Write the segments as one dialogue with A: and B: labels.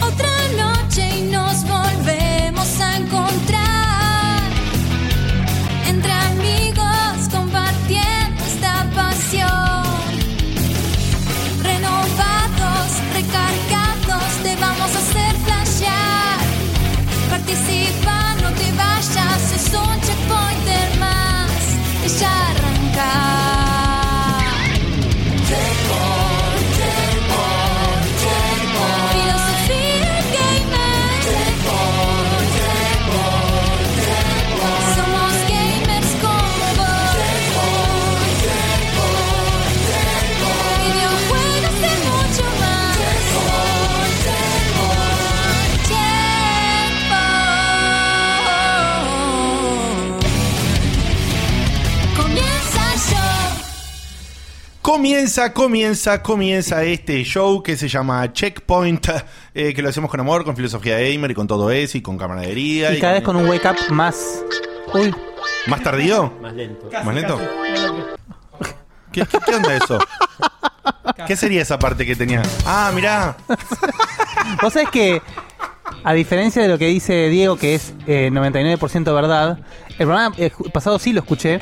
A: Otra noche y nos volvemos a encontrar entre amigos compartiendo esta pasión. Renovados, recargados, te vamos a hacer flashear. Participa, no te vayas, es un checkpointer más. Es arrancar. Filosofía gamer. Somos gamers como vos. Videojuegos y mucho más. Checkpoint. Comienza yo.
B: Comienza, comienza, comienza este show que se llama Checkpoint, eh, que lo hacemos con amor, con filosofía gamer y con todo eso y con camaradería.
C: Y cada vez con un wake up más. Uy.
B: ¿Más tardío?
D: Más lento.
B: ¿Más lento? ¿Qué, qué, qué onda eso? ¿Qué sería esa parte que tenía? Ah, mirá.
C: Vos sabés que, a diferencia de lo que dice Diego, que es eh, 99% verdad, el programa eh, ju- pasado sí lo escuché.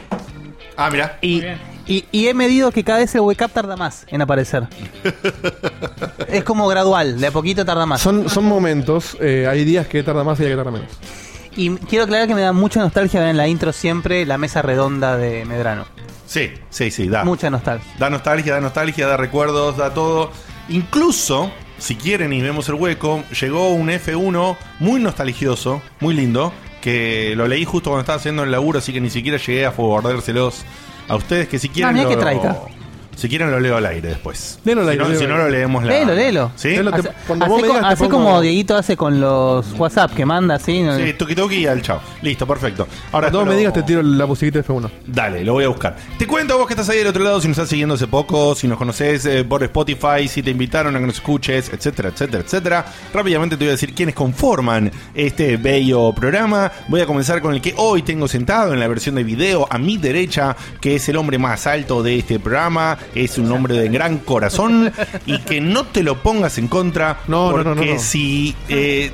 B: Ah, mirá.
C: Y, y, y he medido que cada vez el wake up tarda más en aparecer. es como gradual, de a poquito tarda más.
E: Son, son momentos, eh, hay días que tarda más y días que tarda menos.
C: Y quiero aclarar que me da mucha nostalgia ver en la intro siempre la mesa redonda de Medrano.
B: Sí, sí, sí, da.
C: Mucha nostalgia.
B: Da nostalgia, da nostalgia, da recuerdos, da todo. Incluso, si quieren y vemos el hueco, llegó un F1 muy nostalgioso, muy lindo, que lo leí justo cuando estaba haciendo el laburo, así que ni siquiera llegué a forwardárselos a ustedes, que si
C: Ah,
B: quieren...
C: mirá
B: lo-
C: qué traica.
B: Si quieren lo leo al aire después.
E: Léelo al
B: Si
E: aire,
B: no-
E: léelo
B: si
E: al
B: no lo
E: aire.
B: leemos la...
C: Léelo, léelo.
B: ¿Sí?
E: Léelo, te-
C: Hace,
E: cuando
C: hace
E: vos me
C: co-
E: digas, te
C: hace
E: pongo-
C: como Dieguito hace con los WhatsApp que manda, así. ¿no?
B: Sí, tuki tuki y al chao. Listo, perfecto.
E: Cuando
B: Ahora
E: vos
B: esto
E: me
B: lo-
E: digas te tiro la musiquita de F1.
B: Dale, lo voy a buscar. Te cuento vos que estás ahí del otro lado, si nos estás siguiendo hace poco, si nos conoces eh, por Spotify, si te invitaron a que nos escuches, etcétera, etcétera, etcétera. Rápidamente te voy a decir quiénes conforman este bello programa. Voy a comenzar con el que hoy tengo sentado en la versión de video a mi derecha, que es el hombre más alto de este programa, es un hombre de gran corazón y que no te lo pongas en contra
E: No, no,
B: porque
E: no, no, no.
B: si... eh,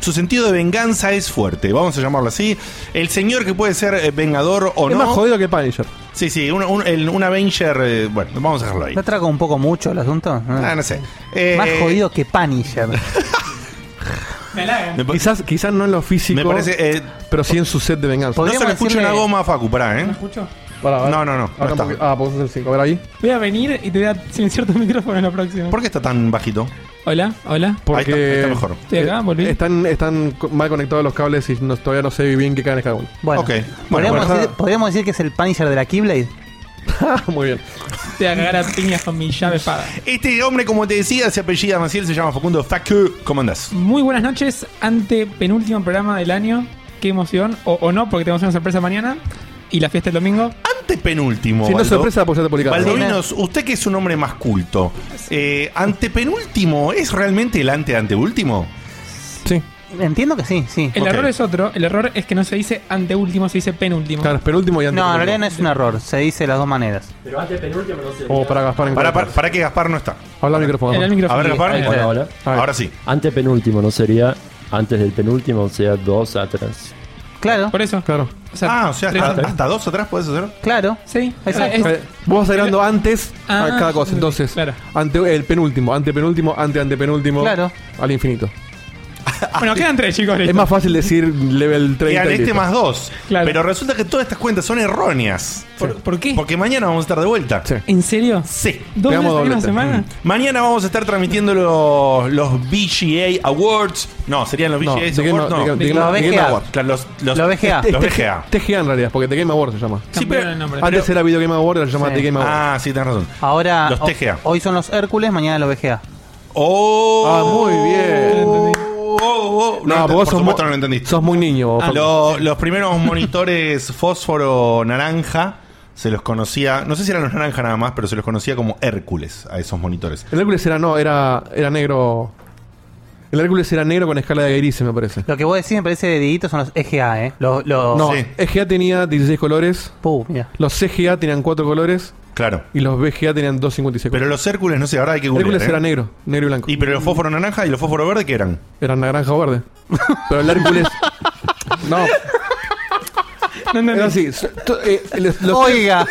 B: su sentido de venganza es fuerte, vamos a llamarlo así. El señor que puede ser eh, vengador o
E: Es
B: no.
E: más jodido que Punisher.
B: Sí, sí, un, un- el- un Avenger. eh, bueno, vamos a dejarlo ahí.
C: ¿No trago un poco mucho el asunto?
B: Ah, no sé. Eh,
C: Más jodido que Punisher.
D: Me la
B: Me, pa-
E: Quizás, quizás no en lo físico,
B: me parece. eh,
E: pero sí en su set de venganza.
B: no se
C: Podríamos
B: le escucha
C: decirle-
B: una goma a Facu, pará, ¿eh?
D: escucho?
E: Pará, pará.
B: No, no, no,
E: Acá
B: no
E: un
B: está.
E: poqu- ah, podemos hacer 5. A ver ahí.
D: Voy a venir y te voy a silenciar tu micrófono en la próxima.
B: ¿Por qué está tan bajito?
D: Hola, hola.
B: Ahí está, ahí
E: Porque eh,
B: está mejor.
D: Estoy acá, volví.
E: están, están co- mal conectados los cables y no- todavía no sé bien qué caen es cada uno.
C: Bueno,
B: Ok. Bueno,
C: ¿podríamos,
B: bueno.
C: decir, podríamos decir que es el Punisher de la Keyblade.
E: Muy bien.
D: Te voy a cagar a piñas con mi llave espada.
B: Este hombre, como te decía, se apellida Maciel, se llama Facundo Facu. ¿Cómo andás?
D: Muy buenas noches, ante penúltimo programa del año. Qué emoción, o, o no, porque tenemos una sorpresa mañana y la fiesta el domingo.
B: Antes Este penúltimo.
E: Si no es
B: Baldo.
E: sorpresa, pues ya te publicado.
B: Baldovinos, usted que es un hombre más culto, eh, antepenúltimo, ¿es realmente el ante-anteúltimo?
E: Sí.
C: Entiendo que sí, sí.
D: El
B: Ok.
D: error es otro, el error es que no se dice anteúltimo, se dice penúltimo.
E: Claro, es penúltimo y antes.
C: No, en realidad no es un error. Se dice de las dos maneras.
E: O Oh, para Gaspar en
B: Para, para, para que Gaspar no está.
E: Habla al micrófono.
D: En el
E: Gaspar.
B: A
D: micrófono.
B: ver, Gaspar.
C: Ahí está.
F: Hola, hola.
E: A ver.
B: Ahora sí.
F: Antepenúltimo, ¿no sería? Antes del penúltimo, o sea, dos atrás.
C: Claro,
D: Por eso.
E: Claro.
D: O
B: Ah, o sea,
D: tres-
B: hasta, hasta dos atrás puedes hacer. Este
C: claro.
D: Sí,
G: Ah,
C: Exacto.
D: es-
E: Eh, Vos vas agregando antes a
D: Ah,
E: cada cosa, entonces.
D: claro.
E: Ante, el penúltimo, antepenúltimo, ante, antepenúltimo.
C: Claro.
E: Al infinito.
D: bueno, quedan tres, chicos.
E: Es
D: listo.
E: más fácil decir level 30.
B: Y al
E: y
B: este
E: listo.
B: más dos.
D: Claro.
B: Pero resulta que todas estas cuentas son erróneas.
D: ¿Por, por qué?
B: Porque mañana vamos a estar de vuelta.
E: Sí.
D: ¿En serio?
B: Sí. Mm.
D: ¿Dos veces
E: Pegamos
D: en una
E: doblete.
D: semana?
B: Mañana vamos a estar transmitiendo los, los VGA Awards. No, serían los
E: No,
B: VGA
E: The Game-
B: Awards. no.
E: The Game-
C: Los
E: The Game
C: VGA.
E: Awards.
B: Claro, los, los,
C: Los VGA.
B: Los VGA.
E: TGA en realidad, porque The Game Award se llama.
B: Sí, pero-
D: Cambiaron el nombre.
E: Antes era Video Game Award, ahora se llama
C: Sí.
E: The Game Award.
B: Ah, sí, tenés razón.
C: Ahora.
B: Los
C: o-
B: TGA.
C: Hoy son los Hércules, mañana los VGA.
B: Oh,
E: Ah, muy bien.
B: Oh, vos, vos-
E: No,
B: no,
E: porque vos
B: por
E: sos,
B: supuesto
E: mu-
B: no lo entendiste.
E: sos muy niño. vos,
B: Ah,
E: Facu.
B: lo- los primeros monitores fósforo naranja se los conocía, no sé si eran los naranja nada más, pero se los conocía como Hércules a esos monitores.
E: El Hércules era no, era, era negro. El Hércules era negro con escala de gris, me parece.
C: Lo que vos decís me parece de Dieguito son los EGA, ¿eh? Los. los
E: No,
B: Sí.
E: EGA tenía 16 colores,
C: Puh, mira.
E: los CGA tenían 4 colores
B: Claro.
E: y los BGA tenían 256
B: Pero
E: colores.
B: los Hércules, no sé, ahora hay que
E: El
B: googlear,
E: Hércules
B: ¿eh?
E: era negro, negro y blanco.
B: Y pero los fósforo naranja y los fósforo verde, ¿qué eran?
E: Eran naranja o verde. Pero el Hércules. no,
D: No, no,
E: era
D: no.
E: así. s- to- eh, los, los-
C: Oiga,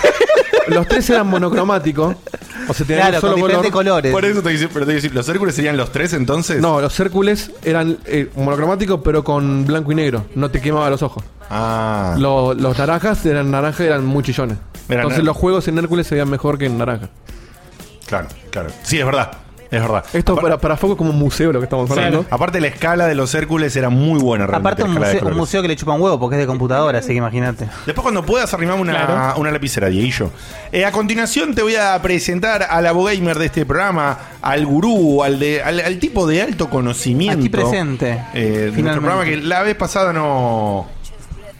E: los tres eran monocromáticos. O sea, tenían
C: claro, con
E: un solo
C: diferentes
E: color.
C: colores.
B: Por eso te dice, pero te dice, ¿los Hércules serían los tres entonces?
E: No, los Hércules eran eh, monocromáticos, pero con blanco y negro. No te quemaba los ojos.
B: Ah.
E: Lo- los naranjas eran naranja y eran muy chillones.
B: Eran
E: Entonces
B: nar-
E: los juegos en Hércules se veían mejor que en naranja.
B: Claro, claro. Sí, es verdad. Es verdad.
E: Esto
B: Apar-
E: para, para Foco es como un museo lo que estamos
B: sí,
E: hablando.
B: Aparte la escala de los Hércules era muy buena
C: Aparte,
B: realmente. la
C: un
B: escala de
C: museo, un
B: colores.
C: museo que le chupa un huevo porque es de computadora, así que imagínate.
B: Después cuando puedas arrimame una,
D: Claro.
B: una lapicera, Dieguillo. Eh, a continuación te voy a presentar al abogamer de este programa, al gurú, al, de, al, al tipo de alto conocimiento.
C: Aquí presente.
B: Eh, de nuestro
C: Finalmente.
B: programa que la vez pasada no,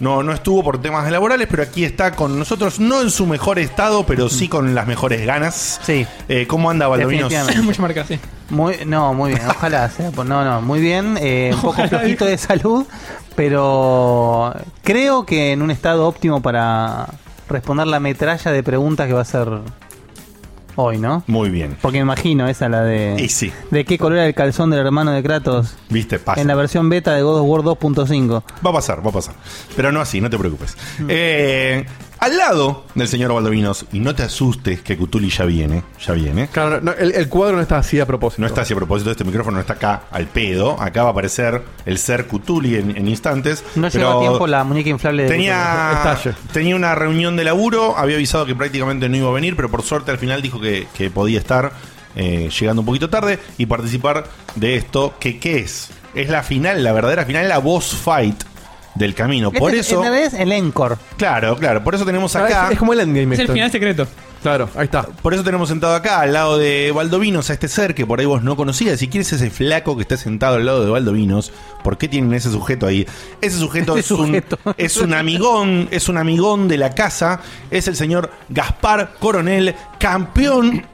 B: no, no estuvo por temas laborales, pero aquí está con nosotros, no en su mejor estado, pero sí con las mejores ganas.
C: Sí.
B: Eh, ¿Cómo anda, Baldovinos?
C: Definitivamente.
D: Mucha marca, sí.
C: Muy, no, muy bien, ojalá sea. pues, No, no, muy bien. eh, un poco
D: Ojalá,
C: flojito de salud, pero creo que en un estado óptimo para responder la metralla de preguntas que va a ser hoy, ¿no?
B: Muy bien.
C: Porque me imagino esa la de.
B: Y sí.
C: ¿De qué color era el calzón del hermano de Kratos?
B: Viste, pasa.
C: En la versión beta de God of War 2.5.
B: Va a pasar, va a pasar. Pero no así, no te preocupes. Eh, al lado del señor Baldovinos, y no te asustes que Cutuli ya viene, ya viene.
E: Claro, no, el, el cuadro no está así a propósito.
B: No está así a propósito, este micrófono no está acá al pedo. Acá va a aparecer el ser Cutuli en, en instantes.
C: No llegó
B: pero
C: a tiempo la muñeca inflable de.
B: Tenía, Ah,
E: Estalle.
B: tenía una reunión de laburo, había avisado que prácticamente no iba a venir, pero por suerte al final dijo que, que podía estar eh, llegando un poquito tarde y participar de esto, que qué es. Es la final, la verdadera final, la boss fight del camino.
C: Este
B: Por
C: es-
B: eso...
C: esta vez el Encore.
B: Claro, claro. Por eso tenemos
E: Ah,
B: acá.
E: es, es como el endgame.
D: Es el
E: esto.
D: final este- secreto.
E: Claro, ahí está.
B: Por eso tenemos sentado acá, al lado de Valdovinos, a este ser que por ahí vos no conocías. Si quieres ese flaco que está sentado al lado de Valdovinos, ¿por qué tienen ese sujeto ahí? Ese sujeto,
C: Ese
B: es, un-
C: Este sujeto.
B: es Un, amigón, es un amigón de la casa. Es el señor Gaspar Coronel, campeón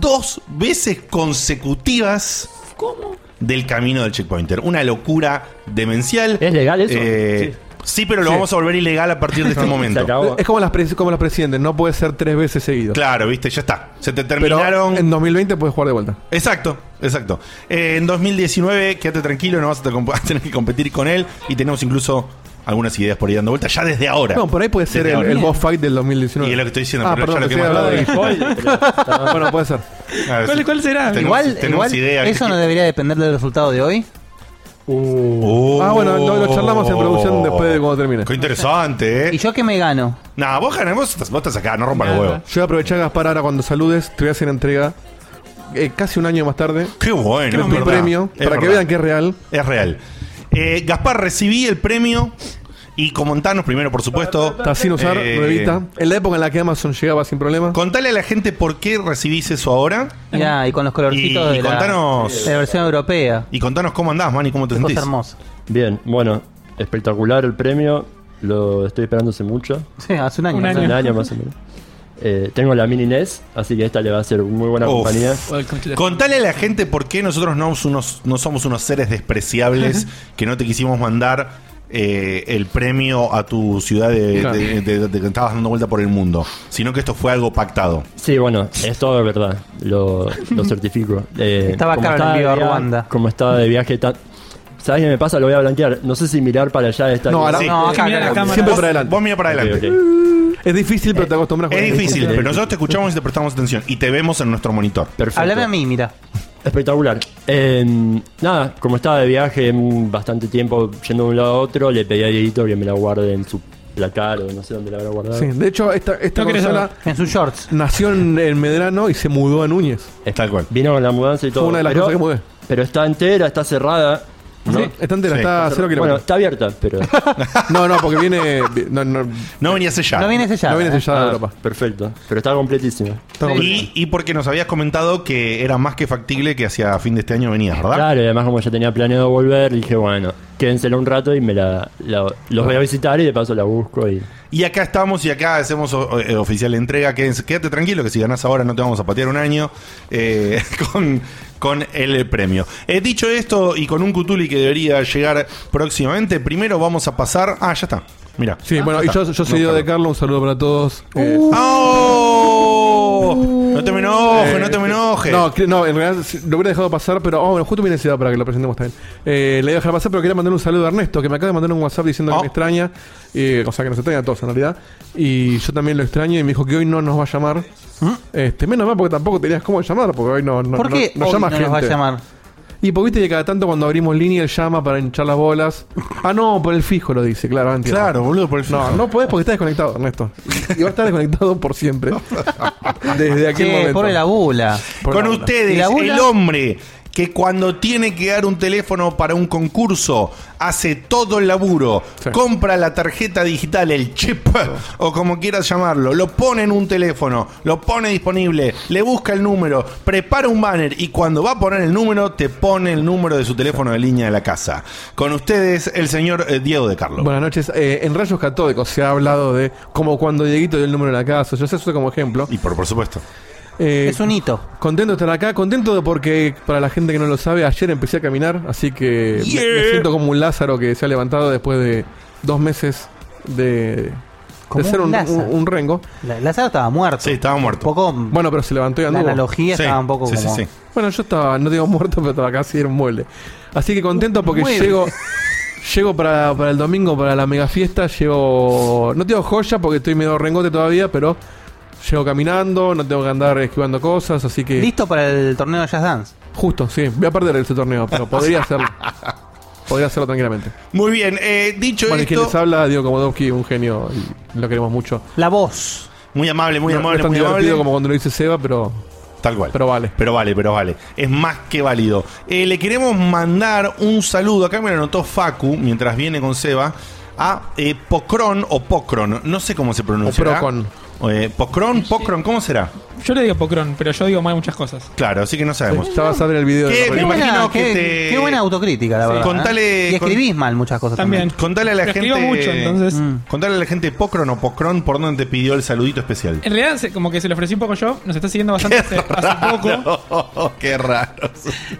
B: dos veces consecutivas del camino del checkpointer. Una locura demencial.
F: ¿Es legal eso?
B: Eh, sí. pero lo
E: Sí.
B: vamos a volver ilegal a partir de este momento.
F: Se acabó.
E: Es como, las pres- como los presidentes, no puede ser tres veces seguido.
B: Claro, viste, ya está. Se te
E: Pero
B: terminaron.
E: en 2020 puedes jugar de vuelta.
B: Exacto, exacto. Eh, en 2019, quédate tranquilo, no vas a te- a tener que competir con él. Y tenemos incluso algunas ideas por ahí dando vuelta ya desde ahora.
E: No, por ahí puede ser
B: Desde
E: el,
B: ahora.
E: el boss fight del 2019.
B: Y es lo que estoy diciendo,
E: Ah,
B: pero
E: perdón,
B: ya lo
E: que
B: que
E: se
B: hemos
E: hablado de-
B: hablado
E: Bueno, puede ser.
B: A ver,
D: ¿Cuál-
B: sí.
D: cuál será?
B: Ah, Tenemos-
C: Igual,
B: tenemos
C: igual
B: idea.
C: eso no debería depender del resultado de hoy.
B: Oh.
E: Ah, bueno, lo, lo charlamos en producción después de cuando termine.
B: Qué interesante,
C: ¿Y
B: eh.
C: yo qué me gano?
B: Nah, vos, ganas, vos, estás, vos estás acá, no rompas los
D: Nada.
B: huevos.
E: Yo voy a aprovechar, Gaspar, ahora cuando saludes, te voy a hacer entrega eh, casi un año más tarde.
B: Qué bueno, es
E: un
B: verdad.
E: premio
B: Es
E: para que
B: verdad.
E: vean que es real.
B: Es real. Eh, Gaspar, recibí el premio. Y comentanos primero, por supuesto.
E: Está sin usar,
B: eh,
E: nuevita. En la época en la que Amazon llegaba sin problema.
B: Contale a la gente por qué recibís eso ahora.
C: Ya, y con los colorcitos
B: Y- y
C: de, la,
B: contanos-
C: de la versión europea.
B: Y contanos cómo andás, man, y cómo te
C: Qué
B: sentís.
C: cosa hermosa.
F: Bien, bueno, espectacular el premio. Lo estoy esperando hace mucho.
C: Sí, hace un año.
D: Un
C: ¿no?
D: año.
F: Un año más o menos. Eh, tengo la mini NES, así que esta le va a hacer muy buena
B: Uf.
F: compañía.
B: Contale a la gente por qué nosotros no, somos unos- no somos unos seres despreciables que no te quisimos mandar eh, el premio a tu ciudad de,
E: Claro.
B: de- de- de que estabas dando vuelta por el mundo, sino que esto fue algo pactado.
F: Sí, bueno, es todo verdad. Lo, lo certifico. Eh,
C: Estaba
F: como
C: caro el envío
F: de
C: a
F: via-
C: Ruanda.
F: Como estaba de viaje tan... ¿Sabes qué me pasa? Lo voy a blanquear. No sé si mirar para allá está
E: No,
F: bien.
E: ahora-
B: Sí.
C: No, acá,
D: Mira la
C: acá.
D: cámara.
E: Siempre
B: Vos-
E: para adelante.
B: Vos mira para
F: Ok,
B: adelante. Eh,
F: ok.
E: Es difícil, pero te acostumbras con
B: Es
E: el-
B: difícil,
F: Sí.
B: pero nosotros te escuchamos y te prestamos atención y te vemos en nuestro monitor.
F: Perfecto.
C: Háblame a mí, mira.
F: Espectacular. Eh, nada, como estaba de viaje mm, bastante tiempo yendo de un lado a otro, le pedí a Dieguito que me la guarde en su placar o no sé dónde la habrá guardado.
E: Sí, de hecho, esta, esta
D: No querés
E: consola
D: hablar.
C: En sus shorts.
E: nació en, en Medrano y se mudó a Núñez.
F: Es-
B: Tal cual.
F: Eh, Vino con la mudanza y todo.
E: Fue una de las
F: pero,
E: cosas que mudé.
F: Pero está entera, está cerrada. ¿no?
E: Está entera,
B: Sí.
E: está a cero
F: Bueno,
E: kilómetros.
F: está abierta, pero.
E: No, no, porque viene. vi- No, no,
B: No venía sellado.
C: No viene sellado.
E: no viene
C: ¿eh?
E: sellada de
F: Ah,
E: Europa.
F: Perfecto. Pero está completísima.
E: Está complicado.
B: Y, y porque nos habías comentado que era más que factible que hacia fin de este año venías, ¿verdad?
F: Claro, y además, como ya tenía planeado volver, dije, bueno, quédensela un rato y me la, la- los voy a visitar y de paso la busco. y
B: Y acá estamos y acá hacemos o- eh, oficial de entrega. Quédense- quédate tranquilo que si ganás ahora no te vamos a patear un año eh, con, con el premio. Eh, dicho esto y con un Cutuli que debería llegar próximamente, primero vamos a pasar... Ah, ya está. Mira.
E: Sí, bueno, y yo, yo soy Diego de Carlos, un saludo para todos. Eh,
B: ¡Oh! Uh. No te me enojes, no te me enojes.
E: No, cre- no, en realidad sí, lo hubiera dejado pasar, pero oh, bueno, justo mi necesidad para que lo presentemos también. Eh, le voy a dejar pasar, pero quería mandar un saludo a Ernesto, que me acaba de mandar un WhatsApp diciendo
B: Oh.
E: que me extraña, eh, o sea, que nos extraña a todos en realidad. Y yo también lo extraño y me dijo que hoy no nos va a llamar. Este, menos mal porque tampoco tenías cómo llamar, porque hoy no, no,
C: ¿Mm? ¿Por qué
E: no, no
C: hoy
E: llama
C: no
E: gente.
C: nos va a llamar?
E: Y porque viste que cada tanto cuando abrimos línea él llama para hinchar las bolas. Ah, no, por el fijo lo dice, claro, antes.
B: Claro, boludo, por el
E: No, no podés porque estás desconectado, Ernesto. Y va a estar desconectado por siempre. Desde aquel
C: Che,
E: momento.
C: pobre la bula.
E: Por
B: con
E: la bola.
B: ustedes,
C: ¿Y la bola?
B: el hombre que cuando tiene que dar un teléfono para un concurso, hace todo el laburo,
E: Sí.
B: compra la tarjeta digital, el chip, o como quieras llamarlo, lo pone en un teléfono, lo pone disponible, le busca el número, prepara un banner y cuando va a poner el número, te pone el número de su teléfono de línea de la casa. Con ustedes, el señor eh, Diego de Carlos.
E: Buenas noches. Eh, en Rayos Catódicos se ha hablado de como cuando Dieguito dio el número de la casa. Yo sé eso como ejemplo.
B: Y por, por supuesto.
E: Eh,
C: Es un hito.
E: Contento de estar acá, contento de porque, para la gente que no lo sabe, ayer empecé a caminar, así que me- me, siento como un Lázaro que se ha levantado después de dos meses de, de
C: Como
E: ser
C: un
E: un,
C: Lázaro.
E: un- un rengo.
C: La, Lázaro estaba muerto.
B: Sí, estaba
C: Un
B: muerto.
C: poco.
E: Bueno, pero se levantó y
C: la
E: anduvo.
C: analogía
B: Sí,
C: estaba un poco
B: sí, sí,
C: como.
B: sí.
E: Bueno, yo estaba, no digo muerto, pero estaba casi en un mueble. Así que contento porque
C: Mueble.
E: llego llego para, para el domingo, para la mega fiesta, llego... No tengo joya porque estoy medio rengote todavía, pero llego caminando, no tengo que andar esquivando cosas, así que...
C: Listo para el torneo de Jazz Dance.
E: Justo, sí, voy a perder este torneo, pero podría hacerlo. podría hacerlo tranquilamente.
B: Muy bien, eh, dicho
E: Bueno, y quien
B: esto,
E: les habla, Diego Komodowski, un genio, y lo queremos mucho.
C: La voz.
B: muy amable, muy
E: No- no
B: amable,
E: es tan
B: muy amable.
E: divertido como cuando lo dice Seba, pero...
B: Tal cual.
E: Pero vale.
B: Pero vale, pero vale. Es más que válido. Eh, le queremos mandar un saludo. Acá me lo anotó Facu mientras viene con Seba. A eh, Pocron o Pocron. No sé cómo se pronuncia.
E: O Procon.
B: Eh, Pocron, Pocron, ¿cómo será?
D: Yo le digo Pocrón, pero yo digo más muchas cosas.
B: Claro, así que no sabemos.
E: Ya vas a ver el video.
B: ¿Qué?
E: de la
B: Me
C: Qué
E: película.
B: imagino
C: buena,
B: que
C: qué,
B: te-
C: qué buena autocrítica, la
D: Sí.
C: verdad.
B: Contale-
C: ¿eh? Y escribís mal muchas cosas también.
D: También.
B: Contale a la
D: Lo
B: gente.
D: escribo mucho, entonces.
C: Mm.
B: Contale a la gente Pocron o Pocron por dónde te pidió el saludito especial.
D: En realidad, se- como que se le ofrecí un poco yo, nos está siguiendo bastante hace, hace poco.
B: Qué raro.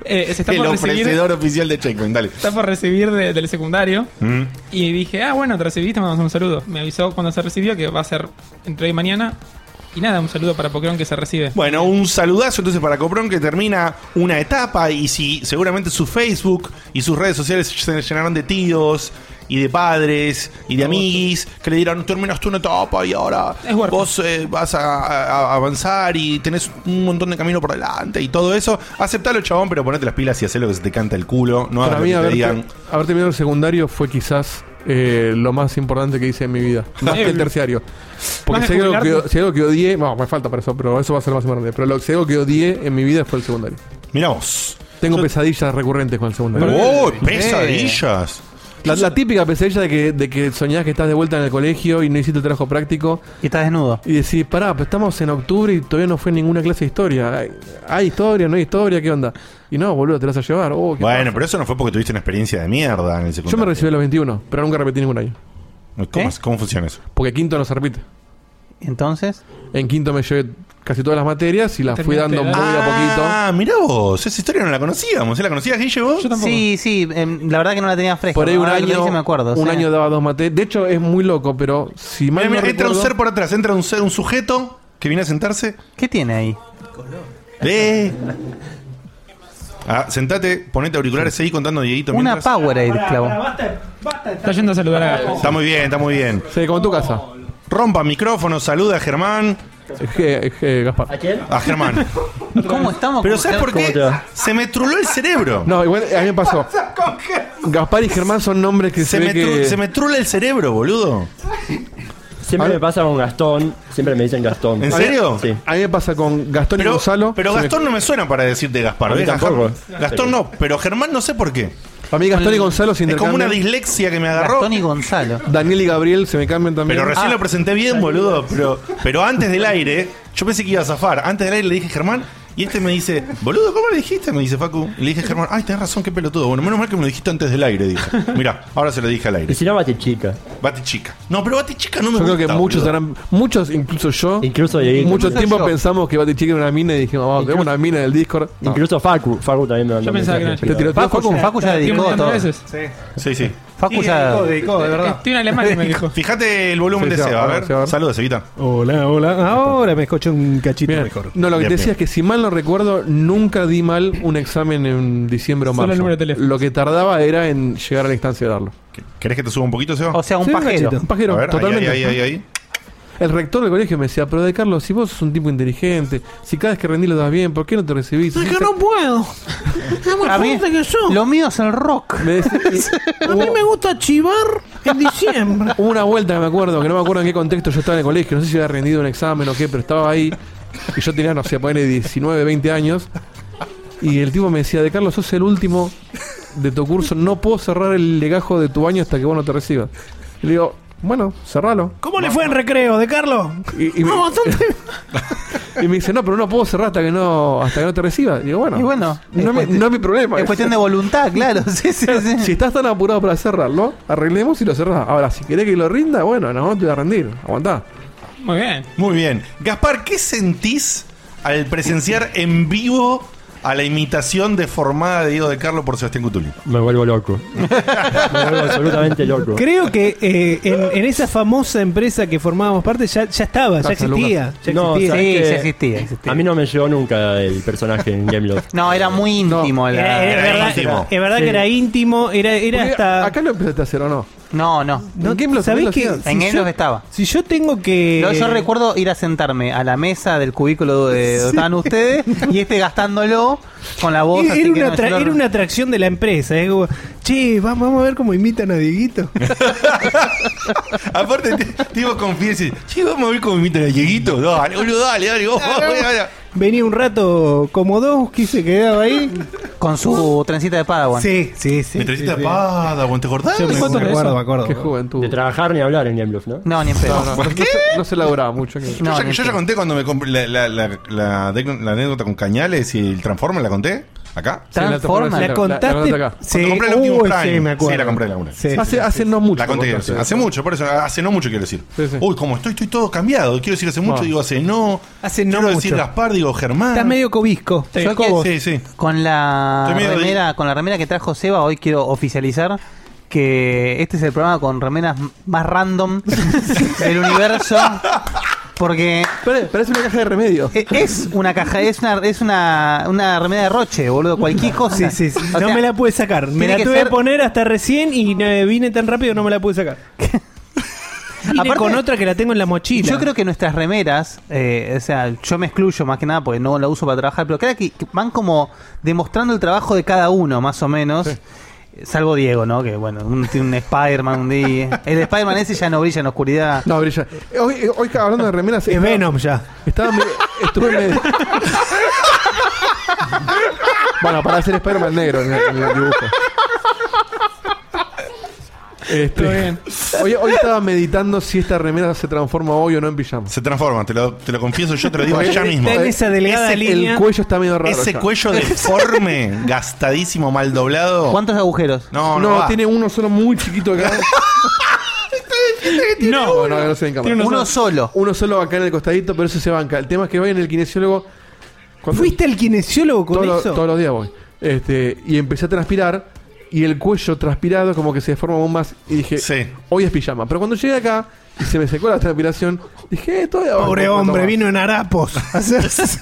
D: Eh, se está
B: El
D: por recibir,
B: ofrecedor oficial de Checkpoint, dale.
D: está por recibir de- del secundario.
B: Mm.
D: Y dije, ah, bueno, te recibiste, mandamos un saludo. Me avisó cuando se recibió que va a ser entre hoy y mañana. Y nada, un saludo para Pocrón que se recibe.
B: Bueno, un saludazo entonces para Coprón que termina una etapa y si seguramente su Facebook y sus redes sociales se llenaron de tíos y de padres y de amiguis que le dirán, terminaste una etapa y ahora
D: Es huérfano.
B: vos eh, vas a, a- a avanzar y tenés un montón de camino por delante y todo eso. Aceptalo, chabón, pero ponete las pilas y hacé lo que se te canta el culo. No hagas
E: Para
B: lo
E: mí,
B: que te
E: haber,
B: digan.
E: haber terminado el secundario fue quizás eh, lo más importante que hice en mi vida. Más que el terciario. Porque
D: Más
E: si
D: que
E: hay, algo que,
D: jubilarte.
E: si hay algo que odié. Bueno, me falta para eso, pero eso va a ser lo más importante. Pero lo, si hay algo que odié en mi vida fue el secundario.
B: Mirá vos.
E: Tengo pesadillas recurrentes con el secundario.
B: ¡Oh, pesadillas!
E: La, la típica pesadilla de que, de que soñás que estás de vuelta en el colegio y no hiciste el trabajo práctico.
C: Y estás desnudo.
E: Y decís, pará, pero estamos en octubre y todavía no fue ninguna clase de historia. ¿Hay, hay historia? ¿No hay historia? ¿Qué onda? Y no, boludo, te la vas a llevar. Oh, ¿qué
B: Bueno,
E: pasa?
B: pero eso no fue porque tuviste una experiencia de mierda en el
E: Yo me
B: secundario.
E: recibí a los 21, pero nunca repetí ningún año.
B: ¿Cómo,
C: ¿Eh?
B: ¿Cómo funciona eso?
E: Porque quinto no se repite.
C: Entonces,
E: En quinto me llevé casi todas las materias y las fui
D: Terminaste
E: dando muy
D: la-
E: a
B: Ah, mirá vos, esa historia no la conocíamos. ¿eh? ¿La conocías, Guille, vos?
D: Yo tampoco.
C: sí, sí, em, la verdad que no la tenía
E: poquito.
C: fresca.
E: Por ahí un
C: Ahora que Ah, lo
E: año,
C: dice, me acuerdo.
E: un
C: sí.
E: año daba dos materias. De hecho, es muy loco, pero si mal
B: Mirá, mirá,
E: no
B: entra un
E: recuerdo-
B: ser por atrás, entra un ser, un sujeto que viene a sentarse.
C: ¿Qué tiene ahí?
B: ¡Eh! Ah, sentate, ponete auriculares, seguí contando, Dieguito.
C: Una
B: mientras.
C: Powerade, clavo.
D: Está yendo a saludar a Gajo.
B: Está muy bien, está muy bien.
E: Sí, como en tu casa.
B: Rompa micrófono, saluda a Germán.
E: Eh, eh, eh, Gaspar.
F: quién?
B: A Germán.
C: ¿Cómo estamos?
B: Pero
C: con-
B: ¿sabes por
F: ¿Cómo
B: qué?
F: te va?
B: Se me truló el cerebro.
E: No, igual eh, a mí me pasó. Gaspar y Germán son nombres que se,
B: Se me,
E: ve que...
B: tru- se me trula el cerebro, boludo.
F: Siempre me pasa con Gastón. Siempre me dicen Gastón.
B: ¿En serio?
F: Sí.
E: A mí me pasa con Gastón y
B: Pero,
E: Gonzalo.
B: pero
E: Se me-
B: Gastón no me suena para decirte Gaspar.
F: A mí
B: ¿ves?
F: tampoco.
B: Gastón no, pero Germán no sé por qué.
E: Para mí Gastón y Gonzalo se
B: Es como
E: intercambian.
B: una dislexia que me agarró.
C: Gastón y Gonzalo.
E: Daniel y Gabriel se me cambian también.
B: Pero recién
E: Ah,
B: lo presenté bien, boludo. Pero, pero antes del aire, yo pensé que iba a zafar. Antes del aire le dije Germán. Y este me dice, boludo, ¿cómo le dijiste? Me dice Facu. Y le dije Germán, ay, tenés razón, qué pelotudo. Bueno, menos mal que me lo dijiste antes del aire, dije. Mirá, ahora se lo dije al
F: Y
B: aire.
F: si no, bate chica.
B: Bate chica. No, pero bate chica Ah, no me
E: Yo creo que
B: gusta,
E: muchos
B: boludo.
E: harán, muchos, incluso yo,
F: Incluso Dieguito.
E: mucho
C: Incluso
E: tiempo
C: yo.
E: pensamos que Bati Chica era una mina y dijimos, vamos, tenemos una mina en el Discord. No.
F: Incluso Facu. Facu también me mandó
D: Yo pensaba
F: mensajes,
D: que
E: Te
F: pero-
E: tiró-
C: Facu,
E: Facu ya-
C: Facu ya
D: Estoy
C: dedicó
D: mandando
C: todo.
D: veces.
B: Sí, sí.
C: Facu ya.
G: de verdad.
D: Estoy en Alemania, me dijo.
B: Fíjate el
E: Sí,
B: volumen de
E: sí,
B: Seba. A
E: ahora,
B: ver,
E: sí, ahora.
B: saludos, Evita.
G: Hola, hola. Ahora me escuché un cachito
E: Bien.
G: mejor.
E: No, lo que
B: Bien,
E: te decía
B: bien.
E: es que si mal no recuerdo, nunca di mal un examen en diciembre o
D: Solo
E: marzo.
D: el número de teléfono.
E: Lo que tardaba era en llegar a la instancia de darlo.
B: ¿Querés que te suba un poquito, Seba?
C: O sea, un
E: Sí,
C: pajero.
E: cachito. Un pajero,
B: a ver,
E: totalmente.
B: Ahí, ahí, ahí, ahí.
E: El rector del colegio me decía, pero de Carlos, si vos sos un tipo inteligente, si cada vez que rendís lo das bien, ¿por qué no te recibís? Y dice-
H: puedo. Es
C: A mí- fuerte
H: que yo.
C: Lo mío es el rock.
E: me decía-
H: A mí me gusta chivar en diciembre.
E: Hubo una vuelta que me acuerdo, que no me acuerdo en qué contexto yo estaba en el colegio, no sé si había rendido un examen o qué, pero estaba ahí y yo tenía, no sé, ponerle 19, 20 años. Y el tipo me decía, De Carlos, sos el último de tu curso, no puedo cerrar el legajo de tu baño hasta que vos no te recibas. Y le digo, bueno, cerralo.
H: ¿Cómo le fue en recreo, de Carlos?
E: Y, y me,
H: No, bastante.
E: y me dice, no, pero no puedo cerrar hasta que no, hasta que no te recibas. Y digo, bueno,
C: Y bueno,
E: no,
C: es
E: me-
C: cuestión-
E: no es mi problema.
C: Es cuestión de voluntad, claro. Sí, sí, sí.
E: Si estás tan apurado para cerrarlo, arreglemos y lo cerrás. Ahora, si querés que lo rinda, bueno, no, te voy a rendir. Aguantá.
D: Muy bien.
B: Muy bien. Gaspar, ¿qué sentís al presenciar en vivo a la imitación deformada de Diego de Carlo por Sebastián Cutuli?
F: Me vuelvo loco. Me vuelvo absolutamente loco.
G: Creo que eh, en, en esa famosa empresa que formábamos parte ya, ya estaba, ya
E: Gracias,
G: existía. Ya
F: No,
G: existía.
F: ¿sabes
C: Sí,
F: que-
C: sí existía, existía.
F: A mí no me llegó nunca el personaje en Game Love.
C: No, era muy íntimo.
G: Era,
C: la-
G: era
B: Era
G: verdad,
B: íntimo.
G: es verdad
F: Sí.
G: que era íntimo, era, era
E: Porque
G: hasta...
E: Acá lo empezaste a hacer o no.
C: No, no.
G: no,
E: en Game Love
G: ¿sabés
E: también lo
G: que
E: hacían.
C: En
G: si
C: Game
G: yo-
C: Love estaba.
G: Si yo tengo que...
C: Yo, yo recuerdo ir a sentarme a la mesa del cubículo de donde estaban ustedes y este gastándolo con la voz.
G: Era,
C: así
G: era
C: que
G: una
C: no,
G: atra-
C: yo lo-
G: era una atracción de la empresa. ¿eh? Como, che, vamos, vamos a ver cómo imitan a Dieguito.
B: Aparte, te- te iba confianza y sí, vamos a ver cómo imitan a Dieguito. Dale, boludo, dale, dale. vos, dale, dale.
G: Venía un rato como dos, que se quedaba ahí.
C: Con su trencita de Padawan.
G: Sí, sí, sí.
B: Me trajiste a Padawan, ¿te acordás?
G: Yo me,
D: ¿Cuánto
G: me
D: de
G: acuerdo,
D: eso?
G: me acuerdo.
E: Qué juventud.
F: De trabajar ni hablar en Game Love, ¿no?
C: No, ni en
E: No,
C: pedo.
E: no, no, se, no se laburaba mucho. que-
C: No,
B: yo, ya,
C: ni
B: yo ya
C: pedo.
B: conté cuando me compré la, la- la- la de- la anécdota con Cañales y el Transformer, ¿la conté? ¿Acá?
E: Sí, la
C: Transforma.
E: transformación.
G: La contaste.
E: la- la acá.
G: Sí,
B: Cuando compré la Optimus
G: uy,
B: Prime.
G: sí, me acuerdo.
B: Sí, la compré, la compré.
G: Sí, sí,
E: hace,
G: sí.
E: hace no mucho.
B: La conté,
E: contaste.
B: hace mucho, por eso, hace no mucho quiero decir.
E: Sí, sí.
B: Uy, como estoy, estoy todo cambiado. Quiero decir hace mucho,
E: No.
B: digo hace no.
G: Hace no
B: Quiero decir
G: mucho.
B: Gaspar, digo Germán.
G: Estás medio cobisco.
D: Sí.
G: Yo cobo.
B: Sí, sí.
C: Con la
B: Estoy medio de-
C: remera, con la remera que trajo Seba, hoy quiero oficializar que este es el programa con remeras m- más random del universo. Porque
E: Pare- Parece una caja de remedio.
C: e- es una caja, es una, es una, una remera de roche, boludo, cualquier cosa.
G: Sí, sí, sí.
C: O
G: no
C: sea,
G: me la pude sacar. Me
C: tiene
G: la
C: que
G: tuve
C: ser-
G: que poner hasta recién y eh, vine tan rápido no me la pude sacar. Vine
C: Aparte-
G: con otra que la tengo en la mochila.
C: Yo creo que nuestras remeras, eh, o sea, yo me excluyo más que nada porque no la uso para trabajar, pero creo que que van como demostrando el trabajo de cada uno, más o menos. Salvo Diego, ¿no? Que bueno, un- tiene un Spider-Man un día. El Spider-Man ese ya no brilla en la oscuridad.
E: No, brilla. Eh, Hoy, eh, hoy hablando de remeras.
G: es
E: estaba-
G: Venom ya.
E: Estaba medio- Estuve medio- Bueno, para hacer Spider-Man negro en el, en el dibujo. Este,
D: Todo bien.
E: Hoy, hoy estaba meditando si esta remera se transforma hoy o no en pijama.
B: Se transforma, te lo, te lo confieso, yo te lo digo
E: Porque
B: ya
E: está
B: mismo.
G: en esa delgada
B: Ese-
G: línea.
E: El cuello está medio raro.
B: Ese
E: ya.
B: cuello deforme, gastadísimo, mal doblado.
C: ¿Cuántos agujeros?
B: No, no,
E: No,
B: va.
E: tiene uno solo muy chiquito acá. no, no, no, se ven cámara.
D: Tiene
E: uno,
C: Uno solo.
E: uno solo acá en el costadito, pero eso se banca. El tema es que voy en el kinesiólogo. cuando-
G: ¿Fuiste al kinesiólogo con
E: todos los-
G: eso?
E: todos los días voy. Este, y empecé a transpirar. Y el cuello transpirado como que se deforma aún más. Y dije,
B: Sí.
E: hoy es pijama. Pero cuando llegué acá y se me secó la transpiración, dije, eh, todavía banco,
G: Pobre
E: no
G: hombre,
E: toma.
G: vino en harapos. a hacerse-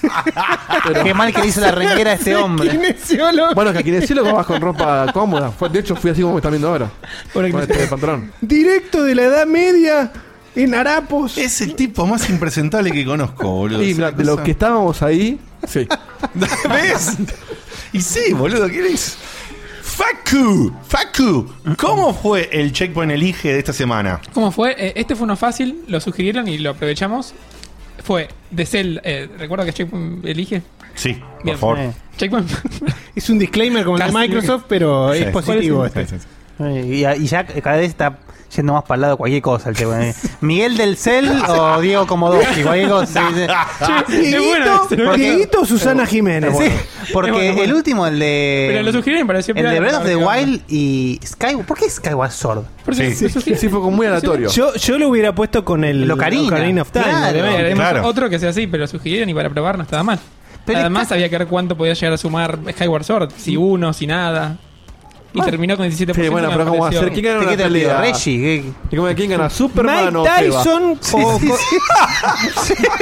C: Qué mal que le hizo la remera a este hombre.
G: kinesiólogo.
E: Bueno, que al kinesiólogo vas con ropa cómoda. Fue- de hecho, fui así como me están viendo ahora.
G: Ahora que
E: Con
G: me-
E: este pantalón.
G: Directo de la Edad Media en harapos.
B: Es el tipo más impresentable que conozco, boludo.
E: Y
B: Es una
E: mira, de los
B: cosa-
E: que estábamos ahí, sí.
B: ¿Ves? Y sí, boludo, ¿quién es? Facu, Facu, ¿cómo fue el checkpoint elige de esta semana?
D: ¿Cómo fue? Eh, este fue uno fácil, lo sugirieron y lo aprovechamos. Fue de Zelda. eh, ¿Recuerda que Checkpoint elige?
B: Sí, por
D: Bien.
B: favor.
C: Eh,
D: Checkpoint.
G: Es un disclaimer como el de
D: Casi.
G: Microsoft, pero
B: Sí.
G: es positivo. este.
C: eh, Y, y ya cada vez está yendo más para el lado cualquier cosa el tema. eh. Miguel del Cel o Diego Comodossi, cualquier cosa. sí, Ah, sí.
D: Es bueno
H: Dieguito,
D: este, ¿no?
H: Dieguito o Susana Jiménez.
C: Sí, porque
D: Es bueno, es bueno.
C: el último, el de.
D: Pero lo sugerí, me pareció
C: El de
D: pirata,
C: Breath of the
D: digamos.
C: Wild y Sky. ¿Por qué Skyward Sword?
D: Por eso
B: Sí.
D: lo sugerí.
E: Sí, fue como muy aleatorio.
G: Yo, yo lo hubiera puesto con el
C: El Ocarina.
G: of Time.
C: Claro.
G: obviamente.
D: Haremos
B: Claro.
D: otro que sea así, pero lo sugirieron y para probar no estaba mal.
C: Pero
D: Además
C: está-
D: había que ver cuánto podía llegar a sumar Skyward Sword, si uno, si nada. Y terminó con 17%.
E: Sí, bueno,
D: me
E: pero ¿cómo va a
D: pareció-
E: ser? ¿Quién gana
C: ¿Qué te
E: una
C: pido?
E: pelea?
C: Reggie. ¿qué?
E: ¿Y cómo- ¿Quién gana? ¿Superman
G: Mike
E: o
G: Tyson o co-
E: Feba?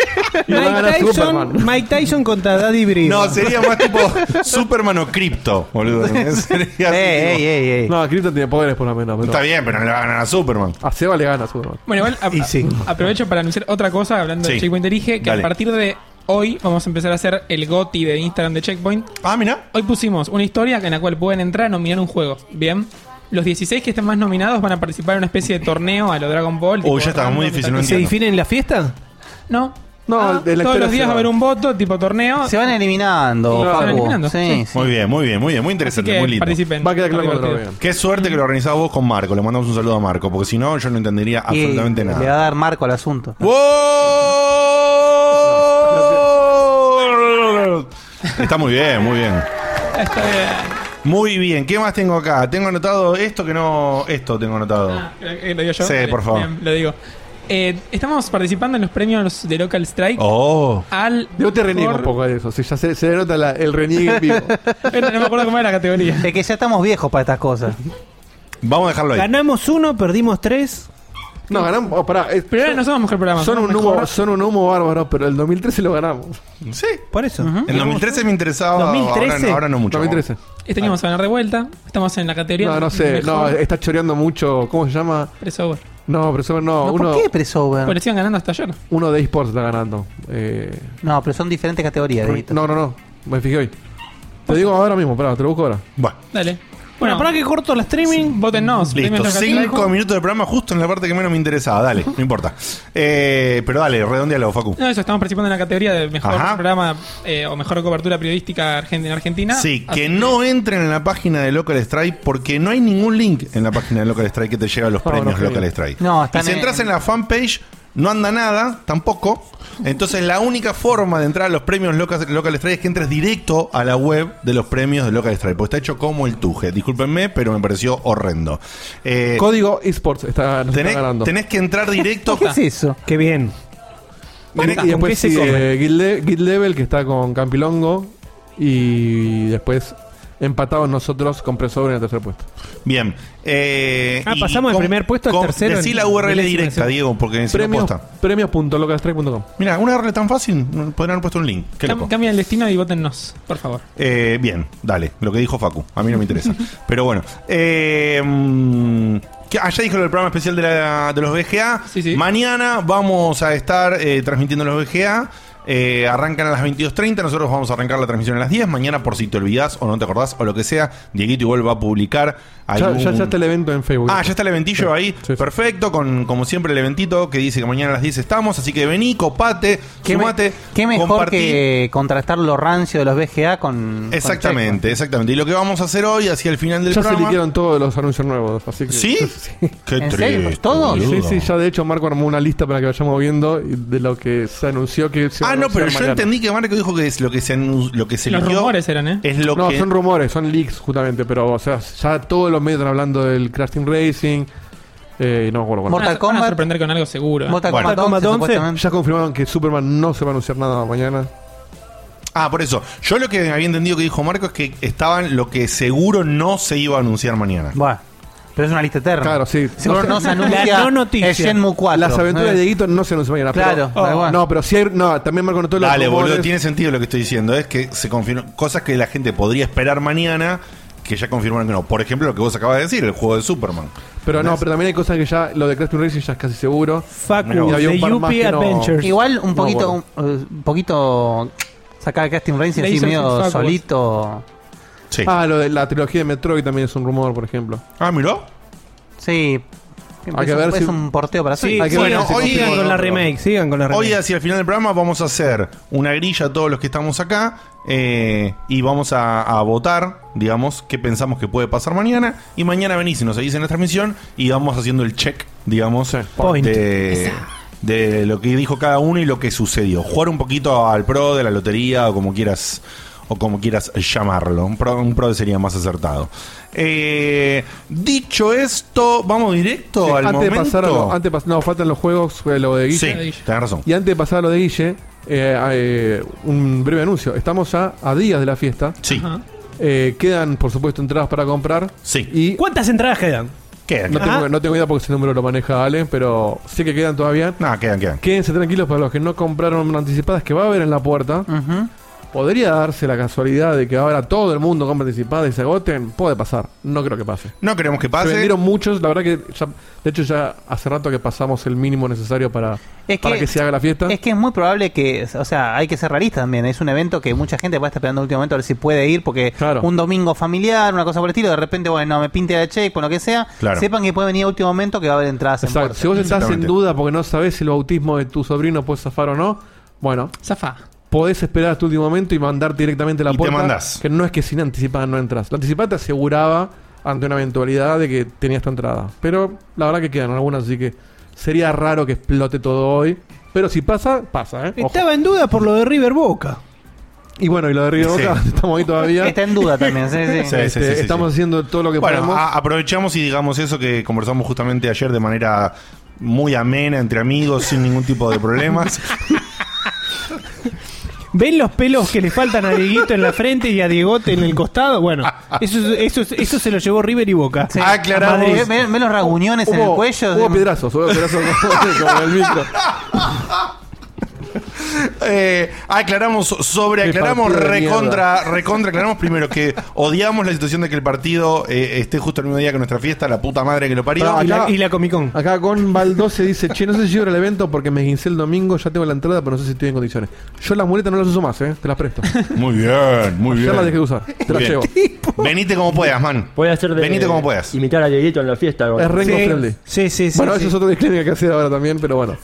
E: Y va a
G: Mike
E: ganar Superman.
G: Tyson, Mike Tyson contra Daddy Brido.
B: No, sería más tipo Superman o Crypto, boludo. Sería así,
C: Ey, ey,
B: tipo,
C: ey, ey.
E: No, Krypton tiene poderes por lo menos. pero-
B: Está bien, pero no le va a ganar a Superman.
E: A Seba le gana Superman.
D: Bueno, igual a-
G: Y sí.
D: a- aprovecho para anunciar otra cosa hablando
B: Sí.
D: de Checkpoint Erige, que
B: Dale.
D: a partir de hoy vamos a empezar a hacer el GOTI de Instagram de Checkpoint.
B: Ah, mira.
D: Hoy pusimos una historia en la cual pueden entrar a nominar un juego. Bien. Los 16 que estén más nominados van a participar en una especie de torneo a lo Dragon Ball.
B: Uy,
D: tipo
B: ya está,
D: random,
B: muy difícil,
D: tal-
B: no
G: ¿Se
B: entiendo.
G: difiere en la fiesta?
D: No.
E: No,
D: Ah,
E: de la
D: todos
E: historia
D: los días
E: se
D: va a haber
E: va.
D: un voto tipo torneo. Eh,
C: Se van eliminando,
E: Sí, se van
C: Facu.
D: eliminando,
C: Sí, sí.
B: Muy bien, muy bien, muy bien. Muy
D: Así
B: interesante,
D: que
B: muy lindo.
D: participen.
E: Va a quedar claro cuando lo
D: Divertido.
E: vean.
B: Qué suerte que lo organizás vos con Marco. Le mandamos un saludo a Marco, porque si no, yo no entendería
C: Y
B: absolutamente
C: Le va
B: nada.
C: a dar marco al asunto.
B: ¡Wow! Está muy bien, muy bien.
D: Está bien.
B: Muy bien. ¿Qué más tengo acá? Tengo anotado esto que no. Esto tengo anotado.
D: Ah, ¿Lo digo yo?
B: Sí,
D: Dale,
B: por favor.
D: bien, lo digo. Eh, estamos participando en los premios de Local Strike.
B: Oh.
D: Al
E: Yo te reniego
D: mejor-
E: un poco de eso. Si ya se, se denota la- el reniegue en vivo.
D: Pero Este, no me acuerdo cómo era la categoría.
C: Es que ya estamos viejos para estas cosas.
B: Vamos a dejarlo ahí.
G: Ganamos uno, perdimos tres.
E: No, ganamos. oh, pará, es-
D: Pero ahora no somos mejor programa.
E: son,
D: somos
E: un
D: mejor-
E: humo, son un humo bárbaro, pero el 2013 lo ganamos.
B: Sí.
G: Por eso.
B: En 2013 me interesaba.
G: 2013.
B: Ahora, ahora no mucho.
E: 2013.
D: Este año vamos a ganar de vuelta. Estamos en la categoría.
E: No, no sé. No,
D: mejor
E: está choreando mucho. ¿Cómo se llama?
D: Presover.
E: No, pero son- no,
C: No,
E: uno,
C: ¿Por qué Presover?
D: Bueno, sigan ganando hasta ayer.
E: uno de esports está ganando. Eh,
C: No, pero son diferentes categorías. Dieguito.
E: no, no, no. Me fijé hoy. Te digo ahora mismo, pará, te lo busco ahora.
B: Bueno.
D: Dale.
G: Bueno, para que corto la streaming.
D: Votennos.
B: Listo,
D: Premios Local Strike.
B: cinco minutos de programa justo en la parte que menos me interesaba. Dale, no importa. Eh, pero dale, redondealo, Facu.
D: No, eso, estamos participando en la categoría de mejor
B: Ajá.
D: programa eh, o mejor cobertura periodística argen- en Argentina.
B: Sí,
D: Así
B: que no entren en la página de Local Strike porque no hay ningún link en la página de Local Strike que te lleve a los
E: No,
B: premios
E: no,
B: Local
E: no.
B: Strike.
C: No,
B: y
C: están
B: si
C: en-
B: entras en la fanpage, no anda nada, tampoco. Entonces la única forma de entrar a los premios Local, Local Strike es que entres directo a la web de los premios de Local Strike. Porque está hecho como el tuje. Discúlpenme, pero me pareció horrendo. Eh,
E: Código esports está, nos
B: tenés,
E: está ganando.
B: tenés que entrar directo.
C: ¿Qué es eso?
G: Qué bien.
E: Tenés-
G: ¿Con
E: y
G: qué
E: después
G: se
E: sigue
G: come?
E: Guild, Le- Guild Level, que está con Campilongo. Y después empatados nosotros con Presover en el tercer puesto.
B: Bien. Eh,
G: Ah,
B: y
G: pasamos del
B: con-
G: primer puesto al
B: con-
G: tercero
B: Decí
G: en
B: la URL
G: milésima de
B: directa,
G: segundo.
B: Diego, porque si no
E: Premios-
B: posta.
E: Premios.localstrike.com.
B: Mira, una URL tan fácil, podrían haber puesto un link. Qué
D: que
B: loco.
D: cam- Cambia el destino y votennos, por favor.
B: Eh, bien, dale, lo que dijo Facu. A mí no me interesa. Pero bueno. Eh, mm, que- ah, ya dije lo del programa especial de, la- de los BGA.
D: Sí, sí.
B: Mañana vamos a estar eh, transmitiendo los BGA. Eh, arrancan a las 22.30, nosotros vamos a arrancar la transmisión a las 10. Mañana, por si te olvidás o no te acordás o lo que sea, Dieguito igual va a publicar
E: Ya,
B: algún-
E: ya, ya está el evento en Facebook.
B: Ah, ya está el eventillo
E: Sí.
B: ahí.
E: Sí, sí.
B: Perfecto, con como siempre el eventito que dice que mañana a las 10 estamos. Así que vení, copate,
C: ¿Qué, me-
B: sumate.
C: qué mejor
B: compartí.
C: que contrastar lo rancio de los BGA con. con
B: Exactamente, exactamente. Y lo que vamos a hacer hoy, hacia el final del
E: Ya se
B: programa.
E: liquieron todos los anuncios nuevos. Así que,
B: ¿Sí? Qué
C: ¿En serio?
B: triste,
C: ¿Todos?
B: boludo.
E: Sí, sí, ya de hecho Marco armó una lista para que vayamos viendo y de lo que se anunció que se va a
B: Ah, no, pero
E: anunciar
B: yo
E: mañana.
B: entendí que Marco dijo que es lo que se anu- lo que se
D: Los
B: eligió
D: rumores eran, ¿eh?
B: Es lo
E: No,
B: que
E: son rumores, son leaks justamente, pero o sea, ya todos los medios están hablando del Crash Team Racing. Eh, no me acuerdo cuál.
C: Mortal
D: Van a- van a
C: Kombat.
D: sorprender con algo seguro. ¿eh?
C: Mortal
B: Bueno.
C: Kombat
G: Mortal
C: 11,
G: Kombat 11,
C: supuestamente.
E: Ya confirmaron que Superman no se va a anunciar nada mañana.
B: Ah, por eso. Yo lo que había entendido que dijo Marco es que estaban lo que seguro no se iba a anunciar mañana.
C: Bueno, pero es una lista eterna.
E: Claro, sí.
C: Seguro no se
G: La
C: anuncia
G: no noticia.
C: el Ah, Shenmue 4.
E: Las aventuras
C: Eh,
E: de Dieguito no se anuncian mañana.
C: Claro,
E: pero-
C: da igual.
E: No, pero sí hay. No, también Marco notó los
B: Dale,
E: rumores.
B: boludo, tiene sentido lo que estoy diciendo. Es que se confirmó cosas que la gente podría esperar mañana que ya confirmaron que no. Por ejemplo, lo que vos acabas de decir, el juego de Superman.
E: Pero no, pero también hay cosas que ya. Lo de Crash Team Racing ya es casi seguro.
G: Facu,
E: Mira, había
G: de
E: un par más
G: UP
E: que no-
G: Adventures.
C: Igual un
E: No,
C: poquito. un, eh, un poquito sacar a Casting Reigns
D: Le
C: así
D: hizo el
C: medio
D: Facu.
C: solito.
B: Sí. Ah,
E: Ah, lo de la trilogía de Metroid también es un rumor, por ejemplo.
B: miró.
C: Sí.
E: Hay que ver
C: Pues es
E: si-
C: un porteo para
G: Sí,
C: Switch.
B: Hay que ver
G: sigan,
B: si
G: sigan
B: consigo
G: con la
B: otro.
G: remake, sigan con la remake.
B: Hoy hacia el final del programa vamos a hacer una grilla a todos los que estamos acá eh, y vamos a, a votar, digamos, qué pensamos que puede pasar mañana y mañana venís y nos seguís en la transmisión y vamos haciendo el check, digamos,
G: Point.
B: de, de lo que dijo cada uno y lo que sucedió. Jugar un poquito al pro de la lotería o como quieras o como quieras llamarlo. Un pro, un pro sería más acertado. Eh, dicho esto, vamos directo al
E: antes de
B: momento.
E: pasar a lo- antes de pas- no, faltan los juegos, eh, lo de Guille.
B: sí, tenés razón.
E: Y antes de pasar a lo de Guille, eh, eh, un breve anuncio. Estamos ya a días de la fiesta.
B: Sí,
D: Ajá.
E: Eh, quedan, por supuesto, entradas para comprar.
B: sí.
E: Y
G: ¿Cuántas entradas quedan?
B: Quedan,
E: no
B: quedan.
E: tengo, no tengo idea porque ese número lo maneja Ale, pero sé que quedan todavía.
B: No, quedan, quedan.
E: Quédense tranquilos para los que no compraron anticipadas que va a haber en la puerta.
C: Ujú.
E: Podría darse la casualidad de que ahora todo el mundo compra anticipada y se agoten. Puede pasar. No creo que pase.
B: No queremos que
E: Se
B: pase.
E: vendieron muchos. La verdad que, ya- de hecho, ya hace rato que pasamos el mínimo necesario para,
C: Es
E: para
C: que-
E: que se haga la fiesta.
C: Es que es muy probable que, o sea, hay que ser realista también. Es un evento que mucha gente va a estar esperando en el último momento a ver si puede ir, porque
E: Claro.
C: un domingo familiar, una cosa por el estilo, de repente, bueno, me pinte la check, por lo que sea.
B: Claro.
C: Sepan que puede venir a último momento que va a haber entradas en
E: Exacto.
C: puerta.
E: Si vos estás en
B: Exactamente.
E: duda porque no sabés si el bautismo de tu sobrino puede zafar o no, bueno,
D: Zafá.
E: podés esperar hasta el último momento y mandar directamente a la
B: Y te
E: puerta.
B: mandás.
E: Que no es que sin anticipada no entras. La anticipada te aseguraba ante una eventualidad de que tenías tu entrada. Pero la verdad que quedan algunas, así que sería raro que explote todo hoy. Pero si pasa, pasa, ¿eh? Ojo.
H: Estaba en duda por lo de River Boca.
E: Y bueno, y lo de Río
B: Sí.
E: Boca, estamos ahí todavía.
C: Está en duda también, sí, sí.
B: Sí.
E: Este, estamos haciendo todo lo que
B: Bueno,
E: podemos.
B: a- aprovechamos y digamos eso que conversamos justamente ayer de manera muy amena entre amigos, sin ningún tipo de problemas.
G: ¿Ven los pelos que le faltan a Dieguito en la frente y a Diegote en el costado? Bueno, eso, eso, eso se lo llevó River y Boca.
C: Sí.
B: Aclaramos.
C: Madre, Ve, ve- ve los raguñones en el
E: Hubo-
C: cuello.
E: Hubo
C: de-
E: piedrazos, hubo piedrazos como, como el micro.
B: Eh, aclaramos, sobre aclaramos,
E: Qué partido de
B: recontra, recontra aclaramos primero que odiamos la situación de que el partido eh, esté justo el mismo día que nuestra fiesta, la puta madre que lo parió.
E: Pará,
G: Y la,
E: acá-
G: y la Comic Con.
E: Acá con Baldo se dice, che, no sé si yo el evento porque me guincé el domingo, ya tengo la entrada, pero no sé si estoy en condiciones. Yo las muletas no las uso más, eh, te las presto.
B: Muy bien, muy
E: ya
B: bien.
E: las dejé de usar, te
B: Muy
E: las
B: bien.
E: llevo.
B: Venite como puedas, man.
F: Voy a hacer de.
B: Venite como puedas.
F: Imitar a Dieguito en la fiesta. algo
E: Es
F: así.
E: re
G: Sí,
E: friendly.
G: sí, sí. sí,
E: bueno,
G: sí.
E: eso es otro disclaimer que hacer ahora también, pero bueno.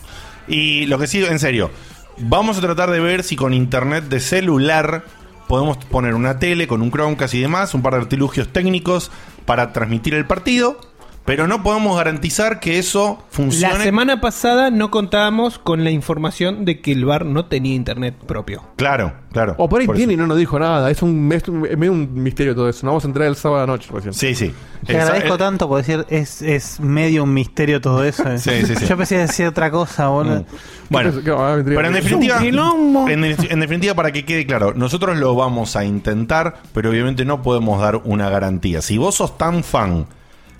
B: Y lo que sí, en serio, vamos a tratar de ver si con internet de celular podemos poner una tele con un Chromecast y demás, un par de artilugios técnicos para transmitir el partido, pero no podemos garantizar que eso funcione.
G: La semana pasada no contábamos con la información de que el bar no tenía internet propio.
B: Claro, claro.
E: O por ahí
B: eso.
E: tiene y no nos dijo nada, es un, es un- es medio un misterio todo eso. Nos vamos a entrar el sábado a la noche recién.
B: Sí, sí.
C: Te
B: Esa-
C: agradezco
B: eh,
C: tanto por decir, es, es medio un misterio todo eso. eh.
B: Sí, sí, sí.
C: Yo pensé decir otra cosa, boludo.
B: Bueno,
E: ¿Qué- qué- ah, vendría-
B: pero en
E: Es un
B: definitiva,
G: quilombo.
B: en, de- en definitiva, para que quede claro, nosotros lo vamos a intentar, pero obviamente no podemos dar una garantía. Si vos sos tan fan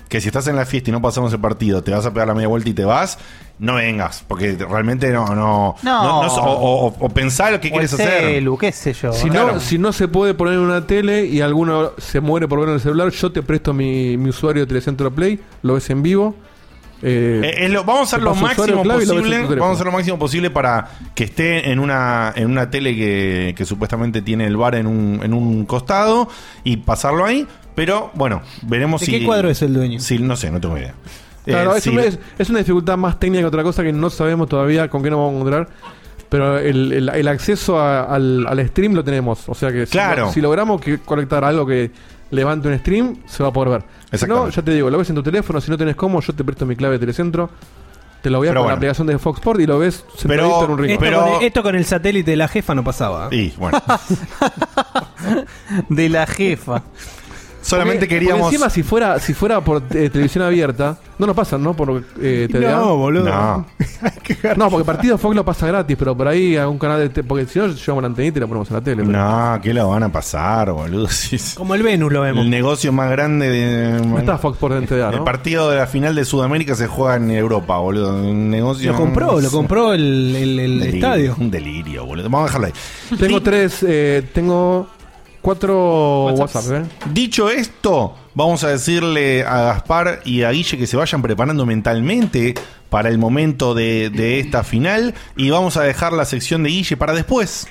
B: que si estás en la fiesta y no pasamos el partido, te vas a pegar la media vuelta y te vas, no vengas, porque realmente no, no,
C: No.
B: so- o, o- o pensá lo que
C: O
B: quieres
C: el
B: hacer.
C: celu, qué sé yo.
E: Si no,
B: eh, Claro.
E: si no se puede poner en una tele y alguno se muere por ver en el celular, yo te presto mi, mi usuario de Telecentro Play, lo ves en vivo. Eh,
B: Eh, es lo- vamos a hacer
E: Te
B: lo
E: paso usuario clave
B: máximo
E: y lo ves en tu
B: posible.
E: teléfono.
B: Vamos a hacer lo máximo posible para que esté en una, en una tele que, que supuestamente tiene el bar en un, en un costado y pasarlo ahí. Pero bueno, veremos
G: ¿De
B: si.
G: qué cuadro es el dueño?
B: si- no sé, no tengo idea.
E: Claro,
B: Eh,
E: es,
B: si-
E: una, es- es una dificultad más técnica que otra cosa que no sabemos todavía con qué nos vamos a encontrar. Pero el, el- el acceso a- al, al stream lo tenemos. O sea que si
B: Claro.
E: lo- si, logramos que conectar algo que levante un stream, se va a poder ver. Si no,
B: Exactamente.
E: ya te digo, lo ves en tu teléfono. Si no tenés cómo, yo te presto mi clave de telecentro. Te lo voy a
B: Pero
E: con
B: bueno.
E: la aplicación de Fox Sports y lo ves sentadito
B: Pero-
E: en un rincón.
G: Esto,
B: Pero-
G: con el, esto con el satélite de la jefa no pasaba.
B: y, bueno,
C: De la jefa.
B: solamente
E: Porque-
B: queríamos.
E: porque encima, si fuera, si fuera por eh, televisión abierta, no nos pasan, ¿no? Por eh, TVA.
G: boludo.
B: No.
E: No, porque partido Fox lo pasa gratis, pero por ahí algún canal de. te- Porque si no, llevamos la antenita y la ponemos en la tele. pero-
B: No, ¿qué la van a pasar, boludo? Si es
G: Como el Venus lo vemos.
B: el negocio más grande de.
E: No está Fox por dentro de
B: el partido de la final de Sudamérica se juega en Europa, boludo. Un negocio.
G: Lo compró, lo compró el, el- el
B: Delirio,
G: estadio.
B: Un delirio, boludo. Vamos a dejarlo ahí.
E: Tengo tres, eh, tengo cuatro WhatsApp,
D: WhatsApps.
E: ¿eh?
B: Dicho esto, vamos a decirle a Gaspar y a Guille que se vayan preparando mentalmente para el momento de, de esta final y vamos a dejar la sección de Guille para después.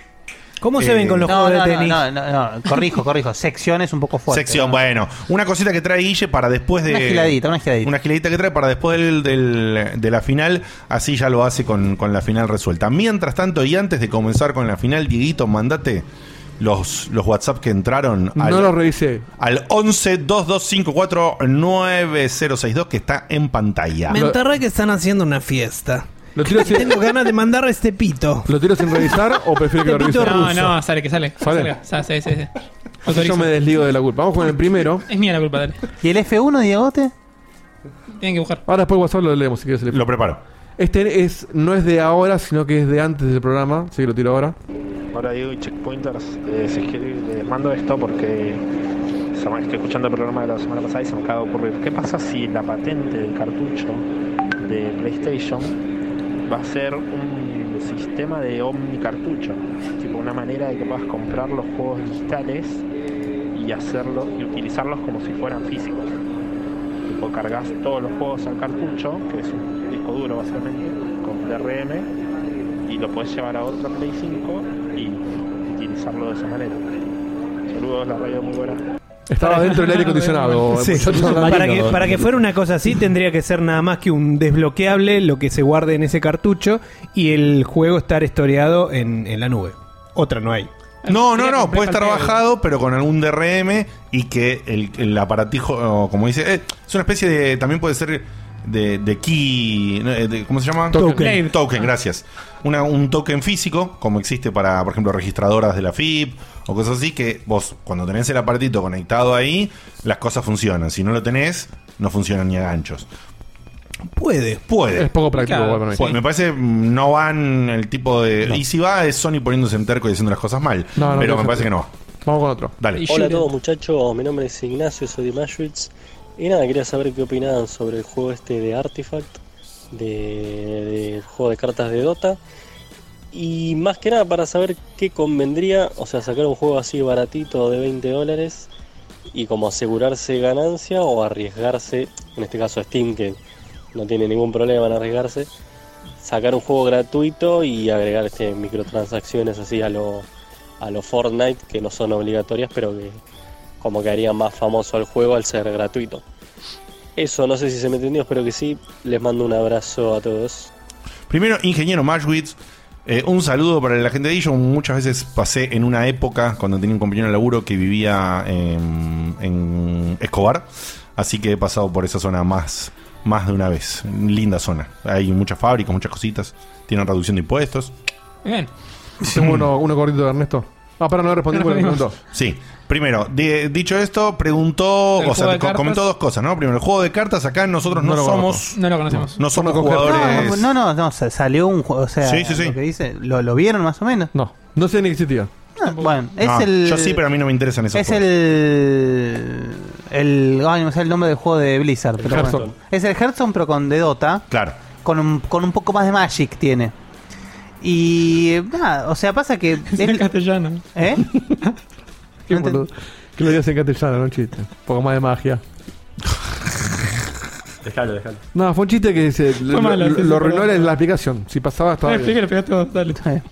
G: ¿Cómo se
B: Eh,
G: ven con los
C: No,
G: juegos
C: no,
G: de
C: no,
G: tenis?
C: no, no, no, corrijo, corrijo. Sección es un poco fuerte.
B: Sección,
C: ¿no?
B: bueno. Una cosita que trae Guille para después de.
C: Una giladita, una giladita.
B: Una giladita que trae para después del- del- de la final. Así ya lo hace con, con la final resuelta. Mientras tanto, y antes de comenzar con la final, Dieguito, mandate los, los WhatsApp que entraron al,
E: No lo revisé.
B: al 11 2254 9062 que está en pantalla.
H: Me enterré que están haciendo una fiesta.
E: ¿Lo tiro, sin,
H: Tengo ganas de mandar a este pito.
E: ¿Lo tiro sin revisar o prefiero
G: Este
E: que lo
H: Pepito
E: revise?
D: No, no, sale, que sale. que
E: ¿Sale?
D: salga. Sa- sí, sí, sí.
E: Así
D: Autorizo.
E: yo me desligo de la culpa. Vamos con el primero.
D: Es mía la culpa, dale.
C: ¿Y el F1, Diegote?
D: Tienen que buscar.
E: Ahora después WhatsApp lo leemos si quieres.
B: Lo preparo.
E: Este es, no es de ahora, sino que es de antes del programa. Así que lo tiro ahora.
I: Ahora Diego y Checkpointers, eh, si es que les mando esto porque se me- estoy escuchando el programa de la semana pasada y se me acaba de ocurrir. ¿Qué pasa si la patente del cartucho de PlayStation va a ser un sistema de omnicartucho? Tipo una manera de que puedas comprar los juegos digitales y hacerlos y utilizarlos como si fueran físicos. Tipo cargas todos los juegos al cartucho, que es un disco duro básicamente, con DRM y lo puedes llevar a otro Play 5 y utilizarlo de esa manera. Saludos, la radio muy buena.
E: Estaba dentro del aire acondicionado. pues,
G: Sí.
E: muchacho.
G: Para que, para que fuera una cosa así, tendría que ser nada más que un desbloqueable, lo que se guarde en ese cartucho, y el juego estar historiado en, en la nube. Otra no hay.
B: No, no,
D: Sería
B: no,
D: comprar
B: puede estar
D: cualquier-
B: bajado, pero con algún DRM y que el, el aparatijo, o como dice, eh, es una especie de, también puede ser de, de key, no, eh, de- ¿cómo se llama?
E: Token.
D: Blade.
B: Token, gracias. Una- un token físico, como existe para, por ejemplo, registradoras de la FIP o cosas así, que vos cuando tenés el aparatito conectado ahí, las cosas funcionan. Si no lo tenés, no funcionan ni a ganchos.
G: Puede.
E: Es
B: Puede.
E: poco práctico.
D: Claro,
E: para mí.
B: Pues, Me parece mm, no van el tipo de... Y si va, es Sony poniéndose en terco y diciendo las cosas mal.
E: No, no,
B: pero me
E: no,
B: parece que no.
E: Vamos con otro.
B: Dale.
J: Hola a todos muchachos, mi nombre es Ignacio, soy de Maschwitz y nada, quería saber qué opinaban sobre el juego este de Artifact, de, del juego de cartas de Dota y más que nada para saber qué convendría, o sea, sacar un juego así baratito de 20 dólares y como asegurarse ganancia o arriesgarse, en este caso Steam que no tiene ningún problema en arriesgarse, sacar un juego gratuito y agregar este microtransacciones así a lo a los Fortnite que no son obligatorias, pero que como que harían más famoso al juego al ser gratuito. Eso, no sé si se me entendió, espero que sí. Les mando un abrazo a todos.
B: Primero, ingeniero Mashwitz. eh, un saludo para la gente de Yo Muchas veces pasé en una época cuando tenía un compañero de laburo que vivía en, en Escobar. Así que he pasado por esa zona más, más de una vez. Linda zona. Hay muchas fábricas, muchas cositas. Tienen reducción de impuestos.
D: Muy bien.
E: Tengo uno, uno cortito de Ernesto. Ah, para no responder por el minuto.
B: Sí. Primero, di- dicho esto, preguntó,
D: El
B: o sea,
D: juego de
B: co-
D: cartas.
B: comentó dos cosas, ¿no? Primero, el juego de cartas acá nosotros no,
E: No lo
B: somos,
D: No lo conocemos.
B: no somos
E: No,
B: jugadores.
C: No, no, no, sa- salió un juego. O sea,
B: Sí, sí, sí.
C: lo que dice, ¿lo, lo vieron más o menos?
E: No, no sé ni que existía.
C: Ah, bueno, es
B: No,
C: el.
B: Yo sí, pero a mí no me interesan esos
C: Es
B: juegos.
C: el. El. Ay, no me sale el nombre del juego de Blizzard. pero bueno.
E: Hearthstone.
C: Es el Hearthstone, pero con de Dota.
B: Claro.
C: Con un, con un poco más de Magic tiene. Y. eh, Nada, o sea, pasa que.
D: En
C: él-
D: castellano.
C: ¿Eh?
E: Qué
C: No enten-
E: boludo. Que lo digas en castellano, no un chiste. Un poco más de magia.
F: Dejalo, dejalo.
E: No, fue un chiste que se, lo,
D: malo,
E: lo-
D: sí,
E: lo
D: sí,
E: arruinó
D: pero-
E: la, la aplicación. Si pasaba estaba
D: Dale,
E: bien.
D: explícale, explícale todo, dale.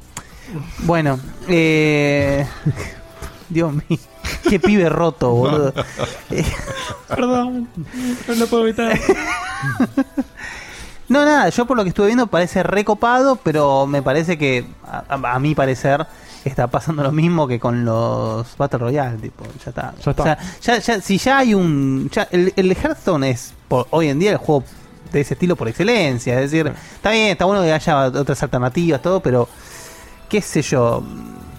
C: Bueno, eh. Dios mío. Qué pibe roto, boludo. Eh,
D: Perdón. No lo puedo evitar.
C: No, nada, yo por lo que estuve viendo parece recopado, pero me parece que, a, a- a mi parecer, está pasando lo mismo que con los Battle Royale, tipo, ya está.
E: Ya está.
C: O sea, ya- ya- si ya hay un... ya- el, el Hearthstone es, por, hoy en día, el juego de ese estilo por excelencia, es decir, está bien, está bueno que haya otras alternativas, todo, pero qué sé yo...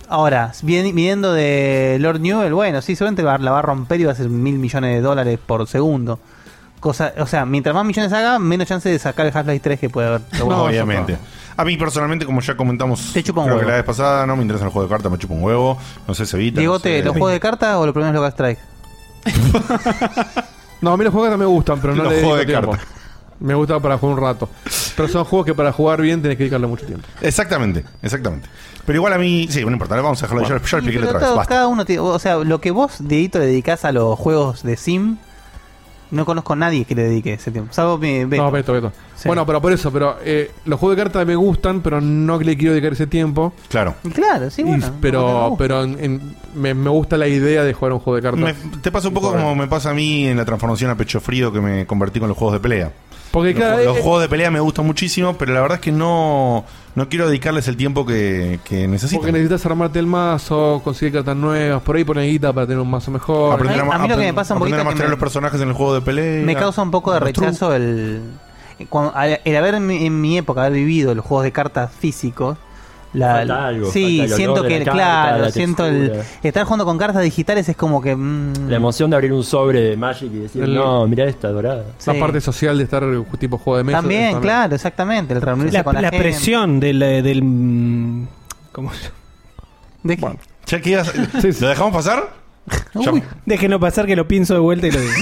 C: Ahora, vin- viniendo de Lord Newell, bueno, sí, seguramente va- la va a romper y va a ser mil millones de dólares por segundo. Cosa, o sea, mientras más millones haga, menos chance de sacar el Half-Life 3 que puede haber.
B: No,
C: Seguro.
B: obviamente. A mí personalmente, como ya comentamos,
C: Te chupa un
B: creo
C: huevo.
B: que la vez pasada, no me interesa el juego de cartas, me chupa un huevo, no sé, se evita. no
C: Diegote,
B: sé.
C: ¿los juegos de cartas o los primeros Local Strike?
E: No, a mí los juegos que me gustan, pero no
B: Los
E: le dedico
B: juegos de
E: tiempo.
B: cartas.
E: Me gusta para jugar un rato. Pero son juegos que para jugar bien tenés que dedicarle mucho tiempo.
B: Exactamente, exactamente. Pero igual a mí, sí, no importa, vamos a dejarlo, ya, ya lo expliqué
C: Pero
B: la otra vez,
C: todo-
B: basta.
C: cada uno tiene- o sea, lo que vos, Dieguito, le dedicás a los juegos de Sim, No conozco a nadie que le dedique ese tiempo. Salvo mi Beto.
E: No, Beto, Beto.
C: Sí.
E: Bueno, pero por eso, pero eh, los juegos de cartas me gustan, pero no le quiero dedicar ese tiempo.
B: Claro.
C: Claro, sí, bueno.
E: pero pero en- en- me, me gusta la idea de jugar un juego de cartas.
B: Me- te pasa un poco como me pasa a mí en la transformación a pecho frío que me convertí con los juegos de pelea.
E: Porque,
B: los,
E: claro,
B: ju- los
E: eh,
B: juegos de pelea me gustan muchísimo, pero la verdad es que no, no quiero dedicarles el tiempo que, que necesitan.
E: Porque necesitas armarte el mazo, conseguir cartas nuevas, por ahí poner guita para tener un mazo mejor.
B: Aprender a, ma- aprend- aprender a masterar los personajes en el juego de pelea.
C: Me causa un poco de
B: los trucos.
C: rechazo el. cuando- al- el haber en mi, en mi época haber vivido los juegos de cartas físicos. La,
F: Falta algo,
C: sí,
F: falta el
C: siento
F: olor de
C: que,
F: la carta,
C: claro,
F: la
C: siento el.
F: textura.
C: Estar jugando con cartas digitales es como que. mm,
F: La emoción de abrir un sobre de Magic y decir,
C: El-
F: no, mira esta dorada.
C: La Sí. parte
E: social de estar tipo juego de
C: también, claro, exactamente. El reunirse
G: La,
C: con la,
G: la
C: gente.
G: presión del. eh, del mm, ¿Cómo se llama?
B: Bueno, ya que ibas- ¿Lo dejamos pasar?
G: Uy, déjenlo pasar que lo pienso de vuelta y lo digo.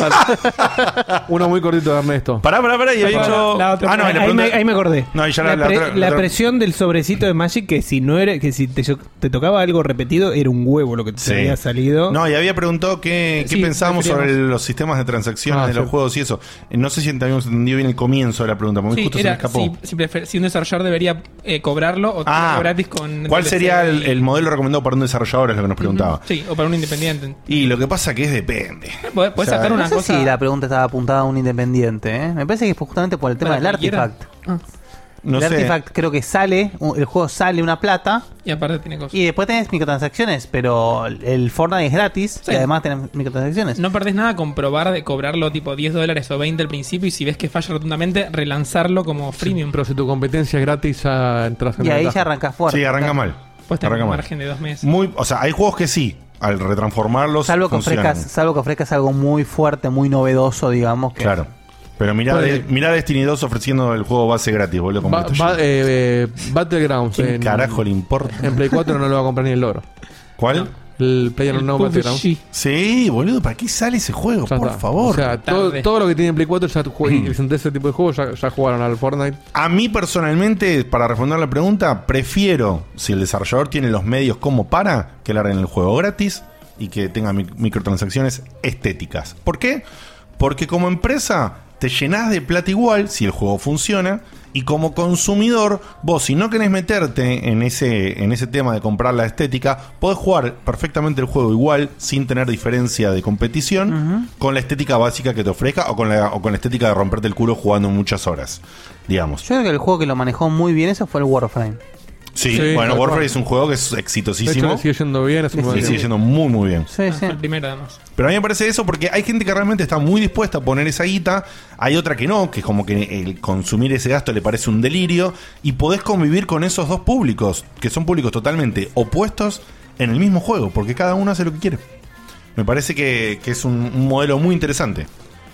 E: Uno muy cortito de Ernesto.
B: Pará, pará, pará. Y había
G: Pará,
B: hecho.
G: la otra.
B: ah, no, y la
G: ahí,
B: pregunta-
G: me, ahí me acordé.
B: No, y ya la,
G: la,
B: la
G: pre-
B: otra-
G: la
B: la otra-
G: presión del sobrecito de Magic que si no era que si te, te tocaba algo repetido era un huevo lo que te
B: Sí.
G: había salido.
B: No, y había preguntado qué, qué
G: Sí,
B: pensábamos sobre
G: referíamos.
B: los sistemas de transacciones
G: Ah,
B: de los
G: sí.
B: juegos y eso. Eh, No sé si habíamos entendido bien el comienzo de la pregunta, porque
D: Sí,
B: justo
D: era,
B: se me escapó.
D: si, si prefer- si un desarrollador debería eh, cobrarlo o
B: Ah,
D: tenerlo gratis con.
B: ¿Cuál
D: DLC
B: sería el,
D: y-
B: el modelo recomendado para un desarrollador? Es lo que nos preguntaba.
D: Sí, o para un independiente.
B: Y lo que pasa que es depende.
D: Podés podés sacar una
C: no sé
D: cosa.
C: si la pregunta estaba apuntada a un independiente. ¿eh? Me parece que fue justamente por el tema
D: Para
C: del
D: lo que quiera.
C: artifact.
B: No
C: el
B: sé.
C: artifact creo que sale, u- el juego sale una plata.
D: Y aparte tiene cosas.
C: Y después tenés microtransacciones, pero el Fortnite es gratis
D: Sí.
C: y además tenés microtransacciones.
D: No perdés nada con probar de cobrarlo tipo 10 dólares o 20 al principio y si ves que falla rotundamente, relanzarlo como freemium.
E: Pero si tu competencia es gratis, ya entras en
C: Y ahí
E: ventaja.
C: ya arrancas fuerte.
B: Sí, arranca mal.
D: Pues tenés
B: Arranca
D: un
B: mal.
D: margen de dos meses.
B: Muy, o sea, hay juegos que sí, al retransformarlos.
C: Salvo que,
B: funcionan.
C: ofrezcas, salvo que ofrezcas algo muy fuerte, muy novedoso, digamos. Que
B: Claro. Pero mirá,
E: Puede-
B: de- mirá Destiny 2 ofreciendo el juego base gratis, boludo. Como
E: Ba-
B: estoy
E: ba- eh, eh, Battlegrounds.
B: ¿Quién
E: en-
B: carajo le importa?
E: En Play 4 no lo va a comprar ni el loro.
B: ¿Cuál?
E: El Player No Battlegrounds.
B: Sí, boludo, ¿para qué sale ese juego?
E: Ya
B: Por
E: está.
B: favor. Mm.
E: O sea, todo,
D: Tarde.
E: todo lo que tiene en Play 4 ya jue- y les interesa ese tipo de juegos ya, ya jugaron al Fortnite.
B: A mí personalmente, para responder la pregunta, prefiero, si el desarrollador tiene los medios como para, que larguen el juego gratis y que tenga mic- microtransacciones estéticas. ¿Por qué? Porque como empresa te llenás de plata igual si el juego funciona y como consumidor, vos si no querés meterte en ese, en ese tema de comprar la estética, podés jugar perfectamente el juego igual sin tener diferencia de competición con la estética básica que te ofrezca o con, la, o con la estética de romperte el culo jugando muchas horas, digamos.
C: Yo creo que el juego que lo manejó muy bien eso fue el Warframe.
B: Sí,
E: Sí,
B: bueno,
E: tal
B: Warframe
E: cual.
B: es un juego que es
E: De hecho,
B: exitosísimo.
E: le sigue yendo bien. hace un buen
B: Y sigue
E: tiempo.
B: yendo muy, muy bien.
C: Sí, sí.
D: El primero además.
B: Pero a mí me parece eso porque hay gente que realmente está muy dispuesta a poner esa guita. Hay otra que no, que es como que el consumir ese gasto le parece un delirio. Y podés convivir con esos dos públicos, que son públicos totalmente opuestos en el mismo juego, porque cada uno hace lo que quiere. Me parece que, que es un, un modelo muy interesante.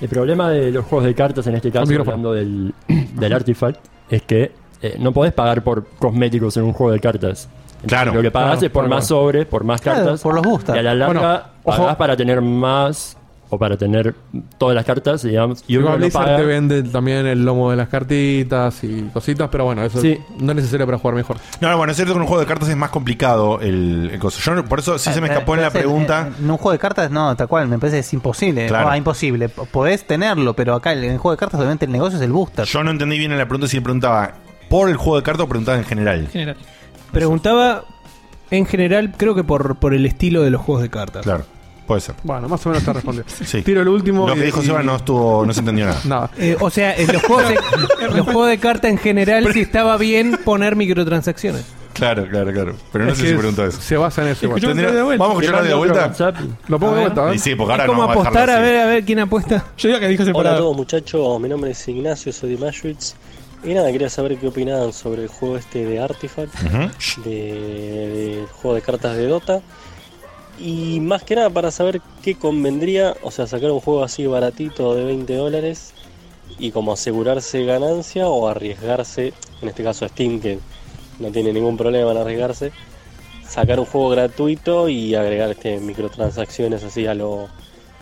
F: El problema de los juegos de cartas en este caso,
E: micrófono.
F: hablando del, del Artifact, es que eh, no podés pagar por cosméticos en un juego de cartas. Entonces,
B: Claro.
F: Lo que pagás
E: Claro,
F: es por
E: claro,
F: más sobres, por más
C: Claro,
F: cartas.
C: por los boosters.
F: Y a la
E: Bueno,
F: larga
E: ojo.
F: pagás para tener más o para tener todas las cartas, digamos. Y uno
E: Igual
F: no
E: Blizzard
F: paga.
E: te vende también el lomo de las cartitas y cositas, pero bueno, eso
F: Sí.
E: no es necesario para jugar mejor.
B: No, no, bueno, es cierto que en un juego de cartas es más complicado el, el coso. Yo no- por eso
C: Ah, Eh,
B: sí se me escapó en la
C: Entonces,
B: pregunta.
C: eh, En, en un juego de cartas, no, tal cual, me parece que es imposible.
B: Claro.
C: Ah, imposible. P- Podés tenerlo, pero acá en el juego de cartas, obviamente, el negocio es el booster.
B: Yo no entendí bien en la pregunta si le preguntaba Ah, por el juego de cartas o preguntaba en general.
D: En general.
G: Preguntaba en general, creo que por, por el estilo de los juegos de cartas.
B: Claro, puede ser.
E: Bueno, más o menos está respondido.
B: Sí.
E: Tiro el último.
B: Lo que
E: y-
B: dijo
E: y-
B: Seba no estuvo, no se entendió nada.
E: Nada.
G: Eh, o sea, en los juegos de, en los juegos de cartas en general, si estaba bien poner microtransacciones.
B: Claro, claro, claro. Pero no
E: Es
B: sé
E: que
B: si
E: es-
B: preguntó eso.
E: Se basa en eso. igual.
D: Escuchamos-
B: Tendría-
D: de vuelta.
B: Vamos a escuchar de
F: Otro
B: vuelta.
F: WhatsApp.
E: Lo pongo de
G: ver.
E: vuelta. ¿eh?
B: Y sí, porque ahora
G: es como
B: no vamos
G: apostar a,
B: dejarlo así.
G: ver a ver quién apuesta.
D: Yo digo que dijo
J: Hola a
D: separado.
J: todos muchachos, mi nombre es Ignacio, soy de Majuits. Y nada, quería saber qué opinaban sobre el juego este de Artifact,
B: Ujú.
J: de- del juego de cartas de Dota. Y más que nada para saber qué convendría, o sea, sacar un juego así baratito de 20 dólares y como asegurarse ganancia o arriesgarse, en este caso Steam, que no tiene ningún problema en arriesgarse, sacar un juego gratuito y agregar este, microtransacciones así a lo,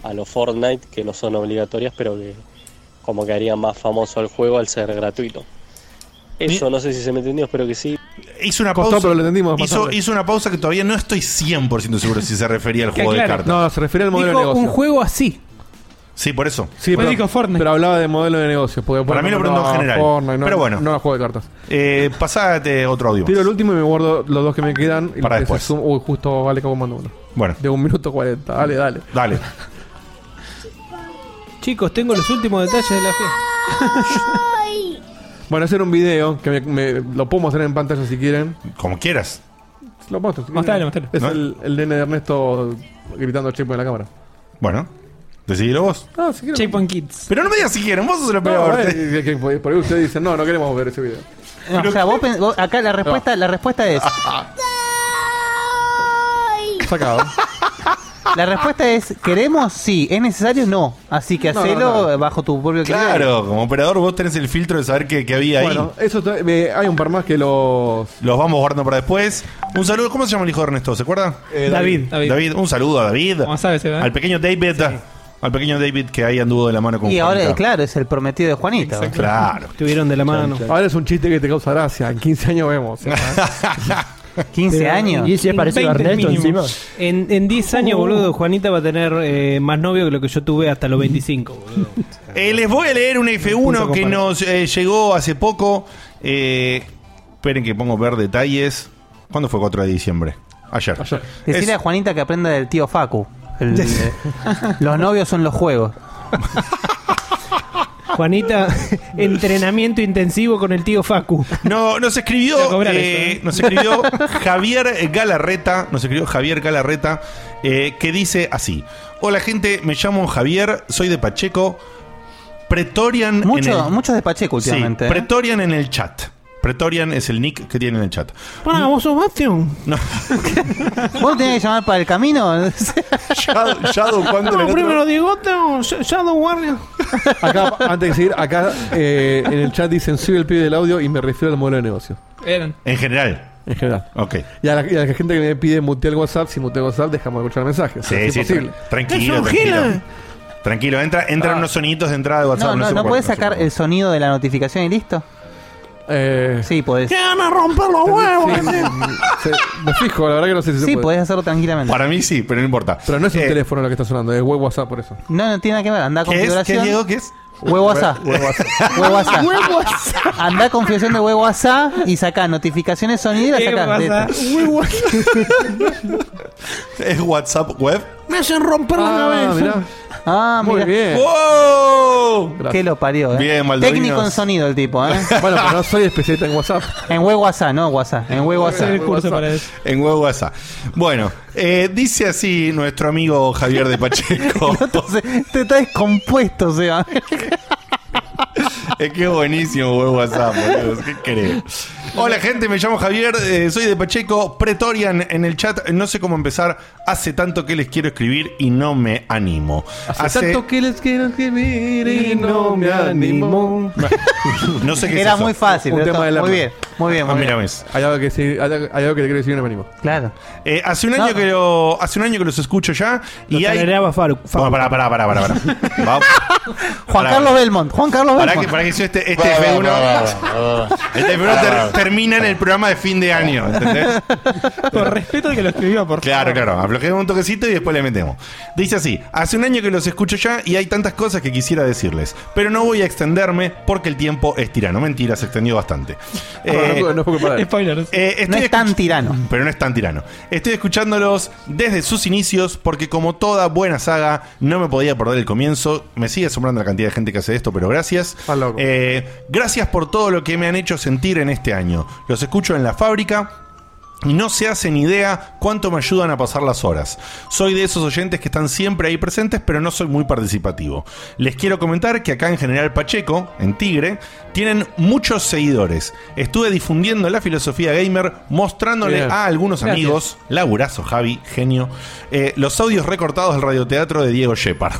J: a lo Fortnite, que no son obligatorias, pero que como que harían más famoso al juego al ser gratuito. Eso no sé si se me entendió, espero que sí.
B: Hizo una
E: Costó,
B: pausa.
E: pero lo entendimos
B: hizo,
E: bastante.
B: hiego una pausa que todavía no estoy 100% seguro si se refería al juego de
D: aclare.
B: cartas.
E: No, se refiere al modelo
G: Dijo
E: de negocio.
G: un juego así.
B: Sí, por eso.
E: Sí, pero, pero hablaba de modelo de negocio. Porque
B: Para mí lo preguntó en general. Pero bueno.
E: No la juego de cartas.
B: Eh, pasate otro audio.
E: Tiro el último y me guardo los dos que me quedan. y
B: Para
E: los que
B: después.
E: se sumo- uy, justo vale como mando uno.
B: Bueno.
E: De un minuto cuarenta. Dale, dale.
B: Dale.
G: Chicos, tengo los últimos detalles de la fiesta.
E: Bueno, hacer un video que me- me- lo puedo mostrar en pantalla si quieren.
B: Como quieras.
E: Lo muestro. si
D: Mostralo,
E: quieren.
D: mostralo.
E: Es el,
D: ¿No?
E: el nene de Ernesto gritando chepo en la cámara.
B: Bueno, decidilo vos.
E: Ah, si quieren.
D: Checkpoint Kids.
B: Pero no me digas si quieren, vos sos el
E: No,
B: peor.
E: eh, que- que- que- por ahí ustedes dicen, no, no queremos ver ese video.
C: No, o sea, vos, pen- vos- acá la respuesta, la respuesta es.
E: Sacado.
C: La respuesta es queremos sí, es necesario no, así que
E: No,
C: hacelo
E: no,
C: bajo tu propio criterio.
B: Claro, como operador vos tenés el filtro de saber qué, qué había
E: Bueno,
B: ahí.
E: eso está- me- hay un par más que los.
B: Los vamos guardando para después. Un saludo, ¿cómo se llama el hijo de Ernesto? ¿Se acuerdan?
E: Eh, David.
B: David. David, un saludo a David. Al pequeño David. Al pequeño David que ahí anduvo de la mano con
C: Y ahora,
B: Juanita.
C: claro, es el prometido de Juanita.
B: Exacto. Claro.
G: Estuvieron de la mano.
E: Ahora es un chiste que te causa gracia. En 15 años vemos. ¿eh?
C: 15 años.
F: Y si es parecido a
G: 20
F: Ernesto
G: mínimo.
F: encima. Uh.
G: En, en 10 años, boludo, Juanita va a tener eh, más novio que lo que yo tuve hasta los 25, boludo.
B: Eh, les voy a leer un F1
G: Punto
B: que
G: comparado.
B: nos eh, llegó hace poco. Eh, esperen que pongo ver detalles. ¿Cuándo fue 4 de diciembre? Ayer.
C: Decirle a Juanita que aprenda del tío Facu. El- eh, los novios son los juegos.
G: Juanita, entrenamiento intensivo con el tío Facu.
B: No, nos
G: Voy
B: escribió,
G: a cobrar
B: eh,
G: eso, ¿eh?
B: nos escribió Javier Galarreta, nos escribió Javier Galarreta, eh, que dice así: Hola gente, me llamo Javier, soy de Pacheco, Pretorian.
C: Mucho-
B: en el-
C: muchos de Pacheco
B: Sí,
C: últimamente, ¿eh?
B: Pretorian en el chat. Pretorian es el nick que tiene en el chat.
H: Para, vos sos Bastión.
C: ¿Vos tenés que llamar para el camino?
B: Shadow, Shadow, ¿cuánto
H: No,
B: le-
H: primero Diegote, Sh- Shadow Warrior.
E: Acá, antes de seguir, acá eh, en el chat dicen soy el pibe del audio y me refiero al modelo de negocio.
D: Eran.
B: En general.
E: En general.
B: Ok.
E: Y a, la, y a la gente que me pide mutear el WhatsApp, si muteo el WhatsApp, dejamos de escuchar mensajes.
B: Sí, sí,
E: es posible.
B: tra- tranquilo,
E: ¡Eso,
B: tranquilo.
E: Gila!
B: Tranquilo, entra,
E: Ah.
B: entran unos soniditos de entrada de WhatsApp.
C: No, no,
B: sé
C: no
B: por-
C: puedes
B: sé
C: sacar el sonido de la notificación y listo.
E: Eh,
C: Sí, podés.
H: Que van a romper los huevos.
E: Sí, me fijo, la verdad que no sé si se
C: Sí,
E: puede.
C: podés hacerlo tranquilamente.
B: Para mí sí, pero no importa. Eh,
E: Pero no es un teléfono lo que está sonando, es web WhatsApp por eso.
C: No, no tiene nada que ver. Anda a
E: ¿Qué es?
C: configuración.
E: ¿Qué, Diego? ¿Qué es?
C: Huevo asá.
E: Huevo asá.
C: Huevo asá. Anda a configuración de huevo asá y saca notificaciones sonideras.
H: Huevo
C: Sacá.
H: asá.
C: Listo.
B: ¿Es WhatsApp web?
H: Me hacen romper la cabeza.
C: Ah,
H: Muy
C: mira.
H: bien.
B: ¡Wow!
C: Qué lo parió, eh.
B: Bien, Maldovinos.
C: Técnico en sonido el tipo, eh.
E: bueno, pero no soy especialista en WhatsApp.
C: En huevo asá, no WhatsApp. En huevo asá.
B: En huevo asá. Bueno, eh, dice así nuestro amigo Javier de Pacheco.
C: Te está descompuesto, Seba.
B: es que es buenísimo huevo asá, Ah, boludo. ¿Qué querés? Hola gente, me llamo Javier, eh, soy de Pacheco, Pretorian en el chat. No sé cómo empezar. Hace tanto que les quiero escribir y no me animo.
E: Hace, tanto que les quiero escribir y no me animo.
B: No sé qué
C: Era
B: es eso.
C: muy fácil.
E: Un
C: pero
E: tema
C: está-
E: de la
C: muy bien, muy bien,
B: Ah,
C: muy bien.
B: mira, ves.
E: Hay algo que, sí- hay algo- hay algo que le quiero decir y no me animo.
C: Claro.
B: Eh, hace un año que lo, hace un año que los escucho ya y hay. Bueno, pará, pará, pará, pará, pará.
C: Juan
B: Va- pará.
C: Carlos Belmont. Juan Carlos
B: Para que,
C: Belmont.
B: para que yo este, este F1, este F1 ter- termina en el programa de fin de año, ¿entendés?
D: Por respeto al que lo escribió, por
B: Claro, claro. Aflojemos un toquecito y después le metemos. Dice así: Hace un año que los escucho ya y hay tantas cosas que quisiera decirles. Pero no voy a extenderme porque el tiempo es tirano. Mentira, se extendió bastante. Eh,
E: no, no fue culpa de él.
D: Spoilers.
B: eh, estoy
C: No es tan tirano.
B: pero no es tan tirano. Estoy escuchándolos desde sus inicios porque como toda buena saga no me podía perder el comienzo. Me sigue asombrando la cantidad de gente que hace esto, pero gracias. Eh, gracias por todo lo que me han hecho sentir en este año. Los escucho en la fábrica. Y no se hacen idea cuánto me ayudan a pasar las horas. Soy de esos oyentes que están siempre ahí presentes, pero no soy muy participativo. Les quiero comentar que acá en General Pacheco, en Tigre, tienen muchos seguidores. Estuve difundiendo la filosofía gamer, mostrándole
E: Bien.
B: a algunos
E: Gracias.
B: amigos, laburazo Javi, genio, eh, los audios recortados del radioteatro de Diego Shepard.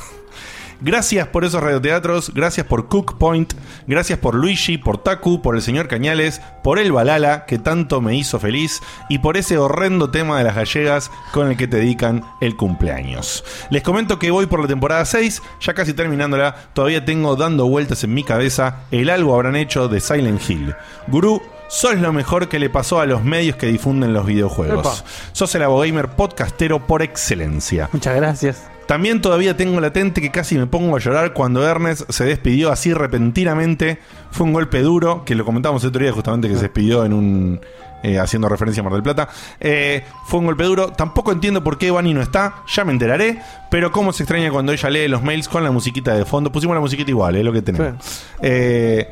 B: Gracias por esos radioteatros, gracias por Cook Point, gracias por Luigi, por Taku, por el señor Cañales, por el Balala, que tanto me hizo feliz, y por ese horrendo tema de las gallegas con el que te dedican el cumpleaños. Les comento que voy por la temporada 6, ya casi terminándola, todavía tengo dando vueltas en mi cabeza el algo habrán hecho de Silent Hill. Gurú, Sos lo mejor que le pasó a los medios que difunden los videojuegos.
C: Epa.
B: Sos el abogamer podcastero por excelencia.
C: Muchas gracias.
B: También todavía tengo latente que casi me pongo a llorar cuando Ernest se despidió así repentinamente. Fue un golpe duro, que lo comentamos el otro día justamente que se despidió en un... eh, haciendo referencia a Mar del Plata. Eh, fue un golpe duro. Tampoco entiendo por qué Vani no está. Ya me enteraré. Pero cómo se extraña cuando ella lee los mails con la musiquita de fondo. Pusimos la musiquita igual, es lo que tenemos. Eh,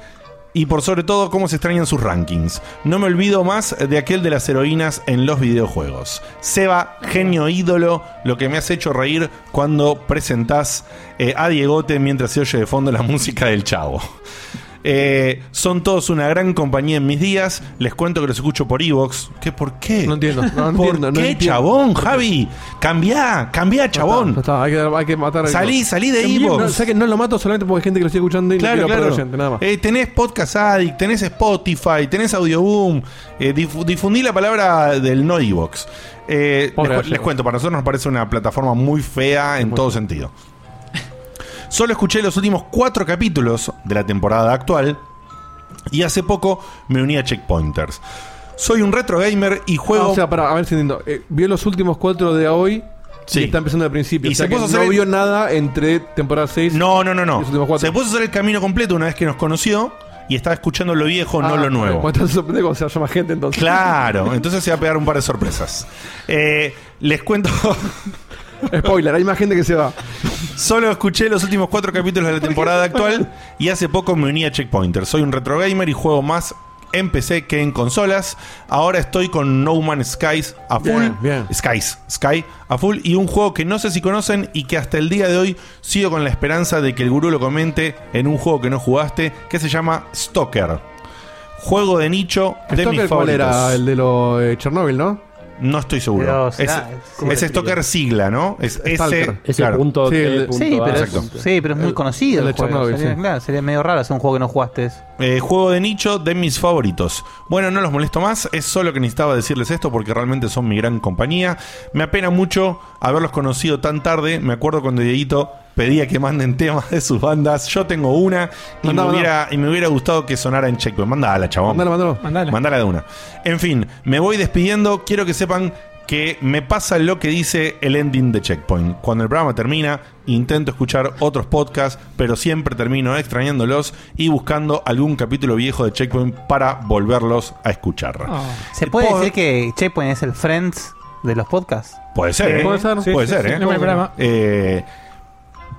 B: y por sobre todo, cómo se extrañan sus rankings. No me olvido más de aquel de las heroínas en los videojuegos. Seba, genio ídolo, lo que me has hecho reír cuando presentás eh, a Diegote mientras se oye de fondo la música del chavo. Eh, son todos una gran compañía en mis días. Les cuento que los escucho por Evox. ¿Qué por qué? No
E: entiendo. No
B: ¿Por
E: entiendo, no
B: qué,
E: entiendo.
B: chabón, Javi? Cambiá, cambiá, chabón.
E: hay, que, hay que matar a-
B: Salí, salí de
E: También,
B: Evox.
E: No, o sea que no lo mato solamente porque hay gente que lo sigue escuchando y
B: Claro,
E: no quiero
B: claro.
E: perder gente, nada más.
B: Eh, tenés Podcast Addict, tenés Spotify, tenés Audioboom. Eh, difu- difundí la palabra del no iVox. Eh, les, cu-
E: Pobre
B: les
E: gallego.
B: cuento, para nosotros nos parece una plataforma muy fea en todo sentido. Solo escuché los últimos cuatro capítulos de la temporada actual y hace poco me uní a Checkpointers. Soy un retro gamer y juego.
E: Ah, o sea, para, a ver si entiendo. Eh, vio los últimos cuatro de hoy
B: Sí.
E: y está empezando al principio.
B: Y
E: o sea
B: se
E: que
B: puso a
E: no
B: hacer el-
E: vio nada entre temporada 6
B: No, no, no, no.
E: los últimos cuatro.
B: Se puso a hacer el camino completo una vez que nos conoció y estaba escuchando lo viejo, no
E: Ah,
B: lo nuevo.
E: Bueno, entonces sorprende cuando se vaya más gente entonces.
B: Claro, entonces se va a pegar un par de sorpresas. Eh, les cuento.
E: Spoiler, hay más gente que se va.
B: Solo escuché los últimos cuatro capítulos de la temporada actual y hace poco me uní a Checkpointer. Soy un retro gamer y juego más en PC que en consolas. Ahora estoy con No Man's Skies a full.
E: Bien, bien.
B: Skies, Sky a full y un juego que no sé si conocen y que hasta el día de hoy sigo con la esperanza de que el gurú lo comente en un juego que no jugaste que se llama Stalker. Juego de nicho de
E: Stalker,
B: mis favoritos.
E: ¿Cuál era? El de los eh, Chernobyl, ¿no?
B: No estoy seguro.
E: Dios,
B: es
E: ah, ¿cómo
B: es
E: se
B: Stalker sigla, ¿no? Es ese.
E: Stalker. Ese punto Sí, T el- punto
C: Sí,
E: A.
C: pero es,
B: Exacto.
C: sí, pero es muy conocido.
B: el
C: El,
B: de
C: juego.
B: Chernobyl,
C: sería,
B: sí.
C: claro, sería medio raro hacer un juego que no jugaste. Es-
B: Eh, juego de nicho de mis favoritos. Bueno, no los molesto más, es solo que necesitaba decirles esto porque realmente son mi gran compañía. Me apena mucho haberlos conocido tan tarde. Me acuerdo cuando Dieguito pedía que manden temas de sus bandas. Yo tengo una y,
E: Mandá, mandá.
B: me, hubiera, y me hubiera gustado que sonara en Checkpoint. Mandala, chabón.
E: Mandala, mandala.
B: Mandala. de una. En fin, me voy despidiendo. Quiero que sepan que me pasa lo que dice el ending de Checkpoint. Cuando el programa termina, intento escuchar otros podcasts, pero siempre termino extrañándolos y buscando algún capítulo viejo de Checkpoint para volverlos a escuchar.
G: Ah.
C: ¿Se puede decir que Checkpoint es el Friends de los podcasts?
B: Puede ser, ¿eh?
C: Puede ser, sí,
B: Puede
C: sí,
B: ser,
C: sí,
B: ¿eh?
C: sí, nombre del programa.
B: Eh,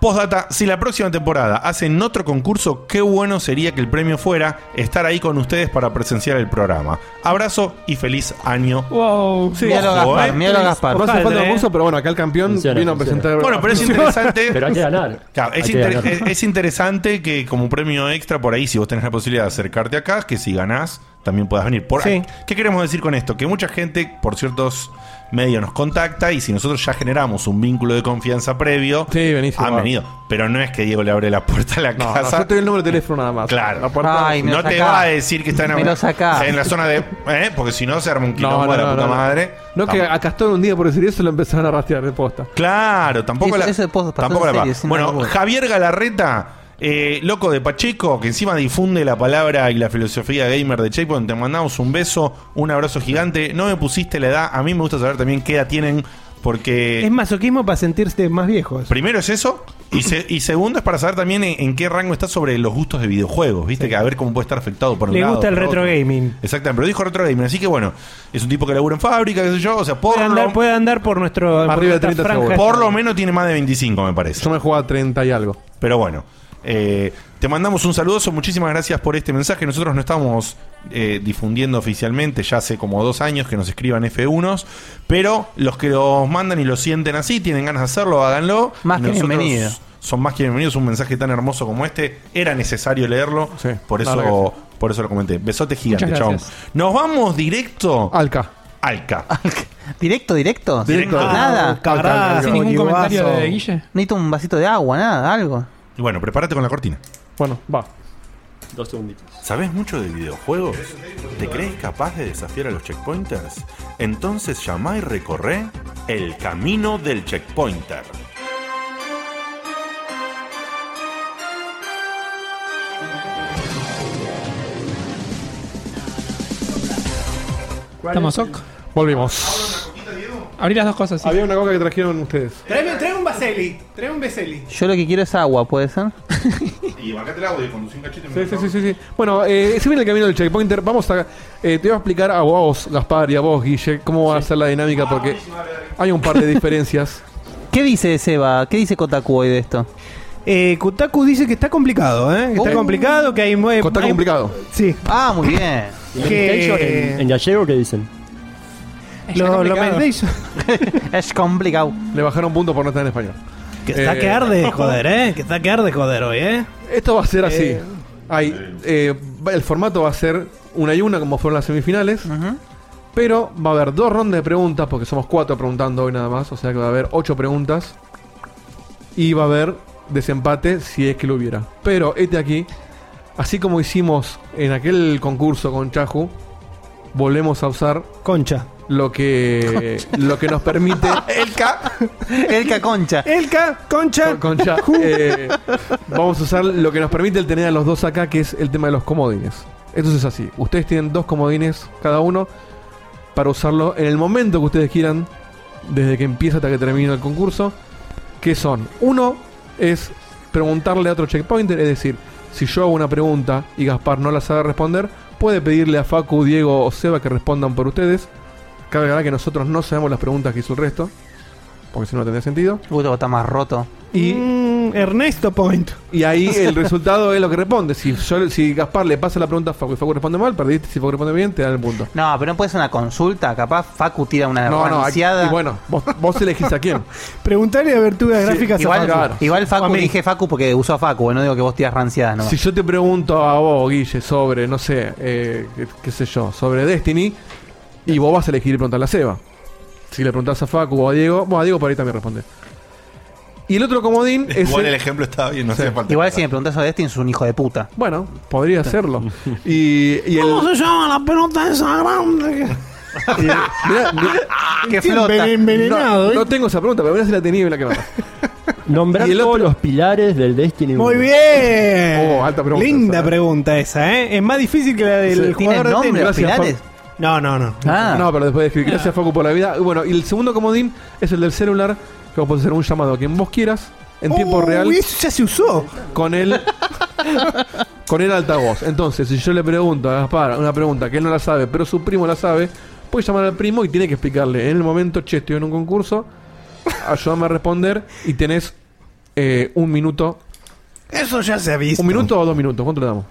B: Postdata, si la próxima temporada hacen otro concurso, qué bueno sería que el premio fuera estar ahí con ustedes para presenciar el programa. Abrazo y feliz año.
D: Wow.
B: Sí, Míralo a Gaspar, míralo a Gaspar.
E: No hace falta
B: Ojalá,
E: concurso,
B: eh.
E: pero bueno, acá el campeón
B: Funciona,
E: vino
B: funciona.
E: a presentar.
B: Bueno, pero es interesante.
F: Pero hay que ganar.
B: Claro, es,
F: Hay que
B: inter- eh,
F: ganar.
B: es- es interesante que como premio extra por ahí, si vos tenés la posibilidad de acercarte acá, que si ganás, también puedas venir. Por ahí. ¿Qué queremos decir con esto? Que mucha gente, por ciertos medios, nos contacta y si nosotros ya generamos un vínculo de confianza previo, han
E: va.
B: venido. Pero no es que Diego le abre la puerta a la
E: No, no,
B: casa.
E: yo te doy el número de teléfono nada más.
B: Claro.
E: La puerta-
B: no te va a decir que está en,
E: Me lo sacá.
B: en la zona de... ¿eh? Porque si no, se arma un quilombo
E: No, no,
B: de la
E: no,
B: puta
E: no.
B: madre.
E: No, que a Castón un día por decir eso lo empezaron a rastrear de posta.
B: Claro, tampoco
E: Eso-
B: la.
E: eso de post- pasó
B: tampoco
E: en
B: la
E: serio,
B: pa-
E: sin
B: Bueno,
E: ningún-
B: Javier Galarreta, eh, loco de Pacheco, que encima difunde la palabra y la filosofía gamer de Checkpoint. Te mandamos un beso, un abrazo gigante. No me pusiste la edad, a mí me gusta saber también qué edad tienen, porque.
G: Es masoquismo para sentirse más viejos.
B: Primero es eso, y, se- y segundo es para saber también en, en qué rango está sobre los gustos de videojuegos, ¿viste? Que a ver cómo puede estar afectado por un
G: Le
B: lado,
G: gusta el
B: por
G: retro
B: otro.
G: gaming.
B: Exactamente, pero dijo retro gaming, así que bueno, es un tipo que labura en fábrica, qué sé yo, o sea, por
G: Puede
B: lo-
G: andar, puede andar por nuestro. por nuestra franja.
B: por lo menos tiene más de 25, me parece. Yo
E: me jugaba 30 y algo.
B: Pero bueno. eh, te mandamos un saludoso. Muchísimas gracias por este mensaje. Nosotros no estamos eh, difundiendo oficialmente. Ya hace como dos años que nos escriban F1s. Pero los que los mandan y lo sienten así, tienen ganas de hacerlo, háganlo.
C: Más
B: Y
C: que
B: nosotros
C: bienvenido.
B: Son más que bienvenidos. Un mensaje tan hermoso como este. Era necesario leerlo. por,
E: la verdad
B: eso, por eso lo comenté. Besote gigante,
E: Muchas
B: chabón.
E: gracias.
B: Nos vamos directo.
E: Alca.
B: Alca.
C: ¿Directo, directo?
B: Directo.
C: Nada.
B: Ah, cabrá, Sin ningún comentario de Guille.
C: Necesito un vasito de agua, nada, algo.
B: Y bueno, prepárate con la cortina.
E: Bueno, va.
F: Dos segunditos.
B: ¿Sabes mucho de videojuegos? ¿Te crees capaz de desafiar a los checkpointers? Entonces llama y recorre el camino del checkpointer.
D: Estamos ok.
E: Volvimos.
D: Abrí las dos cosas.
E: Había una coca que trajeron ustedes.
G: Traeme, traeme un Baseli. Traeme un Baseli.
C: Yo lo que quiero es agua, ¿puede ser?
B: Y bajate el audio, conducí un cachete.
E: Sí, sí, sí, sí, sí. Bueno, eh, se viene el camino del checkpointer. Vamos a. eh, te voy a explicar a vos, Gaspar, y a vos, Guille, cómo va a ser la dinámica, porque hay un par de diferencias.
C: ¿Qué dice Seba? ¿Qué dice Kotaku hoy de esto?
G: Eh, Kotaku dice que está complicado, ¿eh? Que está
C: Oh.
G: complicado, que hay... eh,
E: Está
G: hay-
E: complicado.
G: Sí.
C: Ah, muy bien.
G: Que-
F: ¿En, en gallego qué dicen?
G: Lo, lo
D: complicado.
G: metéis-
C: es complicado.
E: Le bajaron punto por no estar en español.
G: Que está
E: Eh.
G: que arde, joder, ¿eh? Que está que arde, joder, hoy, ¿eh?
E: Esto va a ser así.
G: Eh.
E: Hay, eh, va- el formato va a ser una y una, como fueron las semifinales. Pero va a haber dos rondas de preguntas, porque somos cuatro preguntando hoy nada más. O sea que va a haber ocho preguntas. Y va a haber desempate si es que lo hubiera. Pero este aquí, así como hicimos en aquel concurso con Chahu, volvemos a usar
G: Concha.
E: lo que, lo que nos permite.
B: Elka.
C: Elka Concha.
G: Elka, Concha.
E: Con- Concha, eh, vamos a usar lo que nos permite el tener a los dos acá, que es el tema de los comodines. Entonces es así, ustedes tienen dos comodines cada uno para usarlo en el momento que ustedes quieran, desde que empieza hasta que termine el concurso, que son, uno es preguntarle a otro checkpointer, es decir, si yo hago una pregunta y Gaspar no la sabe responder, puede pedirle a Facu, Diego o Seba que respondan por ustedes. Cabe aclarar que nosotros no sabemos las preguntas que hizo el resto, porque si no, no tendría sentido.
C: Uy, está más roto.
E: Y
G: Mm, Ernesto Point.
E: y ahí el resultado es lo que responde. Si, yo- si Gaspar le pasa la pregunta a Facu y Facu responde mal, perdiste. Si Facu responde bien, te dan el punto.
C: No, pero no puede ser una consulta. Capaz Facu tira una
E: No, no, aquí-
C: ranciada.
E: y bueno, vos, vos elegís a quién.
G: Preguntarle a Vertuga Gráficas
C: igual,
G: a Facu.
C: igual
G: O a
C: Facu,
G: mí.
C: dije Facu porque usó a Facu. No digo que vos tiras ranciadas, no.
E: Si yo te pregunto a vos, Guille, sobre, no sé, eh, qué, qué sé yo, sobre Destiny, y vos vas a elegir y preguntarle a Seba. Si le preguntás a Facu o a Diego, bueno, a Diego por ahí también responde. Y el otro comodín es.
B: Igual
E: el-
B: el ejemplo está bien, no
E: Sí.
B: hace falta.
C: Igual si me preguntás a Destiny es un hijo de puta.
E: Bueno, podría hacerlo. Y, y el.
H: ¿Cómo se llama la pelota esa grande?
E: y el- mirá, mirá,
C: Que flota.
E: no, no tengo esa pregunta, pero mirá si la tenía y me la quemaba.
F: Nombrar
E: Y el
F: todos
E: otro-
F: los pilares del Destiny
G: Muy
F: uno.
G: bien.
E: Oh, alta pregunta
G: Linda
E: esa, eh.
G: pregunta esa, ¿eh? Es más difícil que la del
C: ¿Tiene
G: jugador de
C: nombre
G: tenis.
C: los
E: Gracias,
C: pilares?
G: No, no, no.
C: Ah,
E: No, pero después de escribir, gracias Facu por la vida. Y Bueno, y el segundo comodín es el del celular, que vos podés hacer un llamado a quien vos quieras, en tiempo
G: Uy,
E: real,
G: eso ya se usó.
E: con el, con el altavoz. Entonces, si yo le pregunto a Gaspar una pregunta que él no la sabe, pero su primo la sabe, puede llamar al primo y tiene que explicarle en el momento, che, estoy en un concurso, ayúdame a responder y tenés eh, un minuto.
G: Eso ya se ha visto.
E: ¿Un minuto o dos minutos? ¿Cuánto le damos?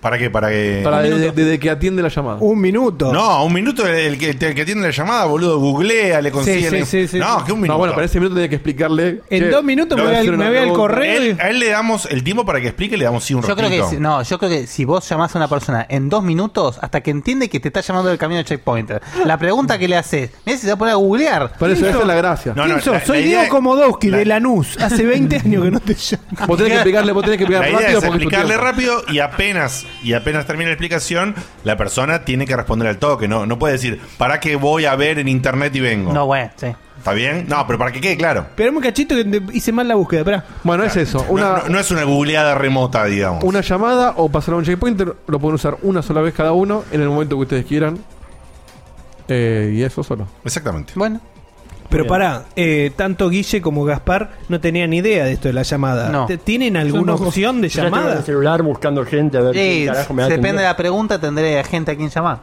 B: ¿Para qué? Para que.
E: Para desde, desde que atiende la llamada.
G: Un minuto.
B: No, un minuto el que, el que atiende la llamada, boludo, googlea, le consigue.
G: sí,
B: la-
G: sí, sí,
B: no,
G: sí.
B: que un minuto.
E: no, bueno, para ese minuto tiene que explicarle.
G: En
E: che,
G: dos minutos
E: le
G: me
E: voy a
G: voy al-
E: hacer una
G: me voy al
E: pregunta.
G: correo.
B: A
G: Rey.
B: él- a él le damos el tiempo para que explique, le damos sí un
C: Yo creo que
B: ratito.
C: si, no, yo creo que si vos llamás a una persona en dos minutos, hasta que entiende que te está llamando del camino de checkpointer, la pregunta que le haces, mirá si se va a poner a googlear.
E: Por eso, esa es la gracia.
B: No,
G: ¿Quién
B: no,
G: sos?
B: la-
G: Soy
B: la idea-
G: Diego Komodowski
B: la-
G: de Lanús. Hace 20 años que no te llamo.
E: Vos tenés que explicarle, vos tenés que
B: La
E: explicar
B: idea
E: rápido
B: es
E: porque es tu
B: explicarle
E: tiempo.
B: rápido y apenas y apenas termina la explicación, la persona tiene que responder al toque, no no puede decir, ¿para qué voy a ver en internet y vengo?
C: No, bueno, sí.
B: ¿Está bien? No, pero para que quede claro.
G: Esperame un cachito que te- hice mal la búsqueda. Pará.
E: Bueno, es eso.
B: No-
E: Una,
B: no, no es una googleada remota, digamos.
E: una llamada o pasar a un checkpointer lo pueden usar una sola vez cada uno en el momento que ustedes quieran. Eh, y eso solo.
B: Exactamente.
C: Bueno,
G: Pero
F: Bien.
G: pará, eh, tanto Guille como Gaspar no tenían idea de esto de la llamada.
C: No.
G: ¿Te- ¿Tienen alguna
D: Yo no.
G: opción de
F: Yo ya tengo
G: llamada?
F: el celular buscando gente a ver
C: sí,
F: qué carajo me va a
C: depende de
F: atender.
C: la pregunta, tendré gente a quien llamar.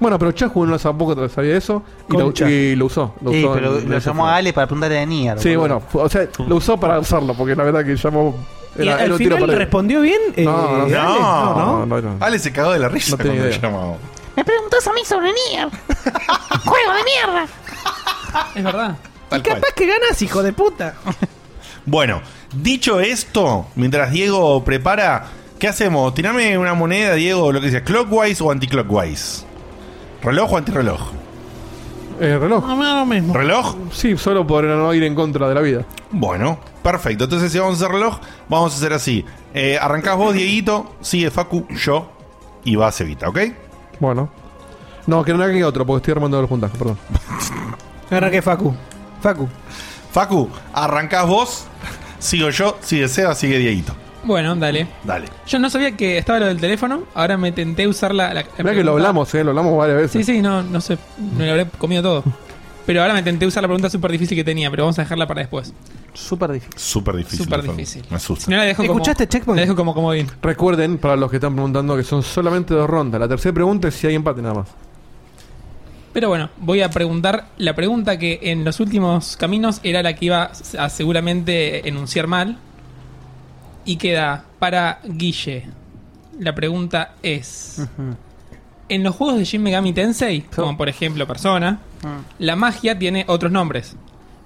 E: Bueno, pero Chahu no tampoco sabía eso y lo,
G: Concha.
E: y lo usó. Lo
C: sí,
E: usó
C: pero
E: en-
C: lo
E: en-
C: llamó a Ale para preguntarle de Nier.
E: Sí,
C: boludo.
E: bueno, fu- o sea, lo usó para usarlo porque la verdad que llamó.
G: ¿Y
E: era- era
G: al
E: un tiro
G: final
E: para-
G: respondió bien? eh,
E: No, no,
G: Ale?
E: No,
B: no.
E: no, no.
B: Ale se cagó de la risa
E: No tenía
B: cuando
E: idea.
B: llamó.
A: Me preguntas a mí sobre Nier. Juego de mierda.
D: Es verdad.
B: Tal
G: Y
B: cual.
G: capaz que ganas, hijo de puta.
B: Bueno, dicho esto, mientras Diego prepara, ¿qué hacemos? Tirame una moneda, Diego, lo que sea, clockwise o anticlockwise. ¿Reloj o antirreloj?
E: Eh, reloj.
H: No me da lo mismo.
B: ¿Reloj?
E: Sí, solo por no ir en contra de la vida.
B: Bueno, perfecto. Entonces, si vamos a hacer reloj, vamos a hacer así. Eh, arrancás vos, Dieguito, sigue Facu, yo y va Cevita, ¿ok?
E: Bueno. No, que no haga que otro porque estoy armando los puntajes, perdón.
G: Arranqué Facu. Facu.
B: Facu, arrancás vos, sigo yo, sigue Seba, sigue Dieguito.
D: Bueno, dale.
B: Dale.
D: Yo no sabía que estaba lo del teléfono, ahora me tenté usar la... la- la
E: Mirá que lo
D: pregunta.
E: hablamos, eh, lo hablamos varias veces.
D: Sí, sí, no, no sé, me lo habré comido todo. Pero ahora me tenté usar la pregunta súper difícil que tenía, pero vamos a dejarla para después.
C: Súper difícil.
B: Súper difícil.
D: Súper
B: la forma.
D: difícil.
B: Me asusta.
D: Si no la dejo como-
E: ¿Escuchaste
D: La dejo como comodín.
E: Recuerden, para los que están preguntando, que son solamente dos rondas. La tercera pregunta es si hay empate nada más.
D: Pero bueno, voy a preguntar la pregunta que en los últimos caminos era la que iba a seguramente enunciar mal. Y queda para Guille. La pregunta es... En los juegos de Shin Megami Tensei, como por ejemplo Persona, la magia tiene otros nombres.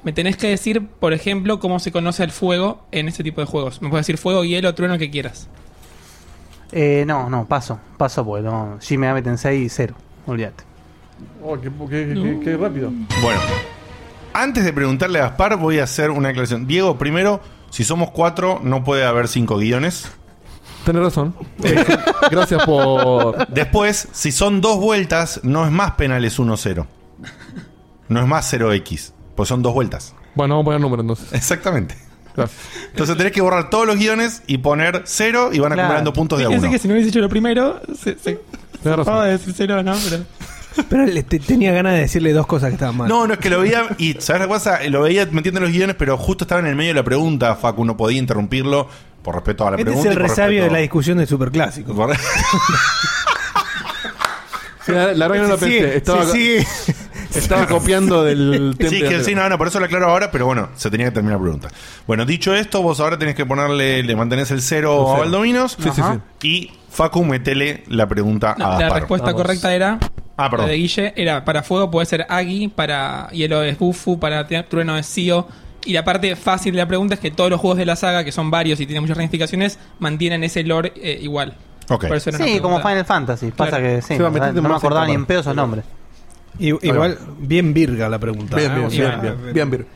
D: Me tenés que decir, por ejemplo, cómo se conoce el fuego en este tipo de juegos. Me puedes decir fuego, hielo, trueno, que quieras.
C: Eh, no, no, paso. Paso pues no. Jimmy Ame Tensei cero. Olvídate.
E: Oh, qué, qué- qué- qué rápido.
B: Bueno, antes de preguntarle a Gaspar, voy a hacer una aclaración. Diego, primero, si somos cuatro, no puede haber cinco guiones.
E: Tienes razón. Eh, Gracias por.
B: Después, si son dos vueltas, no es más penales 1-0. No es más 0x. Pues son dos vueltas.
E: Bueno, vamos a poner el número entonces.
B: Exactamente. Entonces tenés que borrar todos los guiones y poner cero y van
D: Claro.
B: acumulando puntos de a
D: Fíjense
B: uno.
D: que si no hubiese hecho lo primero, se, se zafaba de decir cero, ¿no? Pero...
G: Pero le- te- tenía ganas de decirle dos cosas que estaban mal. Este
B: No, no, es que lo veía y, ¿sabes la cosa? Lo veía metiendo en los guiones, pero justo estaba en el medio de la pregunta, Facu, no podía interrumpirlo por respeto a la
G: este es
B: pregunta.
G: el
B: y por
G: resabio de
B: respeto-
G: la discusión del superclásico.
B: por-
E: Sí, la la verdad que no lo
G: Este
B: Sí,
E: pensé.
B: sí,
E: estaba,
B: sí.
E: estaba copiando del
B: Sí,
E: temple
B: que sí,
E: anterior.
B: no, no, por eso lo aclaro ahora, pero bueno, se tenía que terminar la pregunta. Bueno, dicho esto, vos ahora tenés que ponerle, le mantenés el cero
E: El cero.
B: a Valdominos.
E: Sí, sí, sí.
B: Y Facu, metele la pregunta a
D: No, la
B: Gaspar.
D: respuesta correcta era.
B: Ah, perdón.
D: La de Guille era para fuego puede ser Agui, para hielo es Bufu, para tru- trueno es Sio. Y la parte fácil de la pregunta es que todos los juegos de la saga, que son varios y tienen muchas ramificaciones, mantienen ese lore eh, igual.
B: Ok.
D: Por eso era una
C: Sí,
D: pregunta.
C: como Final Fantasy. Pasa
D: Claro.
C: que sí,
D: Se va a
C: no,
D: meter
C: no
D: más
C: me acordaba
D: en
C: ni en
D: esta
C: pedos esos nombres.
G: I- igual, bien virga la pregunta.
E: Bien,
G: ¿eh?
E: bien,
G: O
E: bien,
G: sea,
E: bien, bien, bien.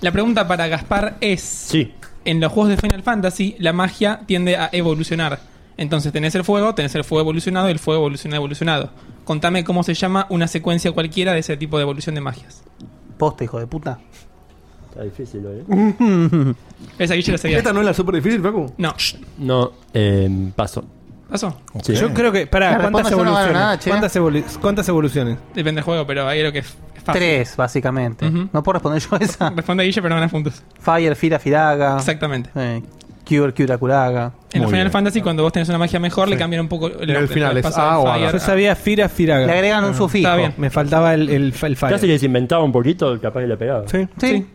D: La pregunta para Gaspar es: En los juegos de Final Fantasy, la magia tiende a evolucionar. Entonces tenés el fuego, tenés el fuego evolucionado y el fuego evolucionado evolucionado. Contame cómo se llama una secuencia cualquiera de ese tipo de evolución de magias.
C: Posta, hijo de puta.
F: Está difícil, ¿eh?
D: Esa Guille la sabía.
E: ¿Esta no es la súper difícil, Facu?
D: No.
F: No, eh, paso.
D: ¿Pasó?
F: Sí.
G: Yo creo que. Pará,
C: La
G: ¿cuántas
C: respuesta no vale
G: evoluciones?
C: nada, che.
G: ¿Cuántas, evolu- cuántas evoluciones?
D: Depende del juego, pero ahí lo que es es fácil.
C: Tres, básicamente.
D: Ujú.
C: No puedo responder yo esa.
D: Responde Guille, pero no ganas puntos.
C: Fire, Fira, Firaga.
D: Exactamente.
C: Eh, Cure, Cura, Curaga.
D: En los
B: Muy
D: Final
B: bien.
D: Fantasy, cuando vos tenés una magia mejor, le cambian un poco el, nombre.
E: final
D: Entonces
E: es
D: pasa
E: A o
D: Fire
E: A.
G: Yo sabía Fira Firaga.
C: Le agregan un sufijo.
D: está bien.
G: Me faltaba el, el, el fire.
F: Casi les inventaba un poquito, capaz que la pegaba.
E: Sí.
C: Sí.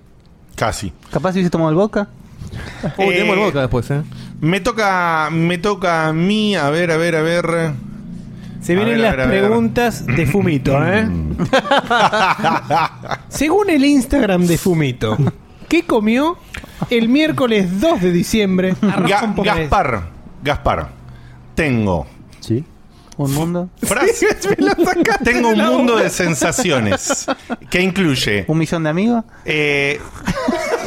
B: Casi.
C: Capaz si hubiese tomado el vodka.
E: Oh, tenemos el
B: Eh,
E: boca después, ¿eh?
B: Me toca, me toca a mí, a ver, a ver, a ver.
G: Se
B: A
G: vienen
B: ver, a
G: las
B: ver, a ver, a ver.
G: preguntas de Fumito, ¿eh? Según el Instagram de Fumito, ¿qué comió el miércoles 2 de diciembre?
B: Ga- Gaspar, Gaspar, tengo
F: Sí.
C: Un mundo.
B: frases, tengo un mundo de sensaciones que incluye
C: Un millón de amigos.
B: eh,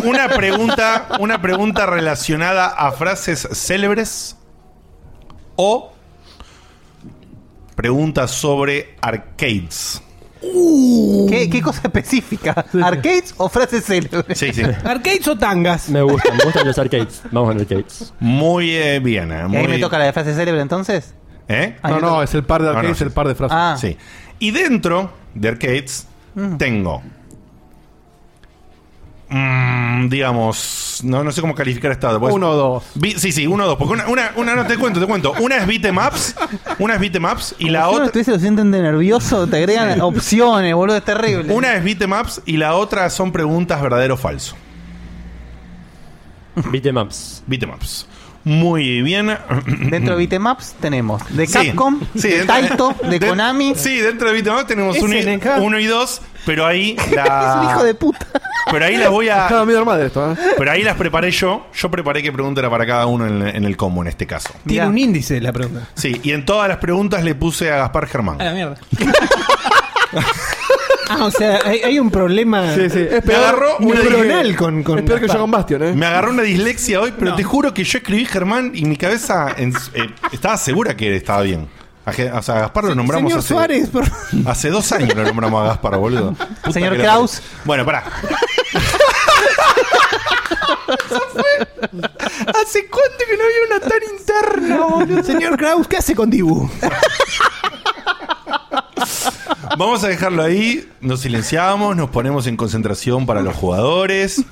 B: una pregunta, una pregunta relacionada a frases célebres o preguntas sobre arcades. Uh.
C: ¿Qué, qué cosa específica? ¿Arcades o frases célebres?
B: Sí, sí.
G: ¿Arcades o tangas?
F: Me gustan, me gustan los arcades. Vamos a arcades.
B: Muy eh, bien. eh,
C: ¿Y
B: muy-
C: ahí me toca la de frases célebres entonces?
B: ¿Eh?
C: Ahí
E: No,
C: me
E: no,
C: toca-
E: es el par de
B: No, no,
E: arcades,
B: sí,
E: el par de frases.
C: Ah,
B: Sí. Y dentro de arcades tengo. mm, digamos. No, no sé cómo calificar esta. después-
E: Uno o dos.
B: Vi- sí, sí, uno o dos. Porque una, una, una- no te cuento, te cuento. Una es beat em ups, una es beat em ups y la
C: Si uno
B: otra.
C: estuviese lo sienten de nervioso, te agregan opciones, boludo, es terrible.
B: Una es beat em ups y la otra son preguntas verdadero o falso.
F: Beat em ups.
B: Beat em ups. Muy bien.
C: Dentro de Bitemaps tenemos de
B: Sí.
C: Capcom,
B: Sí,
C: de
B: dentro-
C: Taito, de
B: de-
C: Konami.
B: Sí, dentro de beat em ups tenemos uno y,
G: SNK.
B: uno y dos, pero ahí la.
C: Es un hijo de puta.
B: Pero ahí las voy a.
E: Estaba medio armada esto, ¿eh?
B: Pero ahí las preparé yo. Yo preparé que pregunta era para cada uno en, en el combo en este caso.
C: Mirá.
G: Tiene un índice la pregunta.
B: Sí, y en todas las preguntas le puse a Gaspar Germán.
D: A la mierda.
G: Ah, o sea, hay, hay un problema
E: Sí, sí. Es
B: Me agarró una
G: neuronal con, con
E: Es peor que yo con Bastion, ¿eh?
B: Me agarró una dislexia hoy, pero
D: No.
B: te juro que yo escribí Germán y mi cabeza en- eh, estaba segura que estaba bien. A Ge- o sea, a Gaspar lo nombramos
G: Señor
B: hace,
G: Suárez, por-
B: hace dos años lo nombramos a Gaspar, boludo. Puta
C: Señor
B: que la
C: Kraus.
B: parió. Bueno, pará.
K: ¿Hace cuánto que no había una tan interna, boludo?
H: Señor Kraus, ¿qué hace con Dibu?
B: Vamos a dejarlo ahí. Nos silenciamos, nos ponemos en concentración para los jugadores.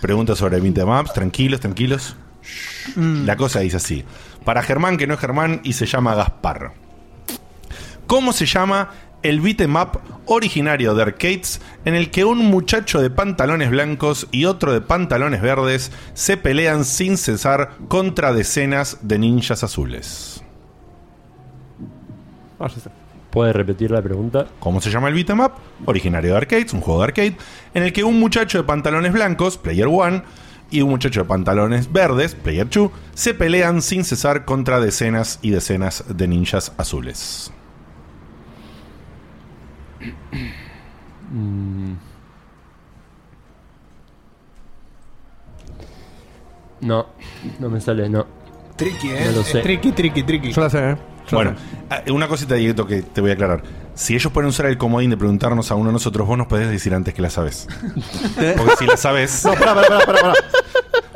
B: Pregunta sobre Mintemaps. Tranquilos, tranquilos. La cosa dice así. Para Germán, que no es Germán, y se llama Gaspar. ¿Cómo se llama el beatemap originario de arcades en el que un muchacho de pantalones blancos y otro de pantalones verdes se pelean sin cesar contra decenas de ninjas azules?
F: ¿Puede repetir la pregunta?
B: ¿Cómo se llama el beatemap? Originario de arcades, un juego de arcade, en el que un muchacho de pantalones blancos, Player One, y un muchacho de pantalones verdes, Player 2, se pelean sin cesar contra decenas y decenas de ninjas azules.
F: Mm. No, no me sale, no.
G: Tricky, ¿eh?
F: No lo sé.
G: tricky, tricky.
E: eh. Yo la sé, ¿eh? Yo
B: Bueno,
E: la sé.
B: ah, una cosita, Dieguito, que te voy a aclarar. Si ellos pueden usar el comodín de preguntarnos a uno de nosotros, vos nos podés decir antes que la sabes. Porque si la sabes.
E: ¿Eh? No, pará, pará, pará, pará, pará.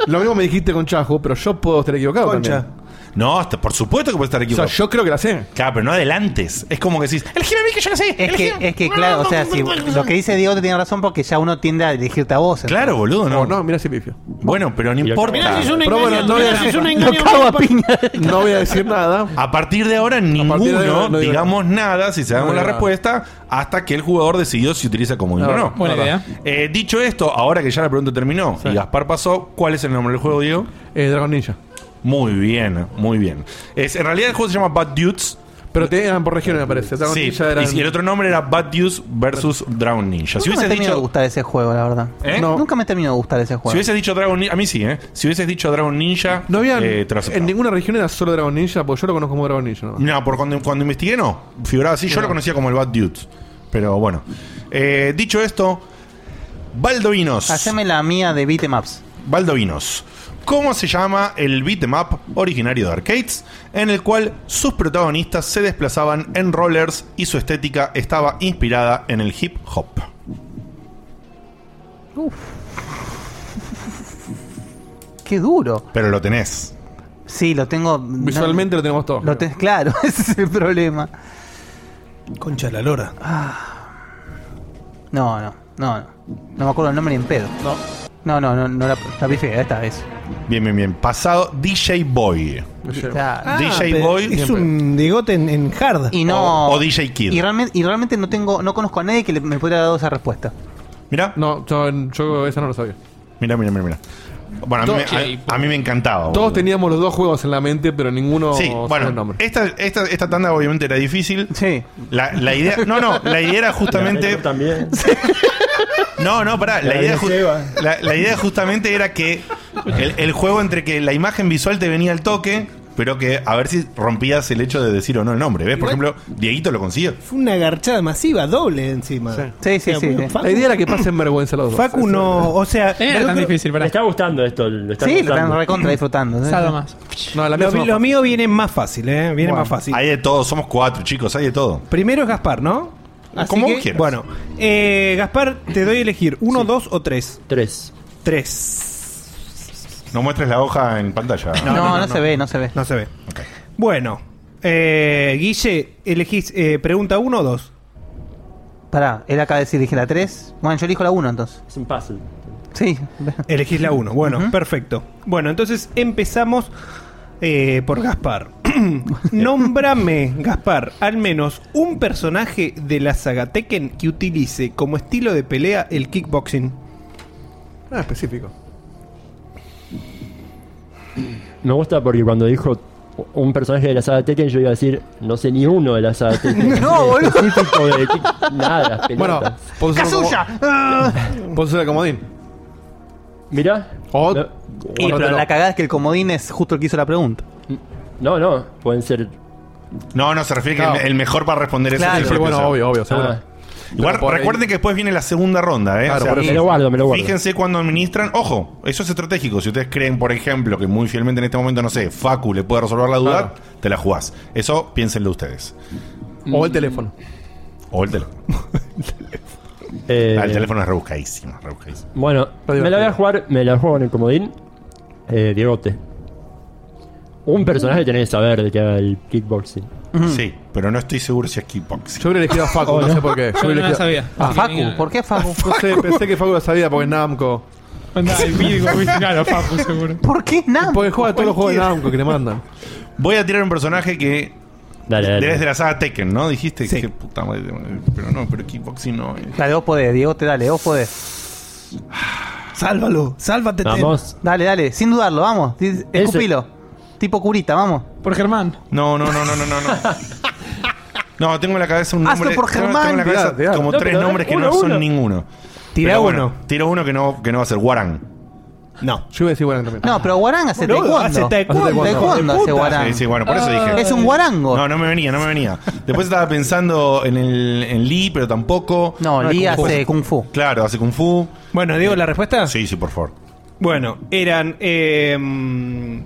E: Lo mismo me dijiste con Chajo, pero yo puedo estar equivocado
B: Concha.
E: también.
B: No, hasta- por supuesto que puede estar
E: O sea,
B: equivocado.
E: yo creo que la sé.
B: Claro, pero no adelantes. Es como que decís. Elegime a mí que yo la sé.
C: Es que, es que claro, o sea, si lo que dice Diego te tiene razón porque ya uno tiende a dirigirte a vos. entonces.
B: Claro, boludo, no.
E: Oh, No, no, mira ese pifio.
B: Bueno, pero no importa.
E: Pero bueno, no voy a decir,
C: Lo cago a piña.
E: no voy a decir nada.
B: A partir de ahora,
E: partir de ahora,
B: ninguno
E: no digo
B: digamos nada si sabemos
E: No
B: la
E: digo nada.
B: respuesta hasta que el jugador decidió si utiliza como o no.
D: Buena idea.
B: Eh, dicho esto, ahora que ya la pregunta terminó y Gaspar pasó, ¿cuál es el nombre del juego, Diego?
E: Eh, Dragon Ninja.
B: Muy bien, muy bien. Es, en realidad el juego se llama Bad Dudes.
E: Pero te eran por regiones, me parece. Dragon
B: Sí,
E: Ninja eran-
B: y el otro nombre era Bad Dudes versus Dragon Ninja. Si
C: Nunca me
B: hubieses
C: terminó de
B: dicho,
C: gustar ese juego, la verdad.
B: ¿Eh?
C: No. Nunca me terminó de gustar ese
B: si
C: juego.
B: hubieses dicho Dragon Ninja, a mí sí, ¿eh? Si hubieses dicho Dragon Ninja,
E: No había.
B: eh, te lo aceptaba.
E: en ninguna región era solo Dragon Ninja, porque yo lo conozco como Dragon Ninja. nomás.
B: No, por cuando, cuando investigué no. Figuraba así. Yo lo conocía como el Bad Dudes. Pero bueno. Eh, dicho esto, Baldovinos.
C: Haceme la mía de em beatemaps.
B: Baldovinos. ¿Cómo se llama el beatmap originario de arcades? En el cual sus protagonistas se desplazaban en rollers y su estética estaba inspirada en el hip hop.
C: Qué duro.
B: Pero lo tenés.
C: Sí, lo tengo. no-
E: Visualmente lo tenemos todo.
C: lo tenés claro, ese es el problema. Ah.
K: Concha la lora.
C: No, no, no, no. No me acuerdo el nombre ni en pedo. No. No, no, no, la, la pifié, esta es.
B: Bien, bien, bien. Pasado DJ Boy.
C: Pues Está-
B: DJ Boy.
G: Es un diegote en, en hard.
C: Ah, y no.
B: o DJ Kid.
C: Y realmente, y realmente no tengo, no conozco a nadie que le- me pudiera haber dado esa respuesta.
B: Mirá,
E: No, yo, yo esa no lo sabía.
B: mirá, mirá, mirá, mirá. Bueno, a mí, me- a- a mí me encantaba.
E: Todos
B: boludo.
E: teníamos los dos juegos en la mente, pero ninguno
B: Sí,
E: sabía el
B: bueno,
E: nombre.
B: esta, esta, esta tanda obviamente era difícil.
C: Sí.
B: La, la idea, no, no, la idea era justamente.
F: Yo también.
B: No, no, pará, la idea, ju- la, la idea justamente era que el, el juego entre que la imagen visual te venía al toque, pero que a ver si rompías el hecho de decir o no el nombre. ¿Ves? Por ejemplo, Dieguito lo consiguió.
K: Fue una garchada masiva, doble encima.
C: Sí, sí, sí. sí.
E: La idea era que pasen vergüenza los dos.
K: Facu no, o sea,
D: Eh, no
K: lo,
D: es tan
K: que-
D: difícil,
F: Me
D: para
F: está gustando esto. Lo está
C: Sí, lo están
F: gustando.
C: recontra disfrutando. sí, sí.
D: más.
E: No, la mía
G: lo, vi-
E: fue más
G: lo
E: fácil.
G: mío viene más fácil, ¿eh? Viene más fácil.
B: Hay de todo, somos cuatro chicos, hay de todo.
G: Primero es Gaspar, ¿no?
B: Como vos quieras.
G: Bueno, eh, Gaspar, te doy a elegir uno, dos o tres.
F: Tres.
G: Tres.
B: No muestres la hoja en pantalla.
C: No, no, se ve, no se ve.
G: No se ve. Bueno, eh, Guille, elegís eh, pregunta uno o dos.
C: Pará, él acaba de decir, dije la 3. Bueno, yo elijo la 1 entonces.
F: Es un puzzle.
C: Sí.
G: Elegís la 1. Bueno,
C: Ujú.
G: perfecto. Bueno, entonces empezamos eh, por Gaspar. Nómbrame, Gaspar, al menos un personaje de la saga Tekken que utilice como estilo de pelea el kickboxing.
E: Ah, específico.
F: Me gusta porque cuando dijo un personaje de la saga Tekken, yo iba a decir, no sé ni uno de la saga Tekken.
C: No, boludo.
F: Específico de kick- nada,
E: Bueno,
F: pelotas.
E: podés usar como- podés usar el comodín.
F: Mirá.
E: O-
F: No,
C: Y pero la cagada es que el comodín es justo el que hizo la pregunta.
F: no, no, pueden ser.
B: No, no, se refiere que el, el mejor para responder eso
C: Claro.
B: es
E: Sí,
B: el
E: bueno,
B: profesor.
E: obvio, obvio, seguro.
F: Ah,
B: Igual,
E: Pero por ahí-
B: recuerden que después viene la segunda ronda, ¿eh?
E: Claro,
B: O sea,
E: por eso.
F: me lo guardo, me lo guardo.
B: Fíjense cuando administran. Ojo, eso es estratégico. Si ustedes creen, por ejemplo, que muy fielmente en este momento, no sé, Facu le puede resolver la duda,
E: Claro.
B: te la jugás. Eso piénsenlo ustedes.
E: O el teléfono.
B: O el teléfono.
F: eh,
B: Ah, el teléfono es rebuscadísimo, rebuscadísimo.
F: Bueno,
E: Pero
F: me la voy a
E: divertido.
F: jugar, me la juego en el comodín. Eh, Diegote. Un personaje tenés que saber de que haga el kickboxing.
B: Sí, pero no estoy seguro si es kickboxing.
E: Yo hubiera elegido a Facu,
B: Oh,
E: no.
B: ¿no?
E: sé por qué.
B: Yo no la
E: elegido-
B: sabía.
E: ¿A
B: Así que
E: Facu?
B: venga.
E: ¿Por qué Facu?
B: A
E: No sé,
B: Facu.
E: pensé que Facu la sabía porque es Namco.
C: ¿Por qué Namco?
E: Porque juega todos los juegos de Namco que le mandan.
B: Voy a tirar un personaje que.
F: Dale,
C: dale.
B: Debes de la saga Tekken, ¿no? Dijiste que puta madre. Pero no, pero kickboxing no. eh.
C: Dale, vos podés, Diego, te dale, vos podés.
K: Sálvalo, sálvate.
B: Tem. Vamos.
C: Dale, dale, sin dudarlo, vamos. Di- Escupilo. Tipo curita, vamos.
D: Por Germán.
B: No, no, no, no, no, no. No, No, tengo en la cabeza un
C: Hazlo
B: nombre.
C: por
B: tengo-
C: Germán.
B: Tengo en la cabeza
C: Tirá, tirá.
B: como
C: No,
B: tres
C: pero
B: nombres que
C: uno,
B: no son
C: uno.
B: ninguno.
C: Tirá
B: Pero
C: uno.
B: Tira uno que no, que no va a ser Warang.
K: No.
E: Yo iba a decir Warang también.
C: No, pero Guarán hace
B: Boludo,
C: taekwondo.
B: hace taekwondo,
C: Hace taekwondo
B: hijo de
C: hace
B: puta. Ah.
C: Guarán.
B: Sí, sí, bueno, por eso dije.
C: Es un guarango.
B: No, no me venía, no me venía. Después estaba pensando en, el, en Lee, pero tampoco.
C: No, Lee hace kung fu.
B: Claro, hace kung fu. Eh,
G: Bueno, digo la respuesta.
B: Sí, sí, por favor.
G: Bueno, eran eh, mm,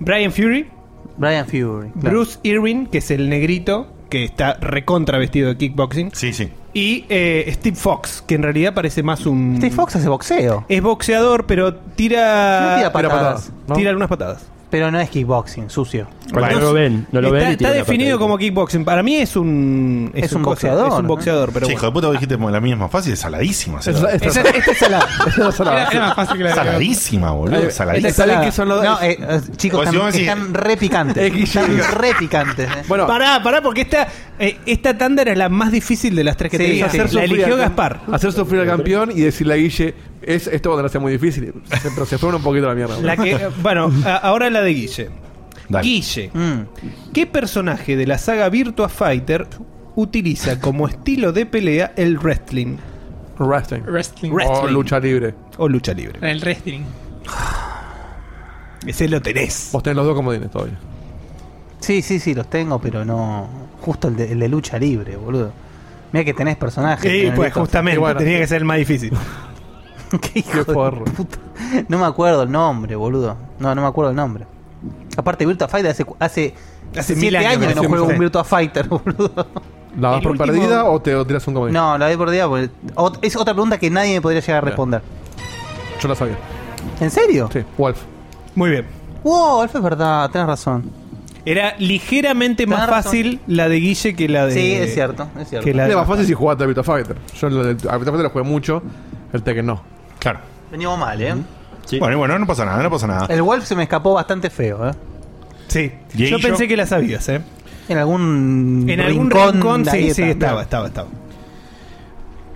G: Brian Fury.
C: Brian Fury.
G: Bruce Irwin, que es el negrito, que está recontra vestido de kickboxing.
B: Sí, sí.
G: Y eh, Steve Fox, que en realidad parece más un. Steve
C: Fox hace boxeo.
G: Es boxeador, pero tira.
C: No tira patadas, ¿no?
G: Tira algunas patadas.
C: Pero no es kickboxing, sucio.
G: Bueno, está, está definido como kickboxing. Para mí es un.
C: Es un
G: cosa,
C: boxeador,
G: Es un
C: ¿no?
G: boxeador, pero.
B: Che, hijo de puta, vos dijiste como la mía es más fácil, es saladísima. salada.
C: este es salada.
B: Era- era más fácil que la de- Saladísima, boludo,
C: Esta es
B: saladísima.
C: salada.
B: Está bien que son los-
C: No, eh, eh, chicos,
B: Pues si
C: están,
B: vos decís-
C: están re picantes. están re picantes. eh.
G: Pará, pará, porque esta, eh, esta tanda era la más difícil de las tres que
E: Sí,
G: tenía.
E: hacer
G: La
E: sufrir
G: eligió
E: al-
G: Gaspar.
E: Hacer sufrir al campeón y decirle a Guille, es, esto cuando no sea muy difícil. Se- Pero se fueron un poquito a la mierda.
G: La que, bueno, a- ahora la de Guille.
E: Dale.
G: Guille, ¿qué personaje de la saga Virtua Fighter utiliza como estilo de pelea el wrestling?
E: Wrestling.
D: Wrestling.
E: O lucha libre.
G: O lucha libre.
D: En el wrestling.
G: Ese lo tenés.
E: Vos tenés los dos comodines todavía.
C: Sí, sí, sí, los tengo, pero no. Justo el de, el de lucha libre, boludo. Mira que tenés personajes.
G: Sí,
C: tenés
G: pues,
C: listos.
G: justamente, tenía que ser el más difícil.
C: Qué hijo de puta. No me acuerdo el nombre, boludo. No, no me acuerdo el nombre. Aparte, Virtua Fighter hace. cu- Hace,
G: Hace
C: siete
G: mil años
C: que no
G: que
C: juego
G: sí.
C: un Virtua Fighter, boludo.
E: ¿La vas por perdida o te o tiras un comodín?
C: No, la doy por día. porque ot- Es otra pregunta que nadie me podría llegar a responder.
E: Yo la sabía.
C: ¿En serio?
E: Sí, Wolf.
G: Muy bien.
C: Wow, Alfa es verdad, tenés razón.
G: Era ligeramente más
C: Tenés razón.
G: fácil la de Guille que la de.
C: Sí, es cierto, es cierto.
G: Que la de
E: Era más fácil si jugaste a Virtua Fighter. Yo el, el- a Virtua Fighter lo jugué mucho, el Tekken no.
B: Claro.
C: Veníamos mal, ¿eh?
B: Bueno, y bueno, no pasa nada, no pasa
E: Ah.
B: nada.
C: El Wolf se me escapó bastante feo, ¿eh?
G: Sí.
B: ¿Y
G: Yo
B: ahí
G: pensé que la sabías, ¿eh?
C: En algún.
G: En algún
C: rincón,
G: rincón,
C: de
G: sí,
C: ahí
G: sí,
C: está.
G: estaba, estaba, estaba.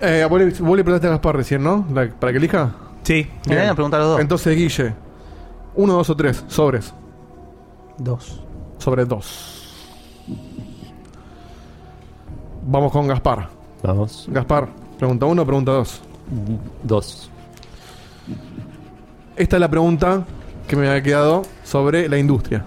E: Eh, vos, le, vos le preguntaste a Gaspar recién, ¿no? La- ¿Para que elija?
G: Sí.
C: Le van a preguntar los dos.
E: Entonces, Guille. Uno, dos o tres. Sobres.
C: Dos.
E: Sobre dos. Vamos con Gaspar.
F: Vamos.
E: Gaspar, pregunta uno, pregunta dos.
F: Dos.
E: Esta es la pregunta que me había quedado sobre la industria.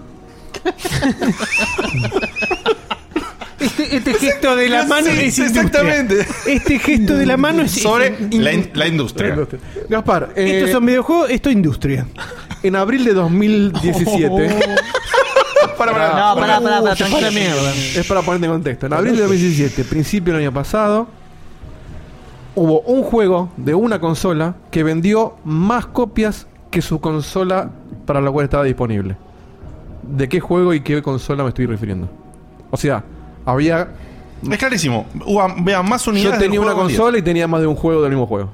G: Este, este gesto de la
E: No
G: mano
E: sé,
G: es industria.
E: exactamente.
G: Este gesto de la mano es
E: Sobre la in-
B: La industria.
E: Gaspar, eh,
G: Estos son videojuegos, esto es industria.
E: en abril de
G: Oh.
E: 2017.
B: para,
E: Ah,
C: No, pará, pará, pará,
E: Uy,
C: tranquilo.
E: Es para ponerte en contexto. En abril de 2017, principio del año pasado, hubo un juego de una consola que vendió más copias que su consola para la cual estaba disponible. ¿De qué juego y qué consola me estoy refiriendo? O sea, había.
B: Es clarísimo. Vean, más unidades.
E: Yo
B: del
E: tenía una
B: juego
E: consola y tenía más de un juego del mismo juego.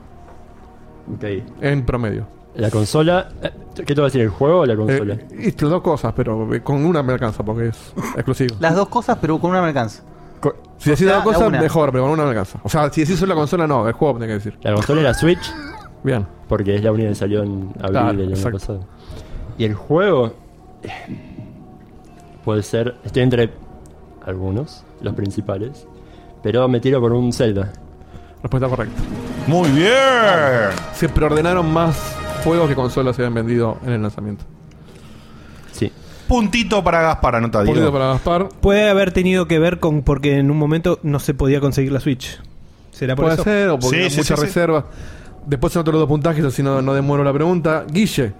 E: En promedio.
F: La consola. eh, ¿Qué te va a decir? ¿El juego o la consola?
E: Eh, y las dos cosas, pero eh, con una me alcanza porque es exclusivo.
C: Las dos cosas, pero con una me alcanza.
E: Eh, Si
C: O
B: Ah,
E: decís
C: sea,
E: dos
C: la
E: cosas,
C: una.
E: mejor, pero con una me alcanza. O sea, si decís solo la consola, no, el juego tenés que decir.
F: La consola era Switch.
E: Bien.
F: Porque es la única que salió en abril
E: Claro,
F: del año
E: exacto.
F: pasado. Y el juego. eh, Puede ser. Estoy entre algunos, los principales. Pero me tiro por un Zelda.
E: Respuesta correcta.
B: Muy bien.
E: Se preordenaron más juegos que consolas se habían vendido en el lanzamiento.
F: Sí.
B: Puntito para Gaspar, anota Diego.
E: Puntito para Gaspar.
G: Puede haber tenido que ver con porque en un momento no se podía conseguir la Switch. ¿Será por
E: Puede
G: eso?
E: ser, o porque hay muchas reservas. Después son otros dos puntajes, así no, no demoro la pregunta.
H: Mm.
E: Guille.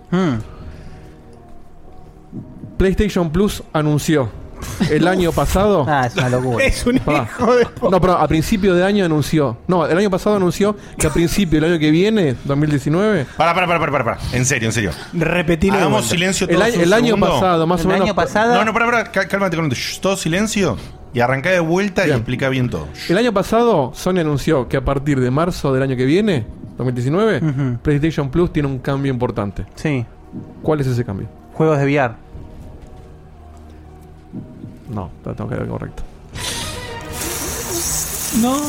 E: PlayStation Plus anunció el año pasado.
C: Ah, es una locura.
E: Es un hijo de No, pero a principio de año anunció. No, el año pasado anunció que a principio del año que viene, 2019.
B: Para, para, para, para, para, para. En serio, en serio.
E: Repetilo de
B: Hagamos
E: vuelta.
B: silencio
E: El
B: todos
E: año-
B: un
E: el año
B: segundo.
E: pasado, más o El menos. año pasado-
B: No, no, para, para. cá- Cálmate con Shh, todo silencio y arrancá de vuelta y explica bien todo.
E: El año pasado, Sony anunció que a partir de marzo del año que viene, 2019, PlayStation Plus tiene un cambio importante.
C: Sí.
E: ¿Cuál es ese cambio?
C: Juegos de VR.
E: No, lo tengo que ver correcto.
D: No.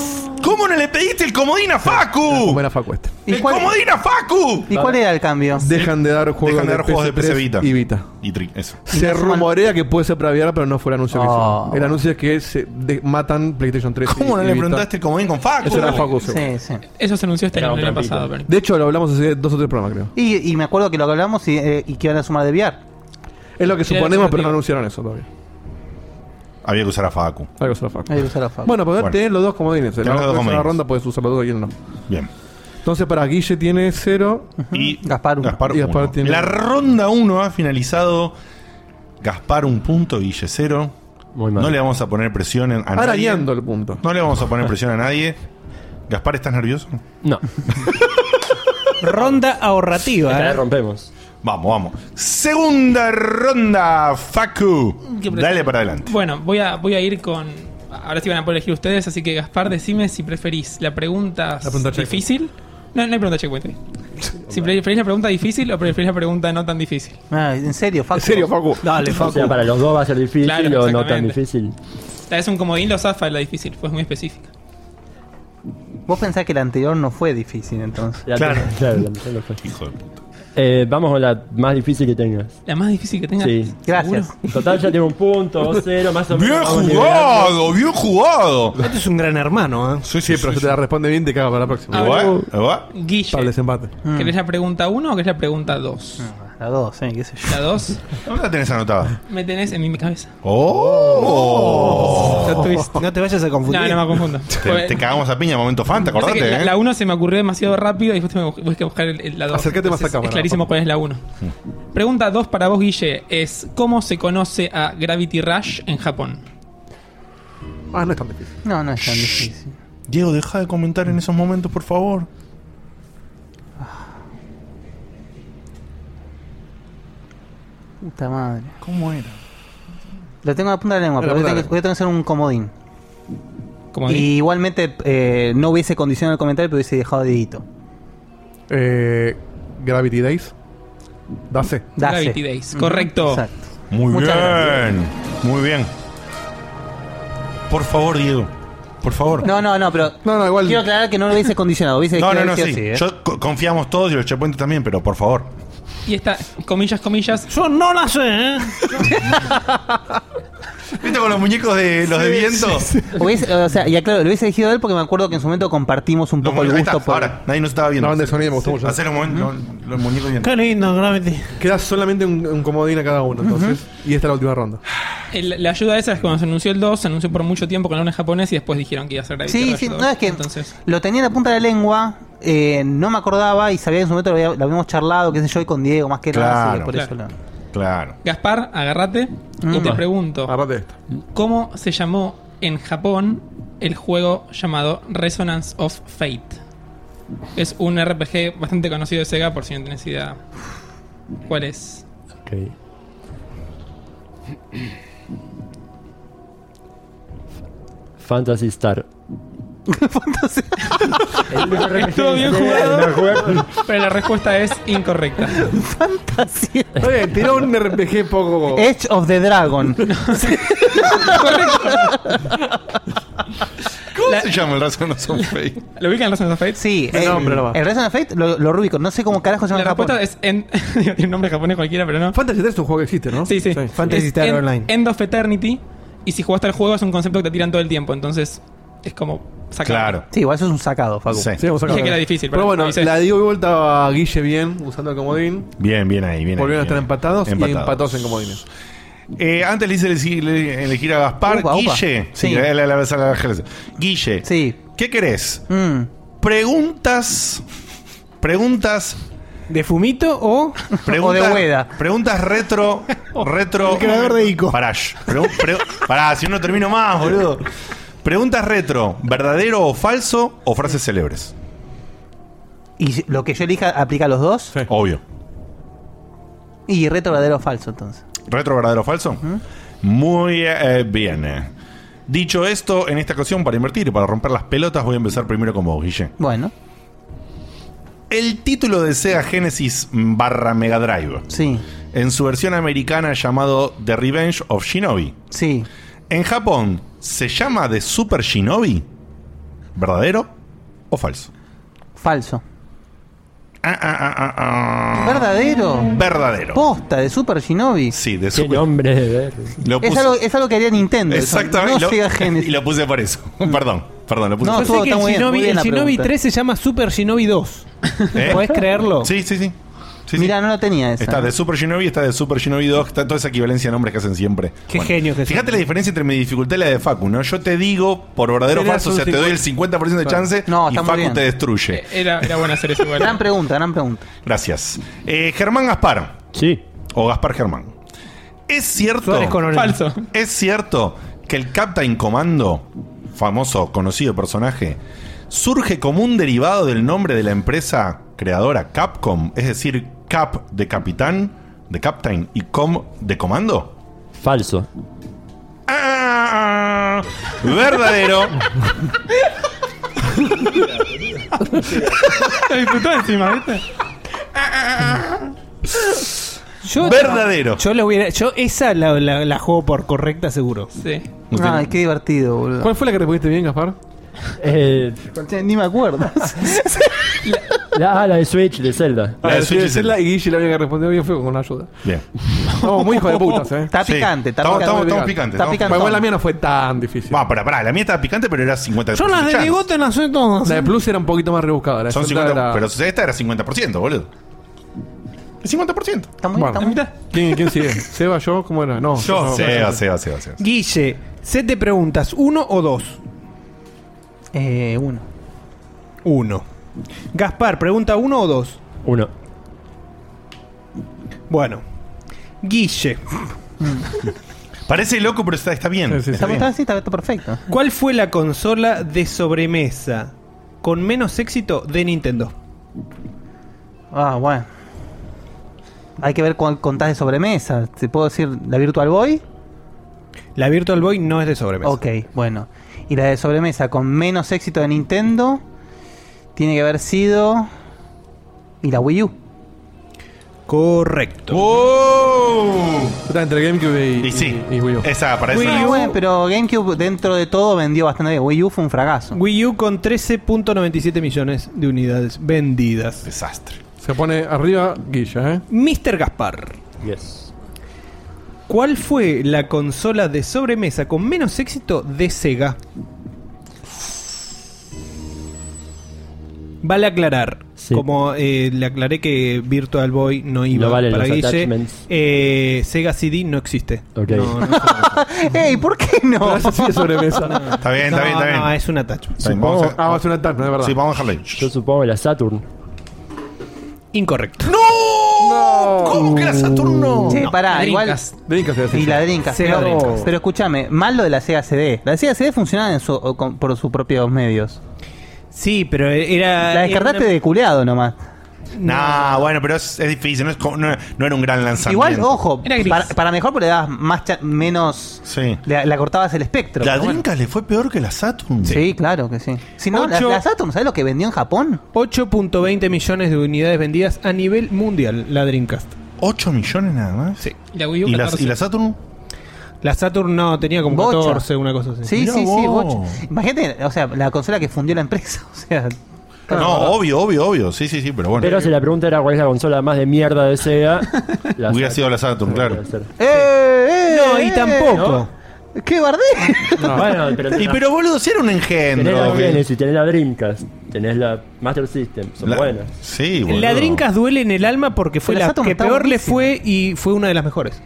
B: ¿Cómo no le pediste el comodín a Facu?
E: Buena facu este.
B: ¡El comodín a Facu!
C: ¿Y cuál era el cambio?
E: Dejan de dar juegos,
B: Dejan de dar juegos de PC
E: PS3
B: Vita.
E: y Vita.
B: Y tri- eso.
E: Se rumorea que puede ser para VR, pero no fue el anuncio
C: Ah,
B: Oh.
E: que hicieron. El anuncio es que se de- matan PlayStation 3.
B: ¿Cómo no le preguntaste el comodín con Facu?
E: Eso era Facu,
C: Sí,
E: seguro.
C: sí.
D: Eso se anunció este año, el año pasado. pero-
E: De hecho, lo hablamos hace dos o tres programas, creo.
C: Y, y me acuerdo que lo hablamos y, eh, y que iban a sumar de VR.
E: Es lo que
C: Era
E: suponemos,
C: el
E: pero no anunciaron eso todavía.
B: Había que usar a Facu.
E: Había que usar a Facu.
C: Hay que usar a Facu.
E: Bueno, poder tener los dos comodines. En
B: Tenés
E: la,
B: los
E: en
B: dos
E: la
B: comodines.
E: ronda puedes usar los dos y él no.
B: Bien.
E: Entonces, para Guille tiene cero.
B: Y
C: Gaspar,
E: Y Gaspar
B: uno.
E: tiene-
B: La ronda 1 ha finalizado. Gaspar un punto, Guille cero. No le vamos a poner presión en- a nadie.
E: Arañando el punto.
B: No le vamos a poner presión a nadie. Gaspar, ¿estás nervioso?
F: No.
G: Ronda ahorrativa.
B: Esta
G: eh.
B: la rompemos. Vamos, vamos. Segunda ronda, Facu.
D: ¿Qué
B: Dale
D: prefieres?
B: para adelante.
D: Bueno, voy a, voy a ir con. Ahora sí van a poder elegir ustedes, así que Gaspar, decime si preferís la pregunta,
E: pregunta checkpoint.
D: difícil. No, no hay pregunta checkpoint. ahí. si preferís la pregunta difícil o preferís la pregunta no tan difícil.
C: Ah, en serio, Facu. En
E: serio, Facu.
C: Dale,
F: O sea,
C: Facu.
F: para los dos va a ser difícil
D: Claro,
F: o no tan
D: exactamente.
F: difícil.
D: La es un comodín, lo zafa la difícil, fue muy específica.
C: Vos pensás que la anterior no fue difícil, entonces.
F: La- claro, la mitad lo fue. Eh, vamos con la más difícil que tengas.
D: La más difícil que tenga.
F: Sí.
C: Gracias.
F: Total, ya tengo un punto, vos cero, más o menos.
B: Bien
F: vamos
B: jugado, bien jugado.
G: Este es un gran hermano, ¿eh?
B: Sí,
E: sí, pero si te la responde bien, te caga para la próxima.
D: Ahora,
E: Guille. Para el desempate.
D: ¿Querés la pregunta 1 o querés la pregunta 2?
C: Mm. La 2, ¿eh? ¿Qué sé yo?
D: La 2
B: ¿Dónde la tenés anotada?
D: me tenés en mi cabeza.
B: ¡Oh!
G: No, te, no te vayas a confundir.
D: No, no me confundo.
B: Te, te cagamos a piña, momento fan, ¿te
D: Pasa que
B: acordate,
D: la-
B: eh?
D: La 1 se me ocurrió demasiado rápido y después tuve que bu- tuve que buscar el- el- la 2.
E: Acércate más a cámara,
D: Es clarísimo cuál es la 1.
B: Mm.
D: Pregunta 2 para vos, Guille, es ¿cómo se conoce a Gravity Rush en Japón?
E: Ah, no es tan difícil.
C: No, no es tan difícil.
B: Diego, deja de comentar en esos momentos, por favor.
C: Puta madre.
B: ¿Cómo era?
C: Lo tengo a la punta de la lengua,
E: A la
C: pero voy a
E: punta de
C: tener que-
E: la
C: voy a tener que hacer un comodín.
D: Comodín.
C: Y igualmente eh, no hubiese condicionado el comentario, pero hubiese dejado dedito.
E: Eh, Gravity Days. Dase.
C: Dase.
D: Gravity Days, correcto.
C: Exacto.
B: Muy
C: Muchas
B: bien. Muy bien. Por favor, Diego. Por favor.
C: No, no, no, pero
E: No, no, igual.
C: quiero aclarar que no lo hubiese condicionado. Hubiese
B: No, no,
C: dejado
B: no,
C: sí o
B: sí.
C: sí, ¿eh?
B: Yo co- confiamos todos y los checkpoints también, pero por favor.
D: Y esta, comillas, comillas,
G: Yo no la sé, ¿eh?
B: ¿Viste con los muñecos de los de viento?
C: Hubiese- o sea, y aclaro, lo hubiese elegido él porque me acuerdo que en su momento compartimos un
B: Los
C: poco el
B: muñecos- ahí
C: gusto
B: está,
C: por.
B: Ahora, nadie nos estaba viendo.
E: La banda de sonido me gustó mucho.
B: Hacer los, momen- los- los muñecos de viento.
G: Qué lindo, Gravity.
E: Queda solamente un, un comodín a cada uno, entonces. Y esta es la última ronda.
D: el- Eh, la ayuda esa es cuando se anunció el 2, se anunció por mucho tiempo con el 1 japonés y después dijeron que iba a ser Gravity
C: Sí,
D: Rush
C: sí,
D: 2.
C: no, es que-
D: Entonces,
C: Lo tenía en la punta de la lengua, eh, no me acordaba y sabía que en su momento lo, había- lo habíamos charlado, qué sé yo, y con Diego, más que nada. así que
B: Claro.
C: por eso lo-
B: Claro.
D: Gaspar, agárrate y te pregunto,
E: Aparte de esta.
D: ¿cómo se llamó en Japón el juego llamado Resonance of Fate? Es un RPG bastante conocido de Sega, por si no tenés idea cuál es.
F: Ok. Fantasy Star.
D: Estuvo bien jugado, pero la respuesta es incorrecta.
C: Fantasía.
E: Oye, tiró un RPG poco.
C: Edge of the Dragon.
B: ¿Cómo
D: La-
B: se llama el razón no son fake?
D: ¿Lo ubican en Resonance of Fate?
C: Sí, eh,
E: Qué
C: el,
E: nombre, no va.
C: el Resident Fate lo, lo rubico. No sé cómo carajo se llama
D: La
C: en Japón.
D: respuesta es en... digo, Tiene un nombre japonés cualquiera, pero no.
E: Fantasy 3 es un juego que existe, ¿no?
D: Sí, sí.
G: Fantasy
D: Es
G: Star
D: End-
G: Online.
D: End of Eternity. Y si jugaste al juego es un concepto que te tiran todo el tiempo. Entonces es como sacar.
B: Claro.
C: Sí, igual eso es un sacado, Facu.
B: Sí.
E: Sí, vamos a
D: Dije
E: acabar.
D: que era difícil,
E: Pero
D: pero
E: bueno,
D: dice-
E: la dio vuelta a Guille bien, usando el comodín.
B: Bien, bien ahí, bien.
E: Volvieron a
B: ahí,
E: estar
B: bien.
E: empatados, y
B: Empatados.
E: empatados en comodines.
B: Eh, antes le hice elegir, le- elegir a Gaspar.
C: Upa, upa.
B: Guille. Sí,
C: Sí.
B: la- la- la- la- la- Guille.
C: Sí.
B: ¿Qué querés?
C: Mm.
B: Preguntas. Preguntas
G: ¿De Fumito o,
B: Preguntas- Preguntas retro. retro
G: El creador de
B: Ico. Pará, sh, pregu- pregu- pará, si no termino más, boludo. Preguntas retro: ¿verdadero o falso o frases célebres?
C: ¿Y lo que yo elija aplica a los dos?
B: Obvio.
C: Y reto verdadero o falso, entonces.
B: ¿Retro, verdadero o falso? Muy eh, bien. Dicho esto, en esta ocasión, para invertir y para romper las pelotas, voy a empezar primero con vos, Guille.
C: Bueno.
B: El título de Sega Genesis barra Mega Drive.
C: Sí.
B: En su versión americana llamado The Revenge of Shinobi.
C: Sí.
B: En Japón, ¿se llama The Super Shinobi? ¿Verdadero o falso?
C: Falso.
B: Ah, ah, ah, ah, ah.
C: ¿Verdadero?
B: Verdadero.
C: Posta, de Super Shinobi.
B: Sí, de
C: Super
F: hombre.
B: Lo
C: Es
B: puse-
C: algo, es algo que haría Nintendo. eso.
B: Exactamente.
C: No Mm.
B: lo-
C: Sega Genesis.
B: y lo puse por eso. Perdón, perdón, lo puse
G: No,
B: por
G: sé
B: eso.
G: que el Shinobi, el Shinobi 3 se llama Super Shinobi 2.
B: ¿Eh?
G: ¿Puedes creerlo?
B: Sí, sí, sí.
C: Mira, no lo tenía esa.
B: Está de Super Shinobi, está de Super Shinobi 2, está toda esa equivalencia de nombres que hacen siempre.
G: Qué genio que
B: Fíjate la diferencia entre mi dificultad y la de Facu, ¿no? Yo te digo por verdadero o
D: Tenés
B: falso, o sea,
D: un
B: te doy el 50% de
D: Claro.
B: chance
D: No,
B: y
D: está muy
B: Facu
D: bien.
B: te
C: Eh,
B: destruye.
D: Eh, Era, era bueno hacer eso igual.
C: Gran pregunta, gran pregunta.
B: Gracias. Eh, Germán Gaspar.
F: Sí.
B: O Gaspar Germán. Es cierto.
D: Suárez con Orel. Falso.
B: Es cierto que el Captain Commando, famoso, conocido personaje, surge como un derivado del nombre de la empresa creadora Capcom, es decir, Cap de capitán, de Captain y Com de comando.
F: Falso.
B: Ah, verdadero.
D: Lo disfrutó encima, ¿viste?
G: Yo-
B: Verdadero.
G: Yo, lo hubiera- yo esa la, la- la juego por correcta seguro.
D: Sí.
C: Ay, qué divertido, boludo.
E: ¿Cuál fue la que respondiste bien, Gaspar?
F: Eh,
C: Ni me acuerdo.
F: la, ah, la de Switch, de Zelda.
E: Ah, La de Switch y Zelda y Guille la había que respondido bien fue con la ayuda.
B: Bien.
E: No, muy hijo de putas, eh.
C: Oh,
E: Pues,
C: Está picante, está
B: estamos,
C: picante.
B: Estamos, estamos picantes.
C: Está picante.
E: Bueno, igual la mía no fue tan difícil.
B: Va, pará, pará, la mía estaba picante, pero era 50%.
E: Yo las de
B: chance.
E: bigote
G: las sé todas.
E: La de Plus era un poquito más rebuscada. La de
B: Son
E: Zelda
B: 50,
E: era-
B: Pero esta era 50%, boludo. El 50%.
E: Bueno. ¿Quién, quién sigue? ¿Seba, yo? ¿Cómo era? No.
B: Yo,
E: no,
B: Seba,
E: no.
B: Seba, Seba, Seba.
G: Guille, set de preguntas, ¿uno o dos?
C: Eh, uno.
G: Uno. Gaspar, pregunta uno o dos.
F: Uno.
G: Bueno. Guille,
B: Parece loco, pero está, está bien.
C: Está, está- sí, está- está perfecto.
G: ¿cuál fue la consola de sobremesa con menos éxito de Nintendo?
C: Ah, bueno. Hay que ver cuál contás de sobremesa. ¿Te puedo decir la Virtual Boy?
G: La Virtual Boy no es de sobremesa.
C: Ok, bueno. Y la de sobremesa con menos éxito de Nintendo tiene que haber sido. Y la Wii U.
G: Correcto.
B: ¡Oh!
E: Está entre GameCube y,
B: Y sí,
E: y Wii U.
B: esa parece.
C: Wii U, bueno, pero GameCube dentro de todo vendió bastante bien. Wii U fue un fracaso.
G: Wii U con 13.97 millones de unidades vendidas.
B: Desastre.
E: Se pone arriba Guilla, ¿eh?
G: Mr. Gaspar,
F: Yes.
G: ¿cuál fue la consola de sobremesa con menos éxito de Sega? Vale aclarar,
F: Sí.
G: como eh, le aclaré que Virtual Boy no iba
F: No valen
G: para
F: los
G: Guille,
F: attachments.
G: eh, Sega CD no existe.
F: Ok.
G: No, no,
C: ¡Ey! ¿Por qué no?
E: Pero esa sí es sobremesa.
B: Está bien, está
G: no,
B: bien, está bien.
G: no, es un attachment.
B: Está bien, vamos a-
E: Ah, va a ser una tap, no es verdad.
B: Sí, vamos a dejarlo ahí.
F: Yo supongo la Saturn.
G: Incorrecto.
B: ¡No!
E: Oh,
B: ¿Cómo que era Saturno?
C: Che, pará, igual.
D: Drinkas.
E: Drinkas era
C: Y
E: esa.
C: la Dreamcast.
G: Sega
C: pero,
G: Dreamcast.
C: pero escúchame, mal lo de la Sega CD. La Sega CD funcionaba en su- o con- por sus propios medios.
G: Sí, pero era...
C: La descartaste de culeado nomás.
B: Nah, bueno, pero es, es difícil. No, es co- no- no era un gran lanzamiento.
C: Igual, ojo,
D: Era gris.
C: para, para mejor, porque le dabas más cha- menos.
B: Sí.
C: Le, le cortabas el espectro.
B: La
C: pero bueno.
B: Drinkas le fue peor que la Saturn.
C: Sí, claro que sí. Si no, la,
G: Ocho.
C: la Saturn, ¿sabes lo que vendió en Japón?
G: 8.20 millones de unidades vendidas a nivel mundial, la Dreamcast.
B: 8 millones nada más.
G: Sí.
D: Y la Wii U
B: ¿Y la,
D: 14.
B: y la Saturn?
G: La Saturn no, tenía como
C: Bocha.
G: 14, una cosa así.
C: Sí,
B: Mirá
C: sí, sí,
B: vos.
C: bocha. Imagínate, o sea, la consola que fundió la empresa. O sea,
B: No, obvio, obvio, obvio. Sí, sí, sí, pero bueno.
F: Pero si la pregunta era cuál es la consola más de mierda de Sega, la Saturn.
B: Hubiera sido la Saturn, claro.
F: Puede ser.
C: ¡Eh, eh,
G: No, y
C: eh!
G: tampoco.
C: ¡Qué bardé!
F: No, bueno, pero,
B: Y pero boludo, si era un
F: tenés la
B: engendro. que-
F: Genesis, tenés la Dreamcast, tenés la Master System, son
B: La-
F: buenas.
B: Sí, boludo.
G: La Drinkas duele en el alma porque fue
C: Pero
G: la,
C: Saturn
G: que
C: está
G: peor le
C: buenísima.
G: fue y fue una de las mejores.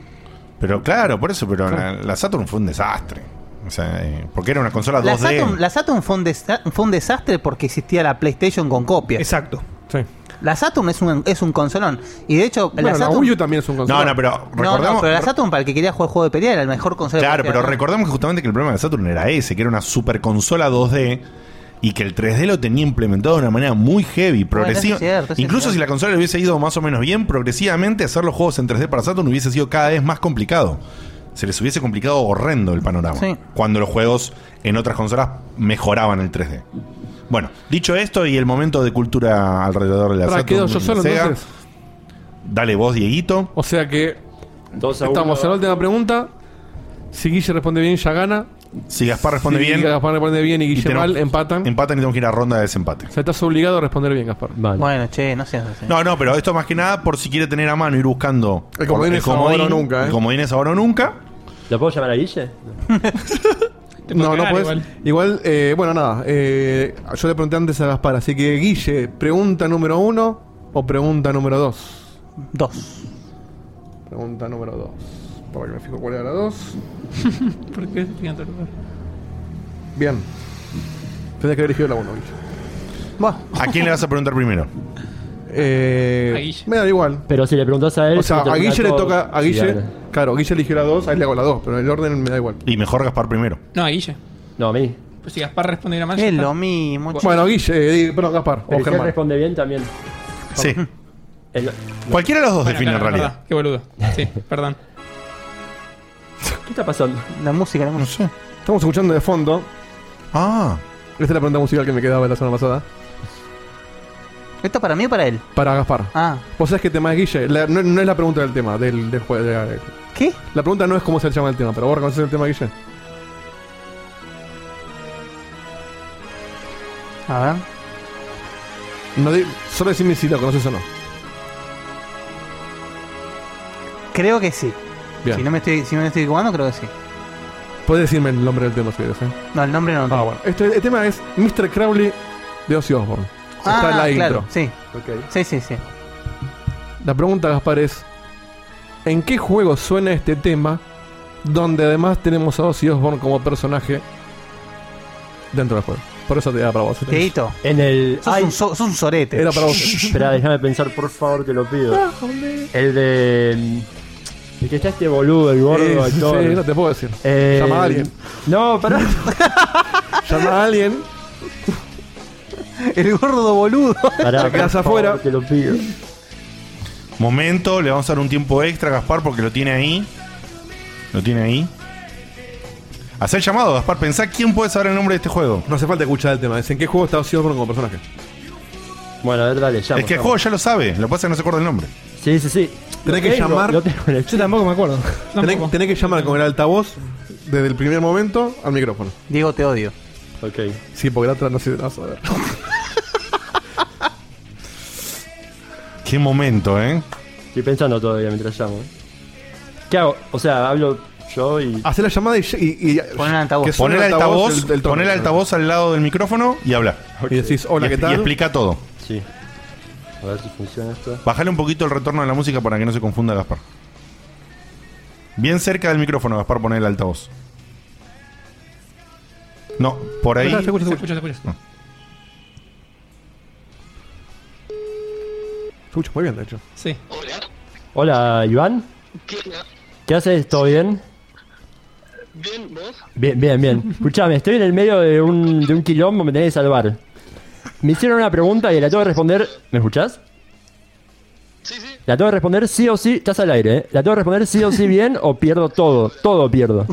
B: Pero claro, por eso, pero la, la Saturn fue un desastre. O sea, eh, porque era una consola
C: La
B: 2D.
C: Saturn, la Saturn fue, un desa- fue un desastre porque existía la PlayStation con copias.
G: Exacto.
E: Sí.
C: La Saturn es un, es un consolón. Y de hecho,
E: Bueno, la
C: Saturn.
E: Wii U también es un consolón.
B: No, no, pero
C: No,
B: recordemos-
C: no, pero la Saturn, para el que quería jugar juego de pelea, era el mejor consolón.
B: Claro, pero recordemos que justamente que el problema de Saturn era ese, que era una super consola 2D y que el 3D lo tenía implementado de una manera muy heavy, progresiva.
C: eso es cierto, eso es
B: Incluso
C: cierto.
B: si la consola le hubiese ido más o menos bien, progresivamente hacer los juegos en 3D para Saturn hubiese sido cada vez más complicado. Se les hubiese complicado horrendo el panorama.
C: Sí.
B: Cuando los juegos en otras consolas mejoraban el 3D. Bueno, dicho esto y el momento de cultura alrededor de la
E: Pará,
B: Saturn.
E: ¿quedo yo
B: y
E: solo,
B: Sega.
E: entonces?
B: Dale vos, Dieguito.
E: O sea que
F: a
E: estamos
F: uno.
E: en la última pregunta. Si Guille responde bien, ya gana.
B: Si Gaspar responde
E: Si
B: bien.
E: Gaspar responde bien y Guille
B: tenemos-
E: mal, eh, empatan.
B: Empatan y tenemos que ir a ronda de desempate.
E: O sea, estás obligado a responder bien, Gaspar.
C: Bueno, che, no seas así.
B: No, no, pero esto más que nada por si quiere tener a mano ir buscando.
E: El comodín es ahora o nunca, ¿eh?
B: El comodín es ahora o nunca.
F: ¿Lo puedo llamar a Guille?
E: No, no
F: cagar
E: puedes. Igual, eh, bueno, nada. eh, yo le pregunté antes a Gaspar, así que Guille, pregunta número uno o pregunta número dos.
C: Dos.
E: Pregunta número dos. Para que me fijo cuál era la dos.
D: ¿Por qué estoy en otro lugar?
E: Bien. Tendrías que haber elegido la uno, Guille.
B: ¿A quién le vas a preguntar primero?
E: Eh, Me da igual.
F: Pero si le preguntas a él.
E: O sea,
F: se te
E: a Guille le
F: termina
E: toca.
F: todo.
E: A
F: Sí,
E: Guille.
F: dale.
E: claro, Guille eligió la 2, a él le hago la 2, pero el orden me da igual.
B: Y mejor Gaspar primero.
D: No, a Guille.
F: No, a mí.
D: Pues si Gaspar respondiera mal.
C: Es lo mismo.
E: Bueno, Guille, eh, perdón, Gaspar.
F: Pero
E: O
F: si él
E: Germán.
F: responde bien también.
B: Sí.
F: El-
B: Cualquiera de los dos
D: Bueno, claro,
B: define en
D: es
B: realidad.
D: verdad. Qué boludo. Sí, perdón.
F: ¿Qué está pasando?
C: La música, la música.
E: Estamos escuchando de fondo.
B: Ah.
E: Esta es la pregunta musical que me quedaba la semana pasada.
C: ¿Esto para mí o para él?
E: Para Gaspar.
C: Ah,
E: ¿Vos sabés qué tema es Guille? La- no, no es la pregunta del tema, del, del juego. de la-
C: ¿qué?
E: La pregunta no es cómo se llama el tema, pero vos reconoces el tema, Guille.
C: A ver.
E: No di- solo decime si lo conoces o no.
C: Creo que sí.
E: Bien.
C: Si no me estoy, si no me estoy jugando, creo que sí.
E: Puedes decirme el nombre del tema si quieres, ¿eh?
C: No, el nombre no lo
E: Ah,
C: tengo.
E: bueno. Este, el tema es Mr. Crowley de Ozzy Osbourne. Está
C: Ah,
E: en la
C: claro,
E: intro.
C: sí.
E: Ok.
C: Sí, sí, sí.
E: La pregunta, Gaspar, es: ¿en qué juego suena este tema donde además tenemos a Ozzy Osbourne como personaje dentro del juego? Por eso te da para vos.
C: Dieguito,
F: En el.
C: sos, un, so- sos un sorete.
E: Era para vos.
F: Espera, déjame pensar, por favor, te lo pido. El de. El que está este boludo, el gordo,
E: Eh,
F: actor.
E: sí, no te puedo decir.
F: Eh,
E: Llama a alguien.
F: No, pará.
E: Llama a alguien.
C: El gordo boludo.
F: Pará,
E: Te quedas
F: por favor,
E: afuera.
F: Te lo pido.
B: Momento, le vamos a dar un tiempo extra a Gaspar porque lo tiene ahí. Lo tiene ahí. Hacé el llamado, Gaspar. Pensá quién puede saber el nombre de este juego.
E: No hace falta escuchar el tema. Es en qué juego está Ozzy Osbourne como personaje.
F: Bueno, a ver, dale, llama.
B: es que el
F: llama.
B: juego ya lo sabe. Lo que pasa es que no se acuerda el nombre.
F: Sí, sí, sí.
E: Tenés
F: Lo
E: que
F: tengo,
E: llamar-
F: lo tengo en el-
K: Yo tampoco me acuerdo.
D: Tampoco.
E: Tenés, tenés que llamar con el altavoz desde el primer momento al micrófono.
C: Diego, te odio.
F: Ok.
E: Sí, porque la otra no se la vas a ver.
B: Qué momento, ¿eh?
F: Estoy pensando todavía mientras llamo. ¿Qué hago? O sea, hablo yo y.
E: Hacé la llamada y. y, y-
C: Pon el altavoz.
E: que suene
B: Poner el altavoz,
E: del- del tono.
B: poner el altavoz al lado del micrófono y habla.
E: Y decís, hola,
B: y,
E: ¿qué
B: expl-
E: tal?
B: y explica todo.
F: Sí. A ver si funciona esto.
B: Bajale un poquito el retorno de la música para que no se confunda Gaspar. Bien cerca del micrófono, Gaspar, poner el altavoz. No, por ahí.
E: Hola, ¿se escucha,
D: Se
E: se
D: escucha, se escucha.
E: Se escucha muy bien, de hecho.
D: Sí.
F: Hola, Iván. ¿Qué haces? ¿Todo bien? Bien, bien, bien. Escuchame, estoy en el medio de un, de un quilombo, me tenés que salvar. Me hicieron una pregunta y la tengo que responder. ¿Me escuchás? Sí, sí. La tengo que responder sí o sí. Estás al aire, ¿eh? La tengo que responder sí o sí bien o pierdo todo. Todo pierdo.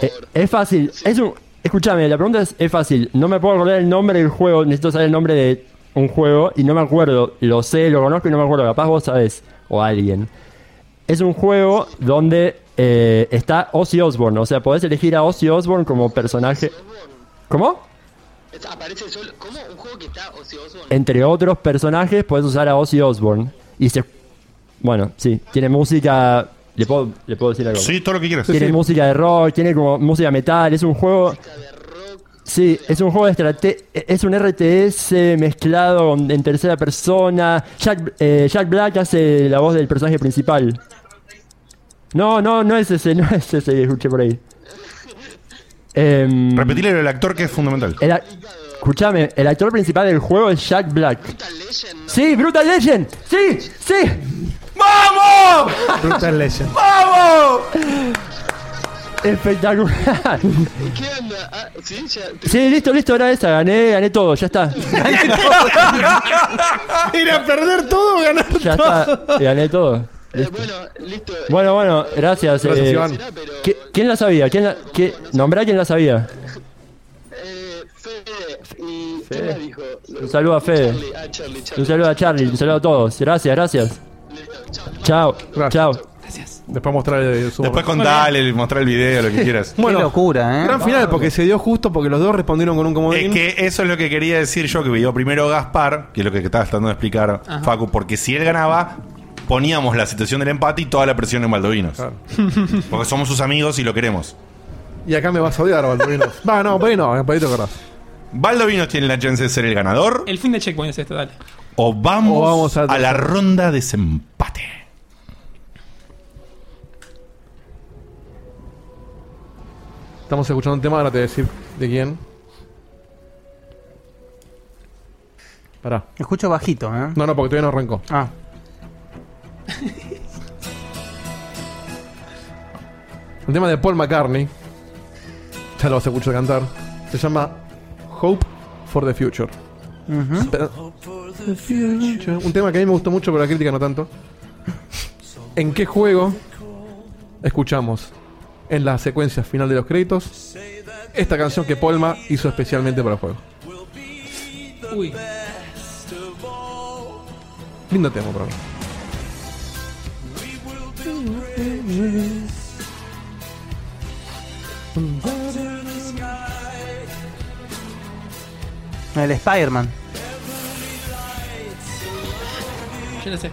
F: Eh, es fácil. Es un. Escúchame, la pregunta es, es fácil. No me puedo acordar el nombre del juego. Necesito saber el nombre de un juego y no me acuerdo. Lo sé, lo conozco y no me acuerdo. Capaz vos sabés. O alguien. Es un juego donde eh, está Ozzy Osbourne. O sea, podés elegir a Ozzy Osbourne como personaje. ¿Cómo? Entre otros personajes podés usar a Ozzy Osbourne. Y se... Bueno, sí. Tiene música... ¿Le puedo, le puedo decir algo?
B: Sí, todo lo que quieras.
F: Tiene música de rock, tiene como música metal, es un juego. Sí, es un juego de estrategia. Es un RTS mezclado con- en tercera persona. Jack, eh, Jack Black hace la voz del personaje principal. No, no, no es ese, no es ese que escuché por ahí. Em,
B: Repetile el actor que es fundamental.
F: el, a- Escúchame, el actor principal del juego es Jack Black. Sí, Brutal Legend. Sí, sí. ¡Vamos!
G: Brutal Legend.
F: ¡Vamos! Espectacular.
L: ¿Qué onda? Ah, ¿sí? Ya-
F: Sí, listo, listo, era esa. Gané, gané todo, ya está.
G: Era perder todo o ganar
F: Ya
G: todo.
F: está, gané todo. Eh, bueno, listo. Bueno, bueno, gracias.
E: Gracias,
F: eh,
E: Iván.
F: ¿Qui- ¿Quién la sabía? ¿Quién la, qué- nombrá quién la sabía. Eh, Fede. Un saludo a Fede. Un saludo a ah, Charlie. Un saludo a todos. Gracias, gracias. Chao. Chao. Gracias.
E: Después mostrar el
B: Después contale, mostrar el video, lo que quieras.
E: Bueno,
C: locura,
E: ¿eh? gran final, porque se dio justo porque los dos respondieron con un
B: Es que eso es lo que quería decir yo, que vio primero Gaspar, que es lo que estaba tratando de explicar
D: Ajá.
B: Facu, porque si él ganaba, poníamos la situación del empate y toda la presión en Baldovinos. Porque somos sus amigos y lo queremos.
E: Y acá me vas a odiar, Baldovinos. Va, no, bueno, no, por ahí te acordás.
B: ¿Baldovinos tiene la chance de ser el ganador
D: El fin de checkpoint es este, dale.
B: o vamos,
D: O vamos
B: a,
D: a-
B: la ronda de desempate?
E: Estamos escuchando un tema, ahora te voy a decir de quién. Pará.
C: Escucho bajito, ¿eh?
E: No, no, porque todavía no arrancó.
C: Ah.
E: El tema de Paul McCartney. Ya lo vas a escuchar cantar. Se llama Hope for the Future. Espera. Un tema que a mí me gustó mucho, pero la crítica no tanto. ¿En qué juego escuchamos en la secuencia final de los créditos esta canción que Polma hizo especialmente para el juego?
D: Uy.
E: Lindo tema, para mí.
C: El Spider-Man.
D: Yo no sé.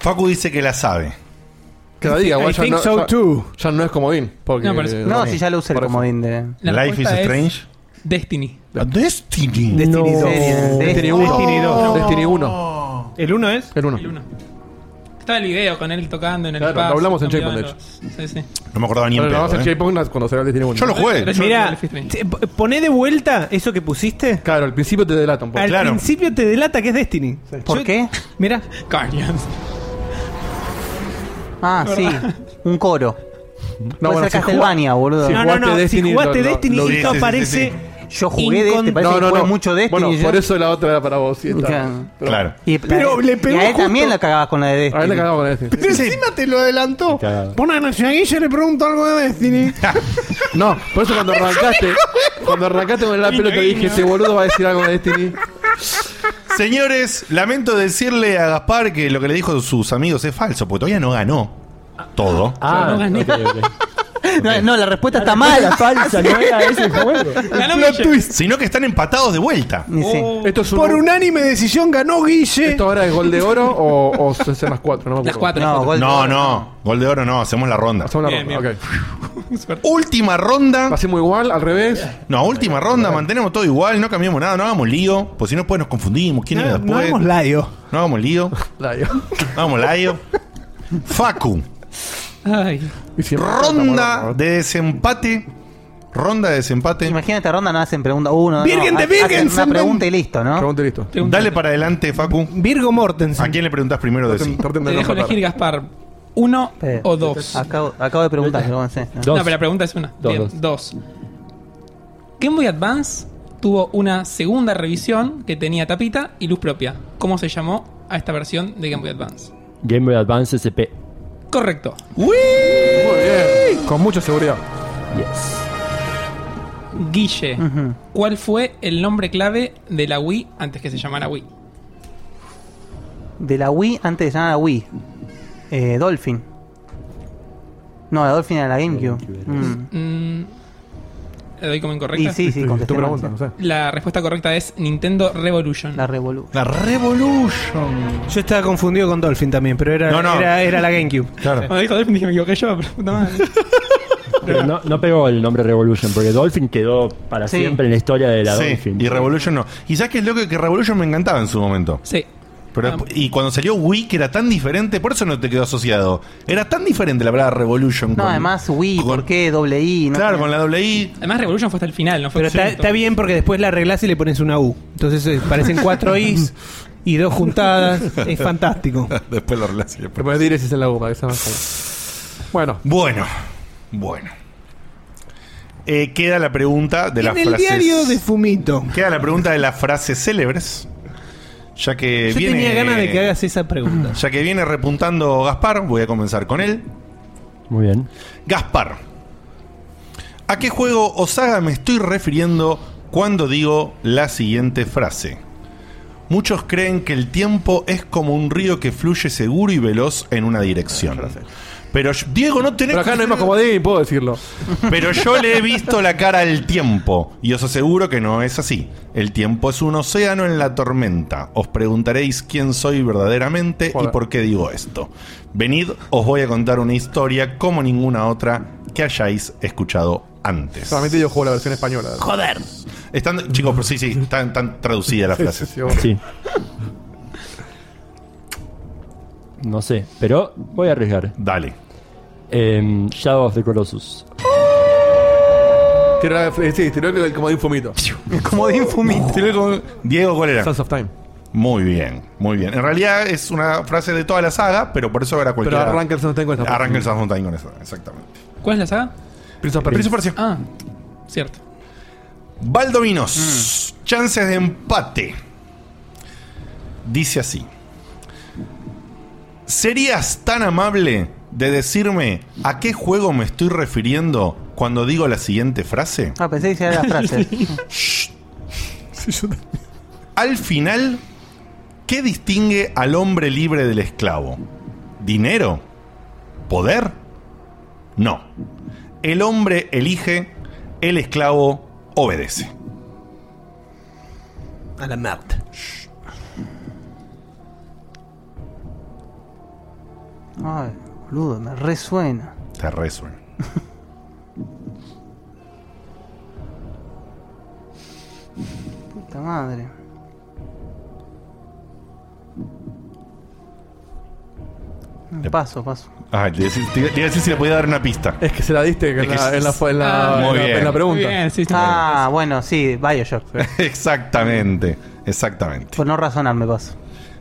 B: Facu dice que la sabe.
E: Que la diga,
B: I
E: igual ya
B: think
E: no,
B: so
E: ya-
B: too.
E: ya no es comodín. Porque, eh,
D: No, parece-
C: No, si ya lo usé el
E: Por eso. Ah,
C: comodín de.
D: La
B: Life is
D: respuesta es
B: Strange. este?
D: Destiny.
B: Destiny.
G: Destiny
C: No.
G: 2.
C: Serie.
G: Destiny
C: Destiny
G: 1.
C: Destiny 2.
E: Destiny 1.
G: ¿El 1 es?
E: El 1.
D: Estaba el video con él tocando en el
E: Claro, lo
D: pub,
E: hablamos en
D: campeón,
E: Checkpoint,
D: los- Sí, sí.
B: No me acordaba ni en
E: Pero
B: pedo,
E: vamos a
B: ¿eh?
E: Checkpoint cuando salga el Destiny 1.
B: Yo lo jugué.
D: Pero es
G: Mirá,
D: Life is Strange.
G: te- p- poné de vuelta eso que pusiste.
E: Claro, al principio te delata un poco.
G: Al
E: Claro.
G: principio te delata que es Destiny.
C: ¿Por
G: Yo-
C: qué?
G: Mirá.
D: Guardians.
C: Ah, sí. Un coro.
E: No,
C: No,
E: bueno,
C: Puede
E: si
C: ser Castlevania,
E: juega-
C: boludo.
E: si
G: No, no,
E: jugaste
G: no.
E: Destiny,
G: si jugaste
E: lo- lo-
G: Destiny,
E: lo-
B: sí,
G: esto
B: sí, sí,
G: aparece.
C: Yo jugué de este, parece
E: No,
C: que
E: no,
C: jugué
E: no.
C: mucho de
E: Bueno,
C: Destiny.
E: por
C: yo-
E: eso la otra era para vos. y esta-
C: Claro.
E: pero-
B: Claro.
C: Y,
G: Pero le pegó
C: y a él
G: justo.
C: también la cagabas con la de
E: A ver,
C: Destiny.
E: le cagamos con Destiny.
K: Pero encima te lo adelantó.
F: Cagado.
K: Bueno, si a Guille le pregunto algo de Destiny.
E: No, por eso cuando arrancaste, cuando arrancaste con la pelota dije, este boludo va a decir algo de Destiny.
B: Señores, lamento decirle a Gaspar que lo que le dijo sus amigos es falso, porque todavía no ganó todo.
F: Ah,
D: no gané.
F: ok, ok.
C: No, no, la respuesta está mala.
F: La falsa, no era ese el juego.
D: Ganó Guille.
B: Sino que están empatados de vuelta.
C: Ni sé.
D: Oh,
E: Esto es un,
K: Por unánime decisión ganó Guille.
E: ¿Esto ahora es gol de oro o, o se hacen las cuatro? No me acuerdo.
D: Las cuatro.
C: No,
D: las cuatro.
C: gol de
B: No,
C: oro,
B: no, gol de oro no, hacemos la ronda.
E: Hacemos la
D: Bien,
E: ronda,
D: bien.
E: ok.
D: Suerte.
B: Última ronda.
E: ¿La hacemos igual, al revés.
B: No, última ronda, mantenemos todo igual, no cambiamos nada, no hagamos lío, pues si no pues nos confundimos, quién iba
K: No, no
B: después.
K: hagamos laio.
B: No hagamos lío,
E: La digo.
B: no hagamos laio. Facu,
D: Ay.
E: Y siempre-
B: ronda de desempate. Ronda de desempate.
C: Imagínate esta ronda, no hacen pregunta uno. no,
K: Virgen de
C: ha- hacen
K: Virgen,
C: Una
K: senden-
C: pregunta y listo, ¿no?
E: Pregunta y listo.
D: Te-
B: Dale para adelante, Facu.
G: Virgo
B: ¿A
G: Mortensen.
B: quién le preguntás primero de sí?
E: Traten- traten de
D: Te
E: no
D: dejo
E: empatar.
D: elegir, Gaspar. ¿Uno
C: Espera.
D: o dos?
C: Acabo, acabo de preguntar, pero bueno, sí.
F: Dos.
D: No, pero la pregunta es una.
F: Dos,
D: Bien,
F: dos.
D: dos. Game Boy Advance tuvo una segunda revisión que tenía tapita y luz propia. ¿Cómo se llamó a esta versión de Game Boy Advance?
F: Game Boy Advance SP.
D: Correcto.
E: Muy bien. Con mucha seguridad.
F: Yes.
D: Guille, ¿cuál fue el nombre clave de la Wii antes que se llamara Wii?
C: De la Wii, antes de llamar a la Wii. Eh, Dolphin. No, la Dolphin era la GameCube. Mm.
D: Mm, ¿Le doy como
C: Y
D: incorrecta?
C: sí, sí,
E: tu
C: contesté. mal,
E: pregunta,
C: sí.
E: no sé.
D: La respuesta correcta es Nintendo Revolution.
C: La Revolu.
B: La Revolution.
G: Yo estaba confundido con Dolphin también, pero era,
B: No, no.
G: era, era la GameCube.
B: Claro.
D: Cuando Ah, dijo Dolphin dije, me equivoqué yo, pero puta madre.
F: Pero no, no pegó el nombre Revolution, porque Dolphin quedó para
C: Sí.
F: siempre en la historia de la
B: Sí,
F: Dolphin.
B: y Revolution no. Y sabes que es loco que Revolution me encantaba en su momento.
D: Sí.
C: Ah.
B: Pero- y cuando salió Wii, que era tan diferente, por eso no te quedó asociado. Era tan diferente la palabra Revolution.
C: No, además Wii, ¿por qué? Doble I.
B: claro, con la doble I.
D: Además, Revolution fue hasta el final, no fue
G: Pero está,
D: absoluto.
G: está bien porque después la arreglás y le pones una U. Entonces eh, parecen cuatro Is y dos juntadas. Es fantástico.
B: Después lo relacioné.
E: Pero para decir, ese es en la boca, que está más cómodo. Bueno.
B: Bueno, bueno. Eh, queda la pregunta de
K: En
B: las
K: el
B: frases.
K: diario de
B: Fumito. Queda la pregunta de las frases célebres. Ya que
G: Yo
B: viene.
G: tenía ganas de que hagas esa pregunta.
B: Ya que viene repuntando Gaspar, voy a comenzar con él.
F: Muy bien.
B: Gaspar, ¿a qué juego o saga me estoy refiriendo cuando digo la siguiente frase? Muchos creen que el tiempo es como un río que fluye seguro y veloz en una dirección. Pero yo- Diego, no tenés
E: Pero acá
B: que-
E: no hay más comodín, puedo decirlo.
B: Pero yo le he visto la cara al tiempo y os aseguro que no es así. El tiempo es un océano en la tormenta. Os preguntaréis quién soy verdaderamente y por qué digo esto. Venid, os voy a contar una historia como ninguna otra que hayáis escuchado antes.
E: Solamente yo juego la versión española.
B: Joder. Están, chicos, pero sí, sí, están, están traducidas las frases.
F: Sí. No sé, pero voy a arriesgar. Em,
B: Dale.
F: Shadow of the Colossus.
E: Tiró la- eh, sí, tiró el, el comodín fumito. Oh. El
C: comodín fumito.
B: Diego, ¿cuál era?
E: Sons of Time.
B: Muy bien, muy bien. En realidad es una frase de toda la saga, pero por eso era
E: Pero
B: cualquiera.
E: arranca el Sons of Time con esta.
B: Arranca el Sons of Time con esa, exactamente.
D: ¿Cuál es la saga?
E: Prince of
B: Prince of Persia.
D: Ah, cierto.
B: Baldovinos, chances de empate. Dice así. ¿Serías tan amable de decirme a qué juego me estoy refiriendo cuando digo la siguiente frase?
C: Ah, pensé que era la frase.
B: Al final, ¿qué distingue al hombre libre del esclavo? ¿Dinero? ¿Poder? No. El hombre elige, el esclavo obedece.
G: A la merda.
C: Ay, boludo, me resuena.
B: Te resuena.
C: Puta madre.
E: Eh,
B: Le-
C: Paso, paso.
B: Ah, le decís- te iba te iba a decir si le podía dar una pista.
E: Es que se la diste en la- en la- en
C: la-
B: Ah, Muy
E: en la-
B: bien.
E: en la pregunta. Muy bien, sí, sí.
C: ah, bueno, sí, Bioshock.
B: exactamente, exactamente.
C: Por no razonar me paso.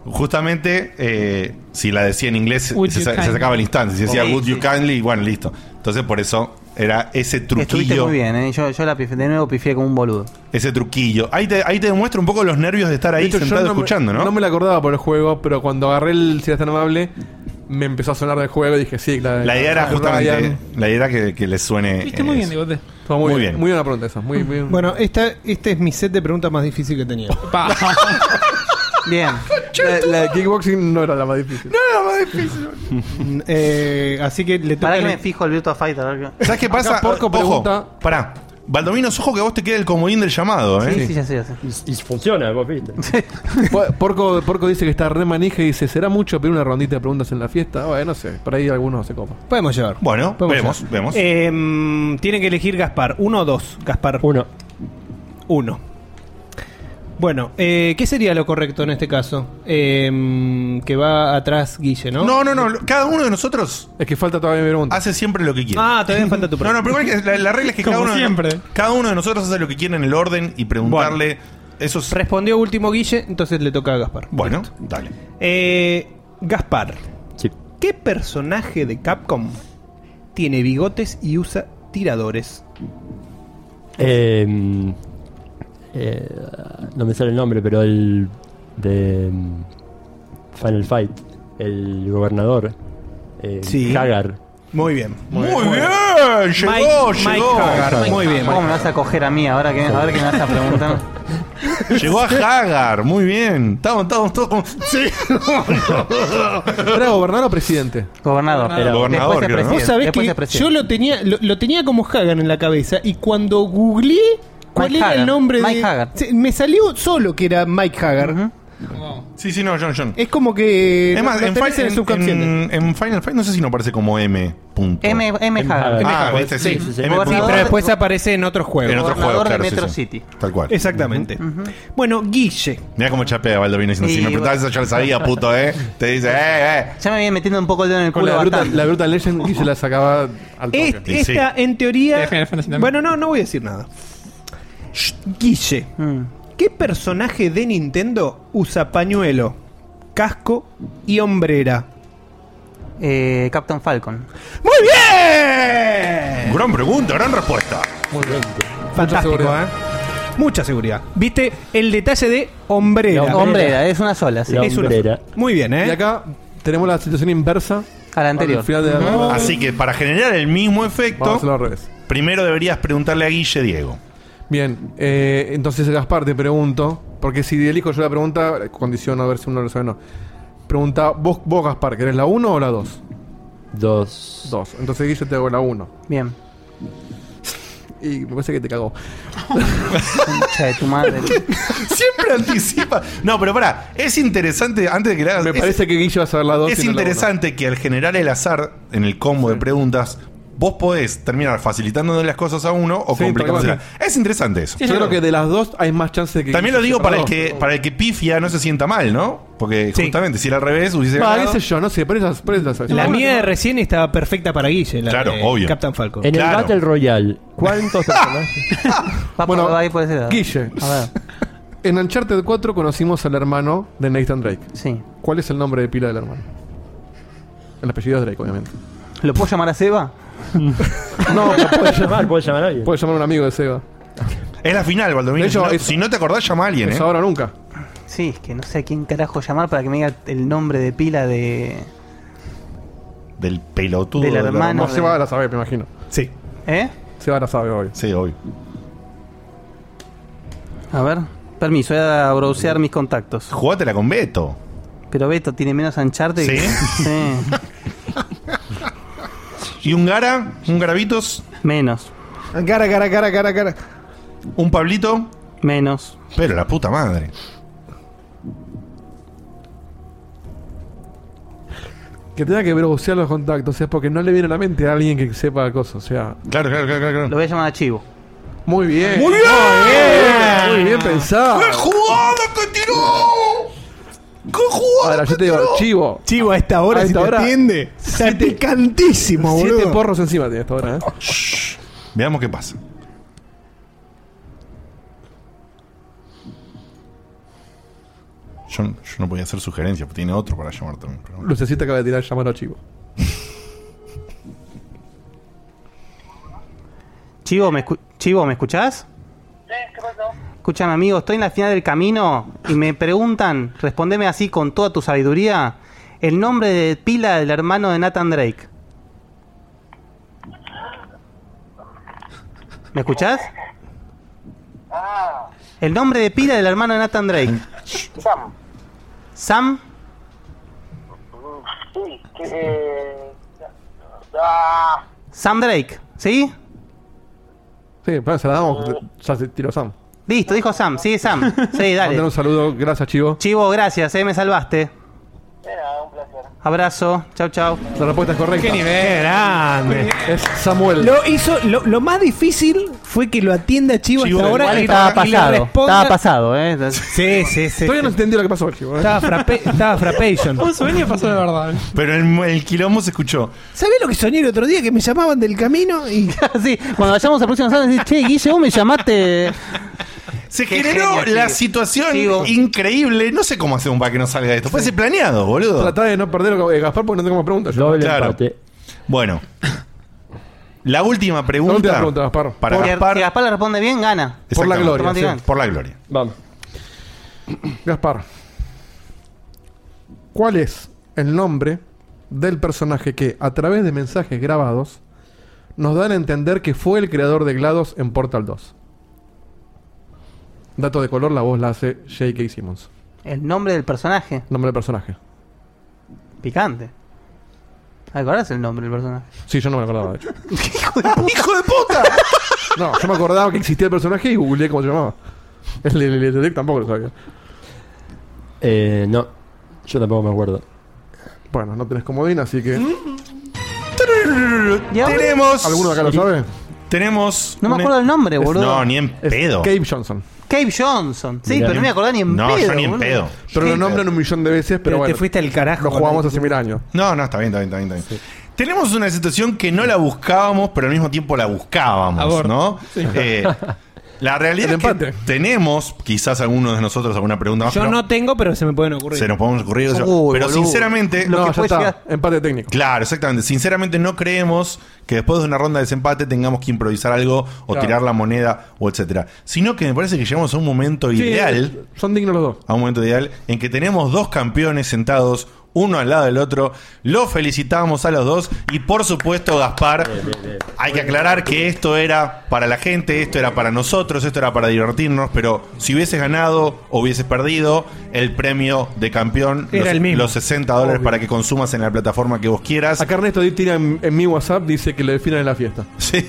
B: Justamente, eh, si la decía en inglés,
C: Would
B: se,
C: you
B: sa- se
C: kindly.
B: sacaba el instante. Si decía
C: Sí,
B: Would you
C: sí.
B: kindly, y bueno, listo. Entonces, por eso era ese
C: Estuviste
B: truquillo.
C: muy bien, ¿eh? yo, yo la pifié, de nuevo pifié como un boludo.
B: Ese truquillo. Ahí te, ahí te demuestra un poco los nervios de estar ahí
E: De hecho, yo
B: sentado
E: no me-
B: escuchando, ¿no?
E: No me la acordaba por el juego, pero cuando agarré el Si eres tan amable, me empezó a sonar del juego y dije, sí, claro. Ah,
B: la idea era
E: Ryan.
B: justamente. La idea era que, que les suene.
E: Viste,
B: eh,
E: muy
D: bien, Digote.
E: Estuvo muy,
B: Muy
E: bien.
B: bien.
E: Muy buena pregunta esa. Muy, muy bien.
G: Bueno, esta, este es mi set de preguntas más difícil que tenía.
C: bien.
E: La, la de kickboxing no era la más difícil. No
G: era la más difícil. Mm, eh, así que le
C: Para que me fijo el Virtua Fighter. a ver qué-
B: ¿Sabes qué pasa? Ojo, Pará. Valdominos, ojo que a vos te queda el comodín del llamado, ¿eh?
C: Sí, sí, ya sé, ya sé.
F: Y, funciona, vos viste.
E: Po- Porco, Porco dice que está re manija y dice, ¿será mucho pedir una rondita de preguntas en la fiesta? Bueno, no sé, por ahí algunos se copan.
G: Podemos llevar.
B: Bueno, vemos, vemos.
G: Em, tiene que elegir Gaspar. ¿Uno o dos? Gaspar.
F: Uno.
G: Uno. Bueno, eh, ¿qué sería lo correcto en este caso? Em, que va atrás Guille, ¿no?
B: No, no, no. lo- Cada uno de nosotros.
E: Es que falta todavía mi pregunta.
B: Hace siempre lo que quiere.
G: Ah, todavía falta tu
B: No,
G: pregunta.
B: no, pero igual que la, la regla es que cada
G: Como
B: uno, de-
G: siempre.
B: cada uno de nosotros hace lo que quiere en el orden y preguntarle. eso
G: Respondió último Guille, entonces le toca a Gaspar.
B: Bueno, dale.
G: Eh, Gaspar.
F: Sí.
G: ¿Qué personaje de Capcom tiene bigotes y usa tiradores?
F: Eh, eh, no me sale el nombre, pero el de mm, Final Fight, el gobernador, eh,
G: Sí.
F: Hagar.
G: Muy bien.
B: Muy, bien, Ah, llegó, llegó.
C: ¿Cómo me vas a coger a mí ahora que, ahora que me vas a preguntar?
B: Llegó a Hagar, muy bien. Estamos, estamos todos como. Sí.
E: ¿Era gobernador o presidente?
C: Gobernador.
B: Era gobernador, creo, ¿no?
G: Vos sabés que yo lo tenía, lo, lo tenía como Hagan en la cabeza y cuando googleé cuál
C: Mike
G: era el
C: Hagar.
G: nombre
C: Mike
G: de
C: Hagar.
G: se- me salió solo que era Mike Hagar.
B: Sí, sí, no, John, John.
G: Es como que.
B: Es más,
G: lo
B: en,
G: tenés
B: Final-
G: el subconsciente.
B: en- en Final Fight no sé si no aparece como M. Punto.
C: M. M. Hagar.
B: Ah, viste, sí. M.
G: pero
B: punto.
G: después aparece en otros juegos.
B: En otro juego, claro, sí, sí. Tal cual.
G: Exactamente. Bueno, Guille.
B: Mira cómo chapea Baldovino diciendo,
C: Y
B: si me
C: bueno.
B: preguntabas eso yo lo sabía, puto, ¿eh? Te dice, eh, eh.
C: Ya me viene metiendo un poco el dedo en el
E: Con
C: culo
E: la bruta,
C: bastante.
E: la bruta Legend y se la sacaba al toque.
G: Est- e- esta, en teoría. Bueno, no, no voy a decir nada. Shh, Guille.
C: Mm.
G: ¿Qué personaje de Nintendo usa pañuelo, casco y hombrera?
C: Eh, Captain Falcon.
G: ¡Muy bien!
B: Gran pregunta, gran respuesta.
E: Muy bien.
G: Fantástico,
C: Mucha
G: ¿eh? Mucha seguridad. ¿Viste el detalle de hombrera?
C: La hombrera. Hombrera, es una sola, sí. La
G: Es una
C: hombrera.
G: sola. Muy bien, ¿eh?
E: Y acá tenemos la situación inversa
C: a la
E: anterior. final de la-
B: Ujú. Así que para generar el mismo
E: Vamos a
B: efecto,
E: hacerlo al revés.
B: primero deberías preguntarle a Guille Diego.
E: Bien, eh, entonces Gaspar te pregunto, porque si elijo yo la pregunta, condiciono a ver si uno lo sabe o no. Pregunta, vos, vos Gaspar, ¿querés la 1 o la 2?
F: 2.
E: 2. Entonces Guille te hago la 1.
C: Bien.
E: Y me parece que te cagó.
C: Concha de tu madre.
B: Siempre anticipa. No, pero pará, es interesante, antes de que le hagas.
E: Me parece que Guille va a saber la 2.
B: Es interesante que al generar el azar en el combo de preguntas, vos podés terminar facilitándole las cosas a uno o
E: Sí,
B: complicándoselas.
E: tal
B: Es interesante eso.
E: Yo creo que de las dos hay más chance de que.
B: También
E: Guille
B: lo digo
E: sepa
B: para
E: la
B: el
E: dos.
B: que para el que pifia no se sienta mal, ¿no? Porque justamente si era al revés hubiese
E: Va,
B: ganado.
E: qué sé yo, no sé, por esas. Por esas
G: La mía de recién estaba perfecta para Guille. La
B: Claro,
G: de
B: obvio.
G: Captain Falcon.
F: En el Battle Royale, ¿cuántos personajes?
E: Bueno,
C: lado.
E: Guille. En Uncharted 4 conocimos al hermano de Nathan Drake.
C: Sí.
E: ¿Cuál es el nombre de pila del hermano? El apellido es Drake, obviamente.
C: ¿Lo puedo llamar a Seba?
E: No,
F: puedes llamar, puedes llamar a alguien.
E: Puedes llamar a un amigo de Seba.
B: Es la final, Valdomiro.
E: De
B: Si,
E: hecho,
B: no,
E: es-
B: si no te acordás, llama a alguien,
E: Es
B: ¿eh?
E: ahora o nunca.
C: Sí, es que no sé a quién carajo llamar para que me diga el nombre de pila de.
B: Del pelotudo.
C: Del hermano
E: No,
C: de-
E: Seba la sabe, me imagino.
G: Sí.
C: ¿Eh?
E: Seba la sabe, obvio.
B: Sí, obvio.
C: A ver. Permiso, voy a browsear mis contactos.
B: Jugátela con Beto.
C: Pero Beto tiene menos ancharte que.
B: ¿Sí?
C: Sí.
B: ¿Y un Gara? ¿Un Garabitos?
C: Menos.
G: Cara, cara, cara, cara, cara.
B: ¿Un Pablito?
C: Menos.
B: Pero la puta madre.
E: Que tenga que browsear los contactos, es porque no le viene a la mente a alguien que sepa cosas. O sea,
B: Claro, claro, claro, claro.
C: Lo voy a llamar a Chivo.
E: muy bien.
B: ¡Muy bien! Ah.
E: Muy bien
D: Ah.
E: pensado.
B: ¡Qué jugada que tiró! ¡Qué jugada!
E: Ahora, yo te digo, chivo.
G: Chivo, a esta hora,
E: A
G: si
E: esta
G: te
E: hora,
G: atiende, está picantísimo,
E: Siete
G: boludo.
E: porros encima tiene hasta ahora, ¿eh?
B: Veamos qué pasa. Yo, yo no podía hacer sugerencias, porque tiene otro para llamar también. pero bueno.
E: Lucecita acaba de tirar llamar a Chivo.
C: Chivo, ¿me, escu- Chivo, ¿me escuchás? Escúchame, amigo, estoy en la final del camino y me preguntan, respondeme así con toda tu sabiduría, el nombre de pila del hermano de Nathan Drake. ¿Me escuchás? El nombre de pila del hermano de Nathan Drake.
M: Sam,
C: Sam,
M: sí, que. Eh, ah,
C: Sam Drake, ¿sí?
E: Sí, bueno, se la damos.
B: Ah.
E: Ya se tiró Sam.
C: Listo, dijo Sam, sí, Sam. Sí,
E: Mandar
C: dale.
E: un saludo, gracias, Chivo.
C: Chivo, gracias, eh, me salvaste. Abrazo, chau, chau.
E: La respuesta es correcta.
G: ¡Qué nivel grande!
E: Es Samuel.
G: Lo hizo, lo, lo más difícil fue que lo atienda Chivo,
C: Chivo,
G: hasta ahora
C: igual
G: y-
C: estaba
G: y le
C: pasado,
G: responda-
C: estaba pasado, eh.
G: Sí, sí, sí.
E: Todavía no entendí lo que pasó, Chivo. ¿eh?
G: Estaba, frape- estaba frapation.
D: Un sueño pasó de verdad. ¿eh?
B: Pero el, el quilombo se escuchó.
G: ¿Sabés lo que soñé el otro día? Que me llamaban del camino y...
C: sí, cuando vayamos al próximo sábado, decís, che, Guille, vos me llamaste.
B: Se
C: Qué
B: generó
C: genio,
B: la
C: Chivo.
B: situación
C: Chivo.
B: increíble. No sé cómo hacer un pack que no salga de esto. Fue ese planeado, boludo.
E: Tratá de no perder eh, Gaspar porque no tengo más preguntas. yo.
F: Doble
B: Claro.
F: empate.
B: Bueno. La última
E: La
B: pregunta.
E: última pregunta, Gaspar.
B: Para
C: Si
B: Gaspar.
C: si Gaspar le responde bien, gana.
E: por la
B: Exactamente.
E: gloria,
C: Automáticamente.
B: Por la gloria.
F: Vamos.
E: Gaspar. ¿Cuál es el nombre del personaje que, a través de mensajes grabados, nos dan a entender que fue el creador de GLaDOS en Portal 2? Dato de color, la voz la hace J.K. Simmons.
C: El nombre del personaje,
E: Nombre del personaje.
C: picante. ¿Acordás el nombre del personaje?
E: Sí, yo no me acordaba, de hecho.
B: ¡Hijo de puta!
E: No, yo me acordaba que existía el personaje y googleé cómo se llamaba. El de el de Drake tampoco lo sabía.
F: Eh, no, yo tampoco me acuerdo.
E: Bueno, no tenés comodín, así que.
C: Mm.
B: Tenemos.
E: ¿Alguno de acá lo sabe?
B: Tenemos.
C: No me acuerdo el nombre, boludo.
B: No, ni en
E: Es
B: pedo.
E: Cave Johnson.
C: Cave Johnson. Sí, pero no me acordaba ni en pedo. boludo.
E: Pero lo nombran un millón de veces, pero,
C: Pero
E: bueno.
C: te fuiste al carajo
E: Lo
C: con
E: jugamos
C: el-
E: hace mil años.
B: No, no, está bien, está bien, está bien. está bien. Tenemos una situación que no la buscábamos, pero al mismo tiempo la buscábamos,
E: Aborto.
B: ¿no?
E: Sí.
B: Eh, la realidad es que tenemos, quizás alguno de nosotros, alguna pregunta más.
G: Yo
B: pero
G: no tengo, pero se me pueden ocurrir.
B: Se nos podemos ocurrir.
G: Uy,
B: pero
G: boludo.
B: sinceramente.
G: Lo que puede llegar-
E: Empate técnico.
B: Claro, exactamente. Sinceramente, no creemos que después de una ronda de desempate tengamos que improvisar algo o
E: Claro.
B: tirar la moneda o etcétera. Sino que me parece que llegamos a un momento
E: Sí,
B: ideal.
E: Son dignos los dos.
B: A un momento ideal en que tenemos dos campeones sentados, uno al lado del otro. Los felicitamos a los dos. Y por supuesto, Gaspar, hay que aclarar que esto era para la gente, esto era para nosotros, esto era para divertirnos. Pero si hubieses ganado o hubieses perdido, el premio de campeón,
E: Era
B: los,
E: el mismo.
B: los 60 dólares
E: Obvio.
B: para que consumas en la plataforma que vos quieras.
E: Acá Ernesto Di tira en, en mi WhatsApp, dice que le definan en la fiesta.
B: Sí.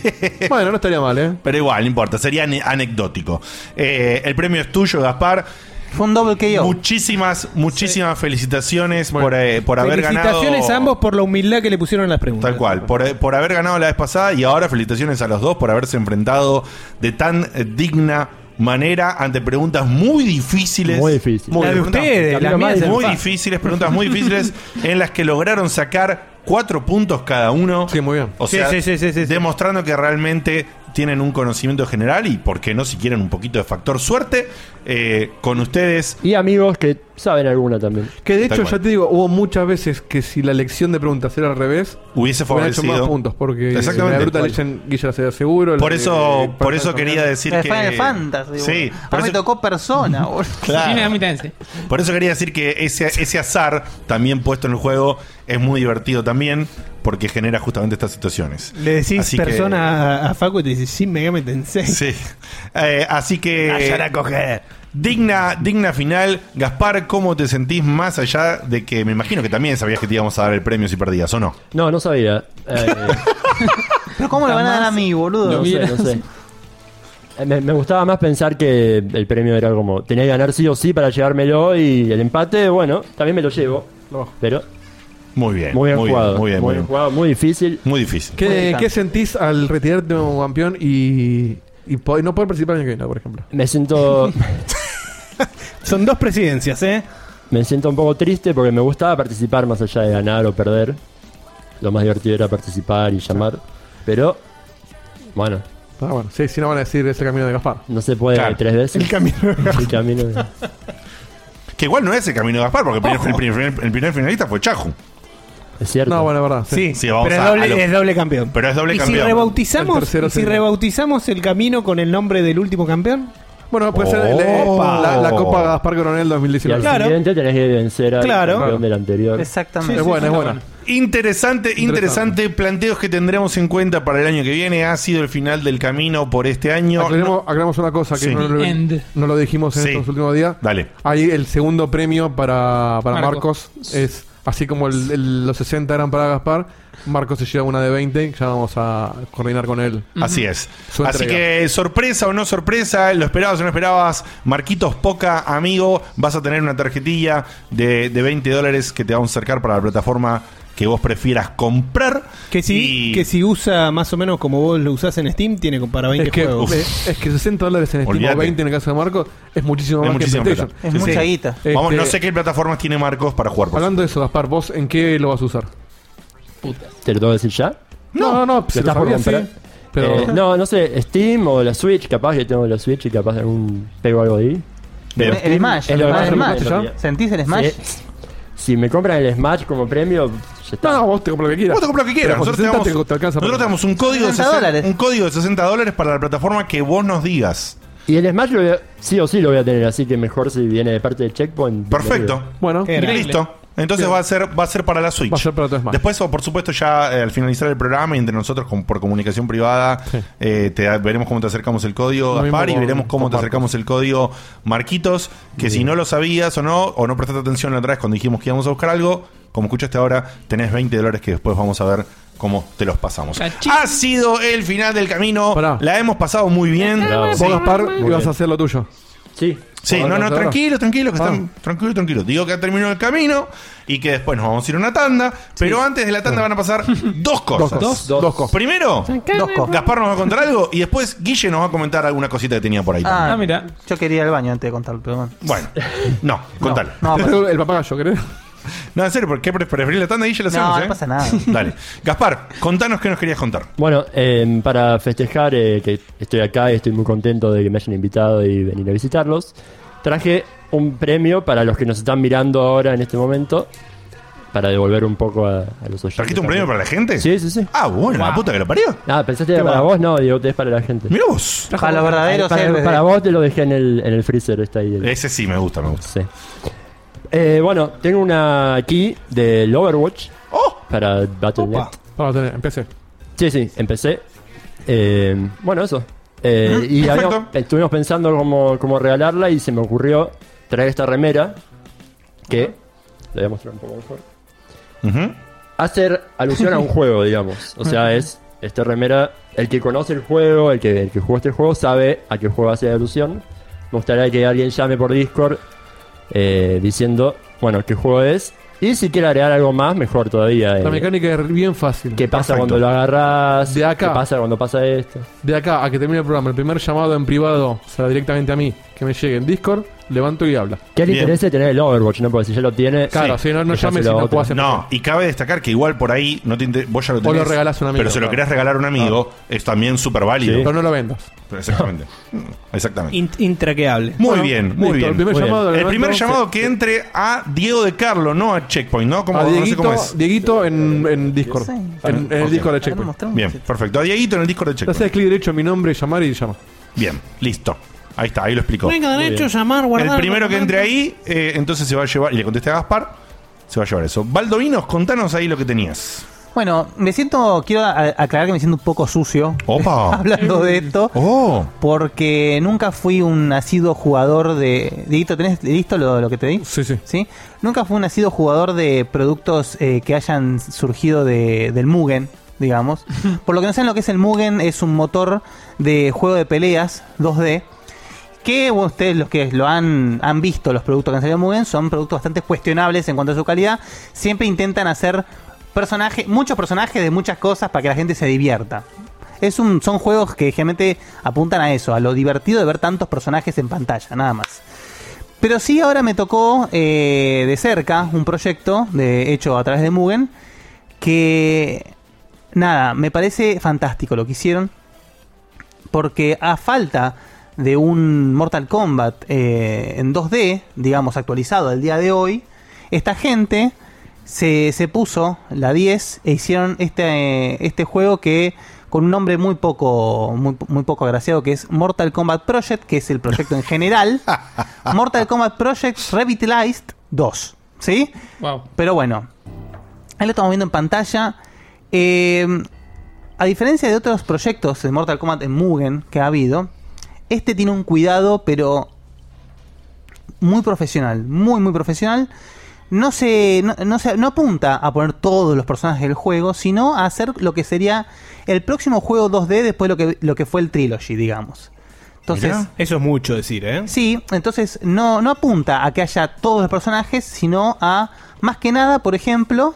E: Bueno, no estaría mal, ¿eh?
B: Pero igual, no importa, sería ane- anecdótico. Eh, el premio es tuyo, Gaspar.
C: Fue un doble que yo.
B: Muchísimas, muchísimas felicitaciones por, eh, por haber ganado.
G: Felicitaciones a ambos por la humildad que le pusieron a las preguntas.
B: Tal cual, por, eh, por haber ganado la vez pasada y ahora felicitaciones a los dos por haberse enfrentado de tan eh, digna manera ante preguntas muy difíciles.
F: Muy difíciles.
B: Muy,
F: La de
B: preguntas-
F: ustedes,
B: preguntas
F: las mías
B: muy
F: eran fáciles.
B: difíciles, preguntas muy difíciles en las que lograron sacar cuatro puntos cada uno. Sí, muy bien. O
G: Sí,
B: sea,
G: sí, sí, sí, sí.
B: demostrando que realmente tienen un conocimiento general y, por qué no, si quieren un poquito de factor suerte, eh, con ustedes.
F: Y amigos que saben alguna también.
E: Que de
B: Tal
E: hecho,
B: cual.
E: ya te digo, hubo muchas veces que si la elección de preguntas era al revés,
B: Hubiese
E: hubieran hecho
B: favorecido.
E: más puntos. Porque
B: Exactamente.
E: la bruta le dicen Guilla se seguro.
B: Por eso-
E: Eh,
B: por eso quería decir
C: La de
B: que-
C: Eh, Final Fantasy.
B: Sí,
C: boludo.
B: por
C: Ah, me
B: eso-
C: tocó persona, boludo.
B: Claro.
D: Tiene amitense.
B: Por eso quería decir que ese, ese azar, también puesto en el juego, es muy divertido también, porque genera justamente estas situaciones.
G: Le decís
B: Así que-
G: persona a- a Facu y te dices, sí, me Tensei.
B: Sí. Eh, así que.
G: Vayan a coger.
B: Digna, digna final. Gaspar, ¿cómo te sentís más allá de que me imagino que también sabías que te íbamos a dar el premio si perdías o no?
F: No, no sabía. Eh,
C: Pero ¿cómo le van a dar a mí, boludo?
F: no sé, no sé. Eh, Me, me gustaba más pensar que el premio era como tenía que ganar sí o sí para llevármelo y el empate, bueno, también me lo llevo. Pero
B: Muy bien.
F: muy bien
B: muy
F: jugado.
B: Bien, muy bien, muy bien.
F: jugado, muy difícil.
B: Muy difícil.
E: ¿Qué, qué sentís al retirarte como campeón y, y po- y no poder participar en el que viene, por ejemplo?
F: Me siento.
G: Son dos presidencias, ¿eh?
F: Me siento un poco triste porque me gustaba participar más allá de ganar o perder. Lo más divertido era participar y llamar. Pero, bueno,
E: Ah, bueno, sí, si no van a decir ese camino de Gaspar.
F: no se puede
E: Claro.
F: tres veces.
E: El camino de Gaspar.
F: El camino de-
B: Que igual no es el camino de Gaspar, porque el primer, el primer- el primer finalista fue Chaju.
F: Es cierto.
E: No, bueno, es verdad.
G: Sí,
B: vamos
G: pero es
B: a- a
G: doble,
B: lo-
G: es doble campeón.
B: Pero es doble
G: ¿Y
B: campeón.
G: Si rebautizamos,
B: El tercero
G: y si
B: sería.
G: rebautizamos el camino con el nombre del último campeón.
E: Bueno, puede ser Pues el-
B: Oh.
G: Opa.
E: la, la Copa Gaspar Coronel
F: Y al
E: 2019.
F: siguiente tenés que vencer al
E: Claro.
F: campeón del anterior.
C: Exactamente.
E: Es buena, es buena.
B: Interesante, interesante, Planteos que tendremos en cuenta para el año que viene. Ha sido el final del camino por este año.
E: Aclaremos, aclaremos una cosa que
B: Sí.
E: no, lo,
B: The end.
E: no lo dijimos en
B: Sí.
E: estos últimos días.
B: Dale.
E: Ahí el segundo premio para, para
B: Marcos.
E: Marcos. es así como el- el- los 60 eran para Gaspar. Marcos se lleva una de 20, ya vamos a coordinar con él.
B: Así es.
E: Su
B: Así
E: entrega.
B: que sorpresa o no sorpresa, lo esperabas o no esperabas, Marquitos Poca, amigo, vas a tener una tarjetilla de, de 20 dólares que te vamos a acercar para la plataforma que vos prefieras comprar.
G: Que si,
B: Y-
G: que si usa más o menos como vos lo usás en Steam, tiene como para 20
E: Es que,
G: juegos.
E: eh, es que 60 dólares en Steam
B: Olvídate.
E: o 20 en el caso de Marcos es muchísimo
B: Es
E: más que en
B: muchísima
E: PlayStation. Este,
B: plata. Sí, sí. Vamos, no sé qué plataformas tiene Marcos para jugar. por
E: Hablando de eso, Gaspar, ¿vos en qué lo vas a usar?
F: ¿Te lo tengo que decir ya?
E: No, no, no,
F: ¿Lo
E: se lo
F: estás por
E: sabía,
F: comprar?
E: sí, pero-
F: Eh, no, no sé, Steam o la Switch, capaz que tengo la Switch y capaz algún pego algo ahí.
C: El- el
F: Steam
C: Smash,
F: es
C: el
F: lo
C: Smash,
F: más
C: el
F: importante
C: Smash.
F: todavía.
C: ¿Sentís el Smash?
F: Sí. Si me compran el Smash como premio, ya está.
E: No, vos te compras lo que
B: Vos te compras lo que quieras.
E: Pero con
B: Nosotros,
E: 60
B: te damos,
E: te- te alcanza
B: nosotros
E: para-
B: te damos un código, de
E: 60
B: 60, un código de 60 dólares para la plataforma que vos nos digas.
F: Y el Smash lo voy a- sí o sí lo voy a tener, así que mejor si viene de parte de Checkpoint.
B: Perfecto.
E: Bueno,
F: Increíble.
B: listo. Entonces
F: Bien.
B: va a ser va a ser para la Switch.
F: Va a ser para tu Smash.
B: Después, o por supuesto, ya eh, al finalizar el programa y entre nosotros con- por comunicación privada, eh, te, da- veremos cómo te acercamos el código,
E: Lo mismo
B: Gaspar, y
E: con-
B: veremos cómo
E: con
B: te
E: Marcos.
B: acercamos el código Marquitos, que si no lo sabías o no, o no prestaste atención la otra vez cuando dijimos que íbamos a buscar algo, como escuchaste ahora, tenés 20 dólares que después vamos a ver cómo te los pasamos. Ha sido el final del camino. La hemos pasado Oh, muy bien.
E: Vos, Gaspar, ibas a hacer lo tuyo.
F: Sí.
B: Sí, no, no, tranquilo, tranquilo, que están, tranquilo, tranquilo. Digo que ha terminado el camino y que después nos vamos a ir a una tanda, pero antes de la tanda van a pasar dos cosas.
E: Dos, dos, dos cosas.
B: Primero,
C: Dos cosas.
B: Gaspar nos va a contar algo y después Guille nos va a comentar alguna cosita que tenía por ahí.
C: Ah,
B: también.
C: mira. Yo quería ir al baño antes de contarlo, pero bueno.
B: Bueno, no, contale.
C: No, pero-
E: el papagayo, ¿querés?
B: No, en serio, ¿por qué preferís la tanda Guille? La
C: No,
B: hacemos,
C: no
B: ¿eh?
C: pasa nada.
B: Dale. Gaspar, contanos qué nos querías contar.
F: Bueno, eh, para festejar eh, que estoy acá y estoy muy contento de que me hayan invitado y venir a visitarlos, traje un premio para los que nos están mirando ahora en este momento, para devolver un poco a, a los oyentes.
B: ¿Trajiste un premio para la gente?
F: Sí, sí, sí.
B: Ah, bueno, la puta que lo parió.
F: Ah, pensaste que
B: Qué
F: era para
B: bueno.
F: vos, no, digo, es para la gente.
B: Mira vos.
C: Para los verdaderos
F: para,
C: héroes de-
F: para vos te lo dejé en el, en el freezer, está ahí. el-
B: Ese sí, me gusta, me gusta.
F: Sí. Eh, bueno, tengo una key del Overwatch para Battle.net.
E: Vamos a tener, empecé.
F: Sí, sí, empecé. Eh, bueno, eso. Eh,
E: Mm,
F: y
E: perfecto.
F: habíamos- estuvimos pensando cómo, cómo regalarla y se me ocurrió traer esta remera que... La voy a mostrar un poco mejor. Hacer alusión a un juego, digamos. O sea, es esta remera... El que conoce el juego, el que, el que jugó este juego, sabe a qué juego hace alusión. Me gustaría que alguien llame por Discord eh, diciendo, bueno, qué juego es. Y si quiere agregar algo más, mejor todavía. eh,
E: La mecánica es bien fácil.
F: ¿Qué pasa cuando lo agarras?
E: De acá.
F: ¿Qué pasa cuando pasa esto?
E: De acá a que termine el programa, el primer llamado en privado será directamente a mí, que me llegue en Discord, levanto y habla.
F: ¿Qué le interesa tener el Overwatch? No, porque si ya lo tiene.
E: Claro, si no, no
F: que
E: llames
F: pase
E: si
F: lo
E: no
F: otro.
E: puedas
B: No, y cabe destacar que igual por ahí no te inter- vos ya lo
E: O lo
B: tenés.
E: regalás a un amigo,
B: Pero si lo
E: claro. Ah.
B: querés regalar a un amigo, es también súper válido.
E: Pero no lo vendas.
B: Exactamente. Exactamente.
G: intraqueable.
B: Muy bien, muy bien.
E: El primer
B: Muy bien.
E: llamado,
B: El
E: Alberto,
B: primer
E: se-
B: llamado que entre a Diego de Carlo, no a Checkpoint, ¿no? Como,
E: a
B: no sé
E: Dieguito,
B: cómo es.
E: Dieguito en, en Discord. En, en el
B: Ok.
E: Discord de Checkpoint.
B: Bien, perfecto. A Dieguito en el Discord de
E: Le
B: Checkpoint.
E: haces clic derecho a mi nombre, llamar y llama.
B: Bien, listo. Ahí está, ahí lo explicó.
H: Venga,
B: Muy
H: derecho,
B: bien.
H: llamar, guardar.
B: El primero que
H: documento.
B: entre ahí, eh, entonces se va a llevar, y le conteste a Gaspar, se va a llevar eso. Baldovinos, contanos ahí lo que tenías.
C: Bueno, me siento, quiero a- aclarar que me siento un poco sucio
B: Opa. Oh.
C: hablando de esto, porque nunca fui un nacido jugador de... Dieguito, ¿tenés listo lo, lo que te di?
E: Sí, sí.
C: Nunca fui un nacido jugador de productos eh, que hayan surgido de- del Mugen, digamos. Por lo que no saben lo que es el Mugen, es un motor de juego de peleas 2D que bueno, ustedes los que lo han, han visto, los productos que han salido de Mugen, son productos bastante cuestionables en cuanto a su calidad. Siempre intentan hacer personajes, muchos personajes de muchas cosas para que la gente se divierta. Es un, son juegos que generalmente apuntan a eso, a lo divertido de ver tantos personajes en pantalla, nada más. Pero sí ahora me tocó eh, de cerca un proyecto de, hecho a través de Mugen que nada, me parece fantástico lo que hicieron porque a falta de un Mortal Kombat eh, en 2D, digamos actualizado al día de hoy, esta gente se, se puso la 10 e hicieron este, este juego que con un nombre muy poco muy, muy poco agraciado que es Mortal Kombat Project, que es el proyecto en general, Mortal Kombat Project Revitalized 2, ¿sí?
D: Wow.
C: Pero bueno, ahí lo estamos viendo en pantalla. Eh, a diferencia de otros proyectos de Mortal Kombat en Mugen que ha habido, este tiene un cuidado, pero muy profesional, muy, muy profesional. No se, no, no se- no apunta a poner todos los personajes del juego, sino a hacer lo que sería el próximo juego 2D después de lo que, lo que fue el Trilogy, digamos. Entonces,
G: eso es mucho decir, ¿eh?
C: Sí, entonces no, no apunta a que haya todos los personajes, sino a, más que nada, por ejemplo,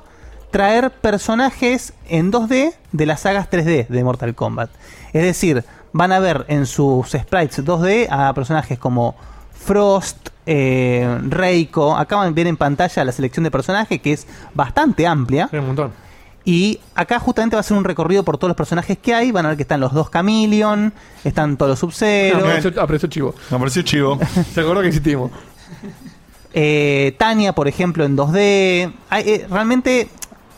C: traer personajes en 2D de las sagas 3D de Mortal Kombat. Es decir, van a ver en sus sprites 2D a personajes como Frost, eh, Reiko. Acá ven en pantalla la selección de personajes, que es bastante amplia.
E: un montón.
C: Y acá justamente va a ser un recorrido por todos los personajes que hay. Van a ver que están los dos Chameleon, están todos los Sub-Zero.
E: No, apareció, apareció chivo.
B: Apareció chivo.
E: ¿Se acordó que existimos?
C: Eh, Tania, por ejemplo, en 2D. Hay, eh, realmente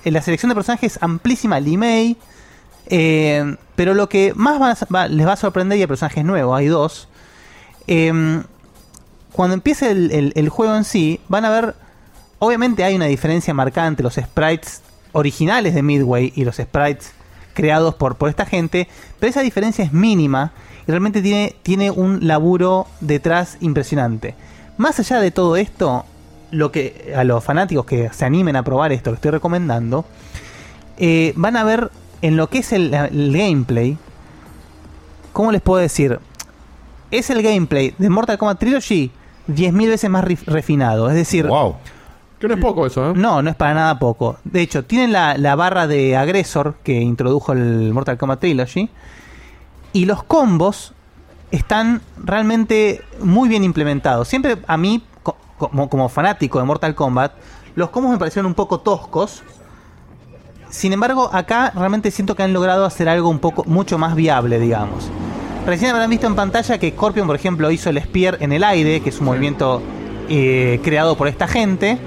C: eh, la selección de personajes es amplísima, el email. Eh, pero lo que más va a- va- les va a sorprender, y hay personajes nuevos, hay dos. eh, cuando empiece el, el- el juego en sí, van a ver. Obviamente hay una diferencia marcada entre los sprites originales de Midway y los sprites creados por, por esta gente, pero esa diferencia es mínima y realmente tiene, tiene un laburo detrás impresionante. Más allá de todo esto, lo que a los fanáticos que se animen a probar esto, lo estoy recomendando, eh, van a ver en lo que es el, el gameplay, ¿cómo les puedo decir? Es el gameplay de Mortal Kombat Trilogy 10.000 veces más rif- refinado. Es decir...
B: Wow.
E: Que no es poco eso, ¿eh?
C: No, no es para nada poco. De hecho, tienen la, la barra de agresor que introdujo el Mortal Kombat Trilogy. Y los combos están realmente muy bien implementados. Siempre a mí, co- como, como fanático de Mortal Kombat, los combos me parecieron un poco toscos. Sin embargo, acá realmente siento que han logrado hacer algo un poco mucho más viable, digamos. Recién habrán visto en pantalla que Scorpion, por ejemplo, hizo el Spear en el aire, que es un movimiento eh, creado por esta gente.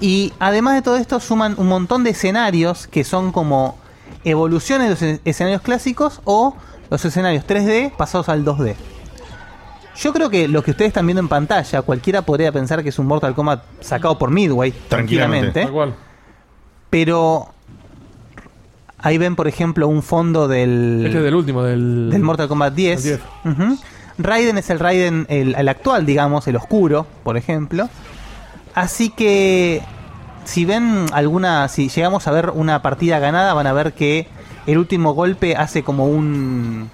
C: Y además de todo esto, suman un montón de escenarios que son como evoluciones de los es- escenarios clásicos o los escenarios 3D pasados al 2D. Yo creo que lo que ustedes están viendo en pantalla, cualquiera podría pensar que es un Mortal Kombat sacado por Midway, tranquilamente.
E: Tal cual.
C: Pero ahí ven, por ejemplo, un fondo del.
E: Este es del último, del.
C: del Mortal Kombat 10.
E: El 10.
C: Ujú. Raiden es el Raiden, el, el actual, digamos, el oscuro, por ejemplo. Así que. Si ven alguna. Si llegamos a ver una partida ganada, van a ver que el último golpe hace como un.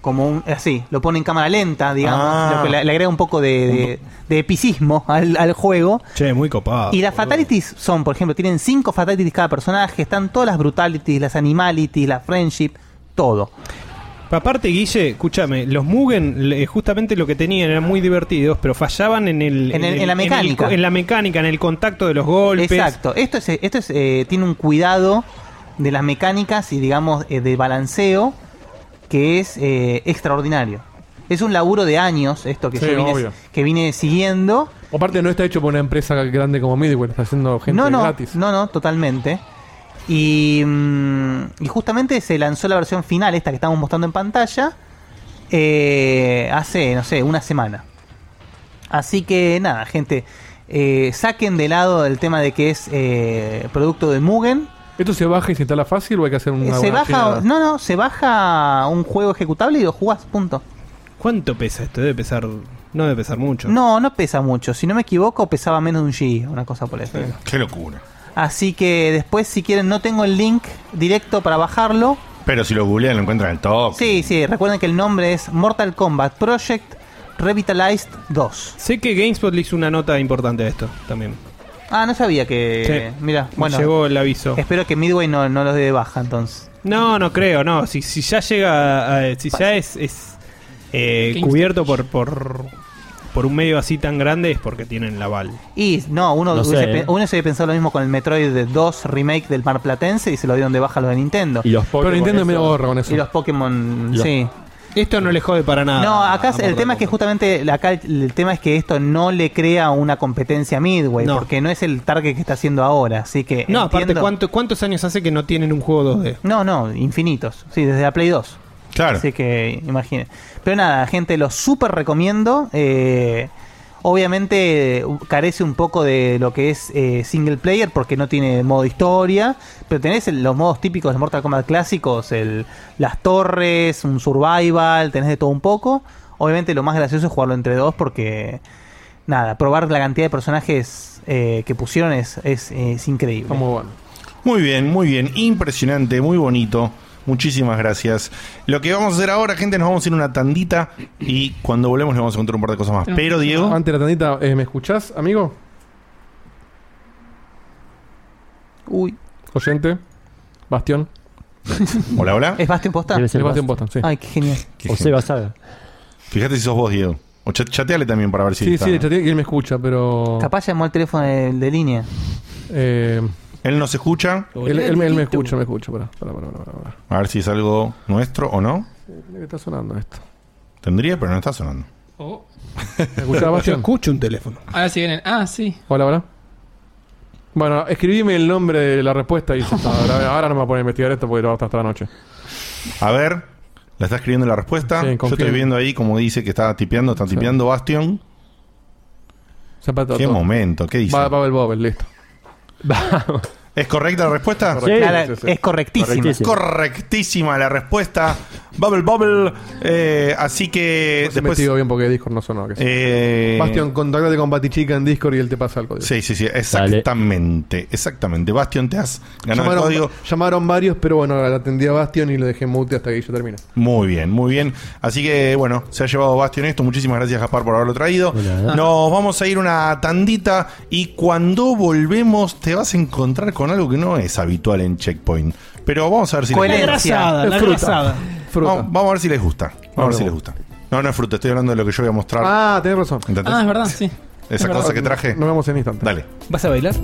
C: Como un. Así, lo pone en cámara lenta, digamos.
G: Ah.
C: lo que le, le agrega un poco de, de- de epicismo al- al juego.
G: Che, muy copado.
C: Y las fatalities son, por ejemplo, tienen cinco fatalities cada personaje, están todas las brutalities, las animalities, la friendship, todo.
G: Aparte, Guille, escúchame, los Mugen le- justamente lo que tenían eran muy divertidos, pero fallaban en el
C: En el- en la
G: el-
C: mecánica.
G: en, la mecánica, en el contacto de los golpes.
C: Exacto. Esto es, esto es, eh, tiene un cuidado de las mecánicas y digamos eh, de balanceo que es eh, extraordinario. Es un laburo de años esto que
E: Sí,
C: yo vine-
E: obvio.
C: que vine siguiendo.
E: Aparte, no está hecho por una empresa grande como Midway, está haciendo gente
C: no, no,
E: gratis.
C: No, no, totalmente. Y, mm, y justamente se lanzó la versión final, esta que estamos mostrando en pantalla, eh, hace, no sé, una semana. Así que nada, gente, eh, saquen de lado el tema de que es eh, producto de Mugen.
E: ¿Esto se baja y se instala fácil o hay que hacer una.
C: se
E: buena
C: baja,
E: chinada?
C: no, no, se baja un juego ejecutable y lo jugás, punto.
G: ¿Cuánto pesa esto? Debe pesar. No debe pesar mucho.
C: No, no pesa mucho. Si no me equivoco, pesaba menos de un G, una cosa por el estilo.
B: Qué locura.
C: Así que después, si quieren, no tengo el link directo para bajarlo.
B: Pero si lo googlean lo encuentran al top.
C: Sí, sí, recuerden que el nombre es Mortal Kombat Project Revitalized 2.
G: Sé que GameSpot le hizo una nota importante a esto también.
C: Ah, no sabía que.
G: Sí.
C: Mira,
G: Me
C: bueno.
G: llegó el aviso.
C: Espero que Midway no, no los dé de baja entonces.
G: No, no creo, no. Si, si ya llega. a- si ya es, es eh,
C: GameStop.
G: cubierto por, por, por un medio así tan grande es porque tienen la Val.
C: Y no, uno,
G: No sé,
C: hubiese pe-
G: eh.
C: uno se había pensado lo mismo con el Metroid 2 Remake del Marplatense y se lo dieron de baja a los de Nintendo.
F: Y los
E: Pero Nintendo es medio gorra con eso.
C: Y los Pokémon, sí.
G: Esto no le jode para nada.
C: No, acá
G: a
C: el
G: Mortal
C: tema es que justamente acá el, el tema es que esto no le crea una competencia a Midway,
G: No.
C: porque no es el target que está haciendo ahora, así que
G: No, aparte,
C: entiendo-
G: ¿cuánto- ¿cuántos años hace que no tienen un juego 2D?
C: No, no, infinitos. Sí, desde la Play 2.
B: Claro.
C: Así que imaginen. Pero nada, gente, lo súper recomiendo. Eh, obviamente eh, carece un poco de lo que es eh, single player porque no tiene modo historia. Pero tenés el- los modos típicos de Mortal Kombat clásicos: el, las torres, un survival, tenés de todo un poco. Obviamente lo más gracioso es jugarlo entre dos porque. Nada, probar la cantidad de personajes eh, que pusieron es, es, es increíble.
B: Muy bien, muy bien. Impresionante, muy bonito. Muchísimas gracias. Lo que vamos a hacer ahora, gente, nos vamos a ir a una tandita y cuando volvemos le vamos a contar un par de cosas más. Ah, Pero, Diego.
E: Antes de la tandita, eh, ¿me escuchás, amigo?
C: Uy.
E: Oyente. Bastión.
B: Hola, hola.
C: ¿Es Bastión Posta?
E: Debe ser Ah. Es Bastión Posta, sí.
C: Ay, qué genial.
B: O Seba Fíjate si sos vos, Diego. O cha- chateale también para ver si.
E: Sí,
B: está.
E: sí, de chatea que él me escucha, pero.
C: Capaz llamó el teléfono de, de línea.
B: Él nos escucha.
E: Eh, Él, él me- él me escucha, me escucha. Pará, pará, pará, pará, pará.
B: A ver si es algo nuestro o no.
E: Mira que está sonando esto.
B: Tendría, pero no está sonando.
D: Oh.
E: ¿Me escuchás,
G: Yo
E: Bastión?
G: escucho un teléfono.
D: Ahora sí vienen. Ah, sí.
E: Hola, hola. Bueno, escribime el nombre de la respuesta y ya está. ahora, ahora no me voy a poner a investigar esto porque lo va a estar hasta la noche.
B: A ver, la está escribiendo la respuesta.
E: Sí,
B: Yo
E: confío.
B: estoy viendo ahí como dice que está tipeando, está tipeando Bastion.
E: Zapato,
B: Qué
E: todo.
B: momento, qué dice.
E: Va, va el Bobel, listo.
B: ¿Es correcta la respuesta?
N: Sí, Claro, sí, sí. es correctísima. Correctísima.
B: Correctísima la respuesta. Bubble Bubble. Eh, así que
E: Después
B: después.
E: investigo bien porque Discord no sonó. que sí.
B: Eh,
E: Bastión, contáctate con Batichica en Discord y él te pasa el código.
B: Sí, sí, sí. Exactamente. Exactamente. Bastion, te has ganado el
E: llamaron,
B: código.
E: llamaron varios, pero bueno, la atendí a Bastión y lo dejé mute hasta que yo termine.
B: Muy bien, muy bien. Así que bueno, se ha llevado Bastion esto. Muchísimas gracias, Gaspar, por haberlo traído.
E: ¿eh?
B: Nos vamos a ir una tandita y cuando volvemos te vas a encontrar con algo que no es habitual en Checkpoint. Pero vamos a ver si
O: Coherencia. La grasada, la
B: Es fruta.
O: grasada.
B: Fruta. Vamos, vamos a ver si les gusta. Vamos a ver si les gusta. No, no es fruta, estoy hablando de lo que yo voy a mostrar.
E: Ah, tenés razón.
B: ¿Entendés?
P: Ah, es verdad, sí.
B: Esa
P: Es
B: cosa
P: verdad.
B: que traje.
E: Nos vemos en instante.
B: Dale.
Q: ¿Vas a bailar?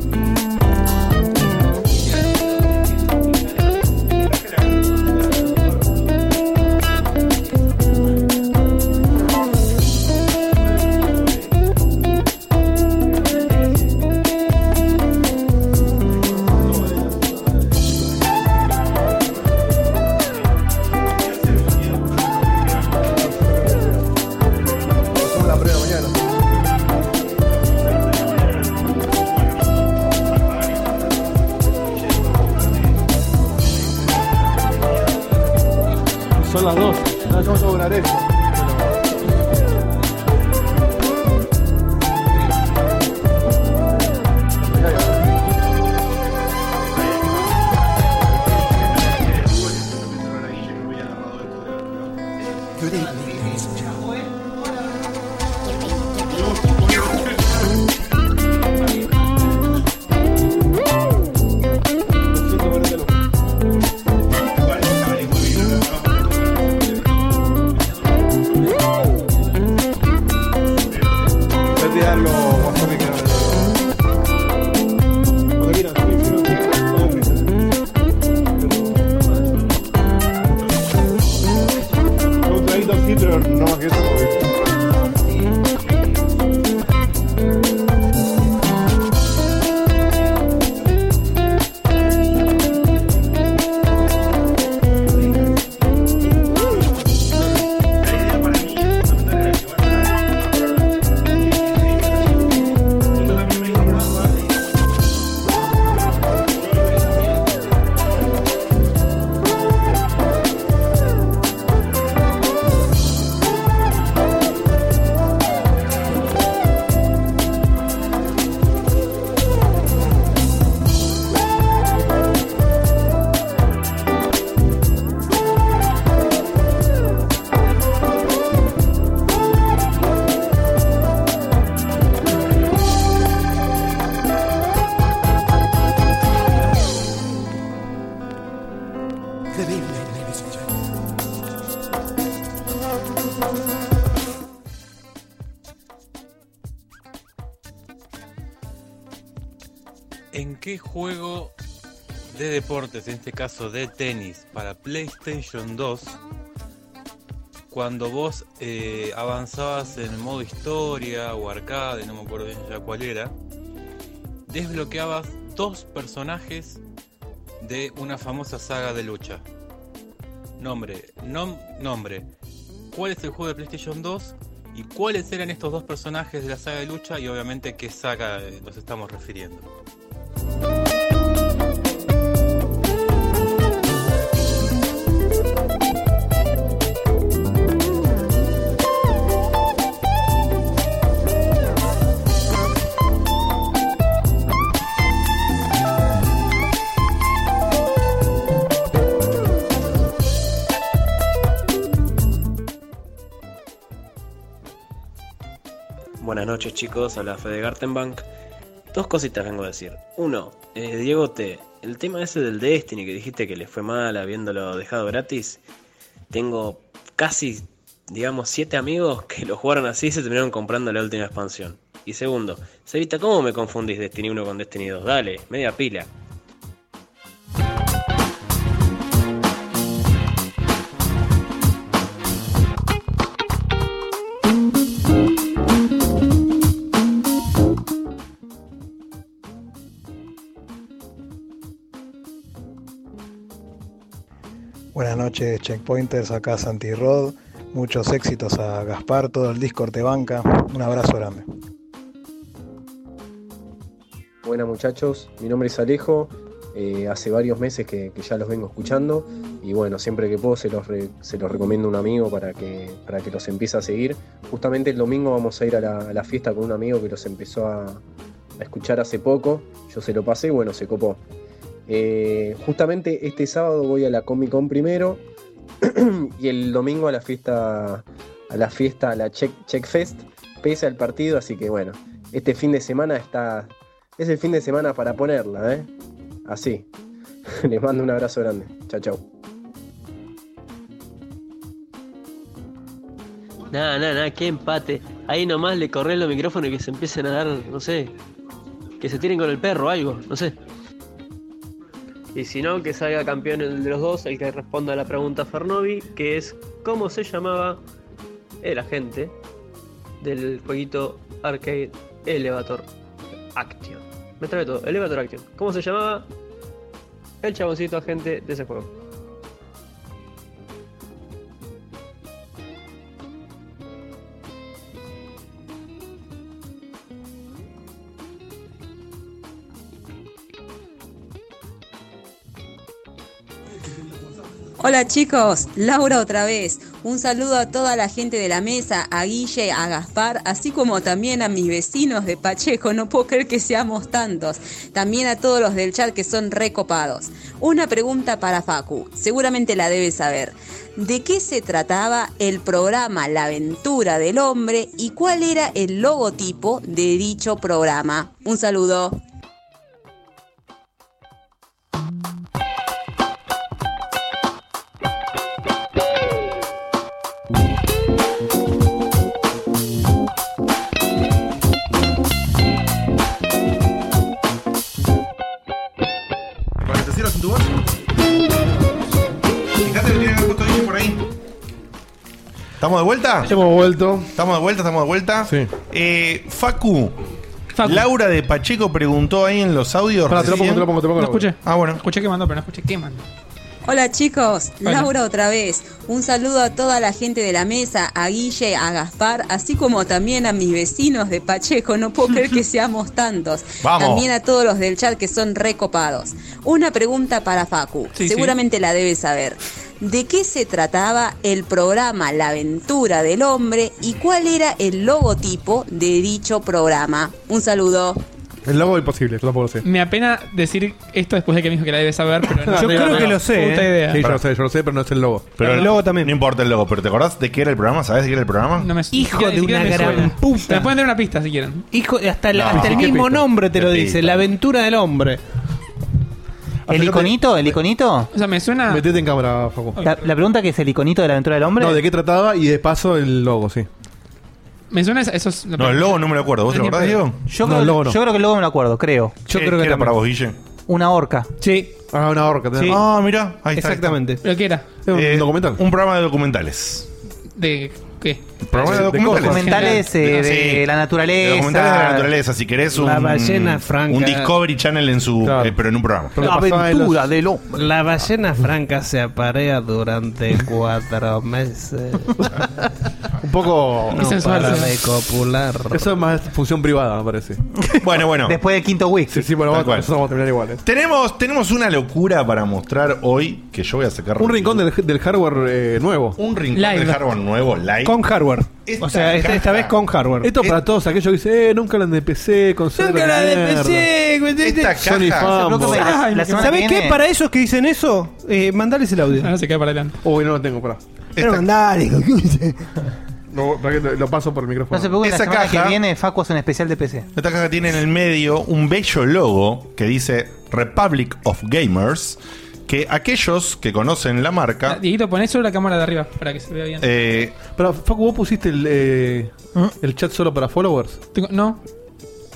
E: Son las dos. No, yo a cobrar esto. Voy a tirar los guasones que no- Cuando quieran, sí, sí, sí, sí. Un traguito así, pero no más que eso,
R: ¿En qué juego de deportes, en este caso de tenis, para PlayStation 2, cuando vos eh, avanzabas en modo historia o arcade, no me acuerdo bien ya cuál era, desbloqueabas dos personajes de una famosa saga de lucha? Nombre, nom- nombre. ¿Cuál es el juego de PlayStation 2? ¿Y cuáles eran estos dos personajes de la saga de lucha? Y obviamente, ¿qué saga eh, nos estamos refiriendo?
H: Buenas noches chicos, habla Fede Gartenbank. Dos cositas vengo a decir. Uno, eh, Diego T, el tema ese del Destiny que dijiste que le fue mal habiéndolo dejado gratis. Tengo casi, digamos, siete amigos que lo jugaron así y se terminaron comprando la última expansión. Y segundo, Sevita, ¿cómo me confundís Destiny 1 con Destiny 2? Dale, media pila.
G: Buenas noches, checkpointers. Acá Santi Rod. Muchos éxitos a Gaspar, todo el Discord te banca. Un abrazo grande.
S: Buenas muchachos, mi nombre es Alejo Eh, hace varios meses que, que ya los vengo escuchando y bueno, siempre que puedo se los, re- se los recomiendo a un amigo para que, para que los empiece a seguir. Justamente el domingo vamos a ir a la, a la fiesta con un amigo que los empezó a, a escuchar hace poco, yo se lo pasé y bueno, se copó. Eh, justamente este sábado voy a la Comic Con primero y el domingo a la fiesta, a la fiesta, a la Check, Check Fest, pese al partido, así que bueno, este fin de semana está, es el fin de semana para ponerla, ¿eh? Así. Les mando un abrazo grande. Chao, chao.
T: Nada, nada, nada, qué empate. Ahí nomás le corren los micrófonos y que se empiecen a dar, no sé, que se tiren con el perro o algo, no sé. Y si no, que salga campeón el de los dos, el que responda a la pregunta Farnovi, que es ¿cómo se llamaba el agente del jueguito arcade Elevator Action? Me trae todo, Elevator Action. ¿Cómo se llamaba el chaboncito agente de ese juego?
U: Hola chicos, Laura otra vez. Un saludo a toda la gente de la mesa, a Guille, a Gaspar, así como también a mis vecinos de Pacheco. No puedo creer que seamos tantos. También a todos los del chat que son recopados. Una pregunta para Facu, seguramente la debes saber. ¿De qué se trataba el programa La aventura del hombre y cuál era el logotipo de dicho programa? Un saludo.
B: Cuando te cierras en tu voz. Fíjate que tiene que haber puesto Guille por ahí. ¿Estamos de vuelta? Hemos vuelto. ¿Estamos de vuelta? ¿Estamos de vuelta? Sí. Eh, Facu. Laura de Pacheco preguntó ahí en los audios.
E: Pará, te lo pongo,
B: recién.
E: te lo pongo, te lo pongo.
B: No escuché. Ah, bueno.
D: Escuché que mandó, pero no escuché qué mandó.
U: Hola chicos,
D: Hola.
U: Laura otra vez. Un saludo a toda la gente de la mesa, a Guille, a Gaspar, así como también a mis vecinos de Pacheco. No puedo creer que seamos tantos.
R: Vamos.
U: También a todos los del chat que son recopados. Una pregunta para Facu,
R: Sí, sí.
U: seguramente la debes saber. ¿De qué se trataba el programa La aventura del hombre y cuál era el logotipo de dicho programa? Un saludo.
E: El logo imposible, yo tampoco lo sé.
D: Me apena decir esto después de que me dijo que la debe saber, pero no.
E: Yo creo que lo sé,
D: Puta
E: eh.
D: idea.
E: Sí, yo lo sé, yo lo sé, pero no es el logo.
B: Pero el logo también. No importa el logo, pero ¿te acordás de qué era el programa? ¿Sabés de qué era el programa?
D: No me- ni
B: Hijo
D: siquiera- ni
B: de
D: siquiera
B: una
D: me
B: gran
D: suena.
B: puta.
D: Me pueden dar una pista si quieren.
G: Hijo, hasta, el-
D: No.
G: hasta el
D: ¿Qué
G: mismo
D: pista?
G: nombre te
D: ¿Qué
G: lo dice,
D: pista?
G: la aventura del hombre.
C: ¿El iconito? ¿El iconito?
D: O sea, me suena.
E: Metete en cámara, Facu.
C: La, la pregunta que es el iconito de la aventura del hombre.
E: No, de qué trataba y de paso el logo, sí.
D: Me suena eso. es-
B: no me lo acuerdo. ¿Vos te lo acordás, Diego?
C: Yo,
E: No,
C: creo,
E: el logo no.
C: yo creo que el logo me lo acuerdo, creo.
E: Yo ¿Qué- creo que qué era también. para vos, Guille?
C: Una orca.
E: Sí. Ah, una orca.
C: Sí.
B: Ah, mira, ahí está.
E: Exactamente.
D: ¿Lo que era?
B: Un documental. Un programa de documentales.
D: ¿De qué?
B: Programa de documentales.
C: Documentales,
E: Ah,
C: eh, de la naturaleza.
B: De documentales de la naturaleza. Si querés un,
C: La ballena franca.
B: un Discovery Channel en su. eh, pero en un programa.
C: del
G: La ballena franca se aparea durante cuatro meses.
E: Un poco.
G: No para de copular.
E: Eso es más función privada, me parece.
B: Bueno, bueno.
C: Después del quinto week.
E: Sí, sí, bueno, vamos,
B: Tal cual.
E: nosotros vamos a terminar eh. iguales.
B: Tenemos, tenemos una locura para mostrar hoy que yo voy a sacar.
E: Un rincón del, del hardware eh, nuevo.
B: Un rincón del hardware nuevo, live.
E: Con hardware.
B: Esta O sea, esta- esta caja. vez
E: con hardware. Esto para todos aquellos que dicen, eh, nunca hablan de PC, con
G: Nunca hablan de PC, güey.
E: Esta
G: Sony
E: caja.
G: fanboy.
E: Se preocupa, la- la semana
G: ¿Sabés
E: que
G: qué?
E: viene- Ah,
G: Para esos que dicen eso, eh, mandales el audio.
D: Ahora se queda para adelante.
E: Uy, no lo tengo, pará.
G: Pero mandale.
E: Lo, para que lo- lo paso por el micrófono.
C: No se preocupen, la
E: Esa
C: semana
E: caja-
C: que viene Facu hace un especial de PC.
B: Esta caja tiene en el medio un bello logo que dice Republic of Gamers. Que aquellos que conocen la marca.
D: Dieguito, poné solo la cámara de arriba para que se vea bien.
B: eh,
E: Pero, Facu, ¿vos pusiste el, eh, el chat solo para followers?
D: no.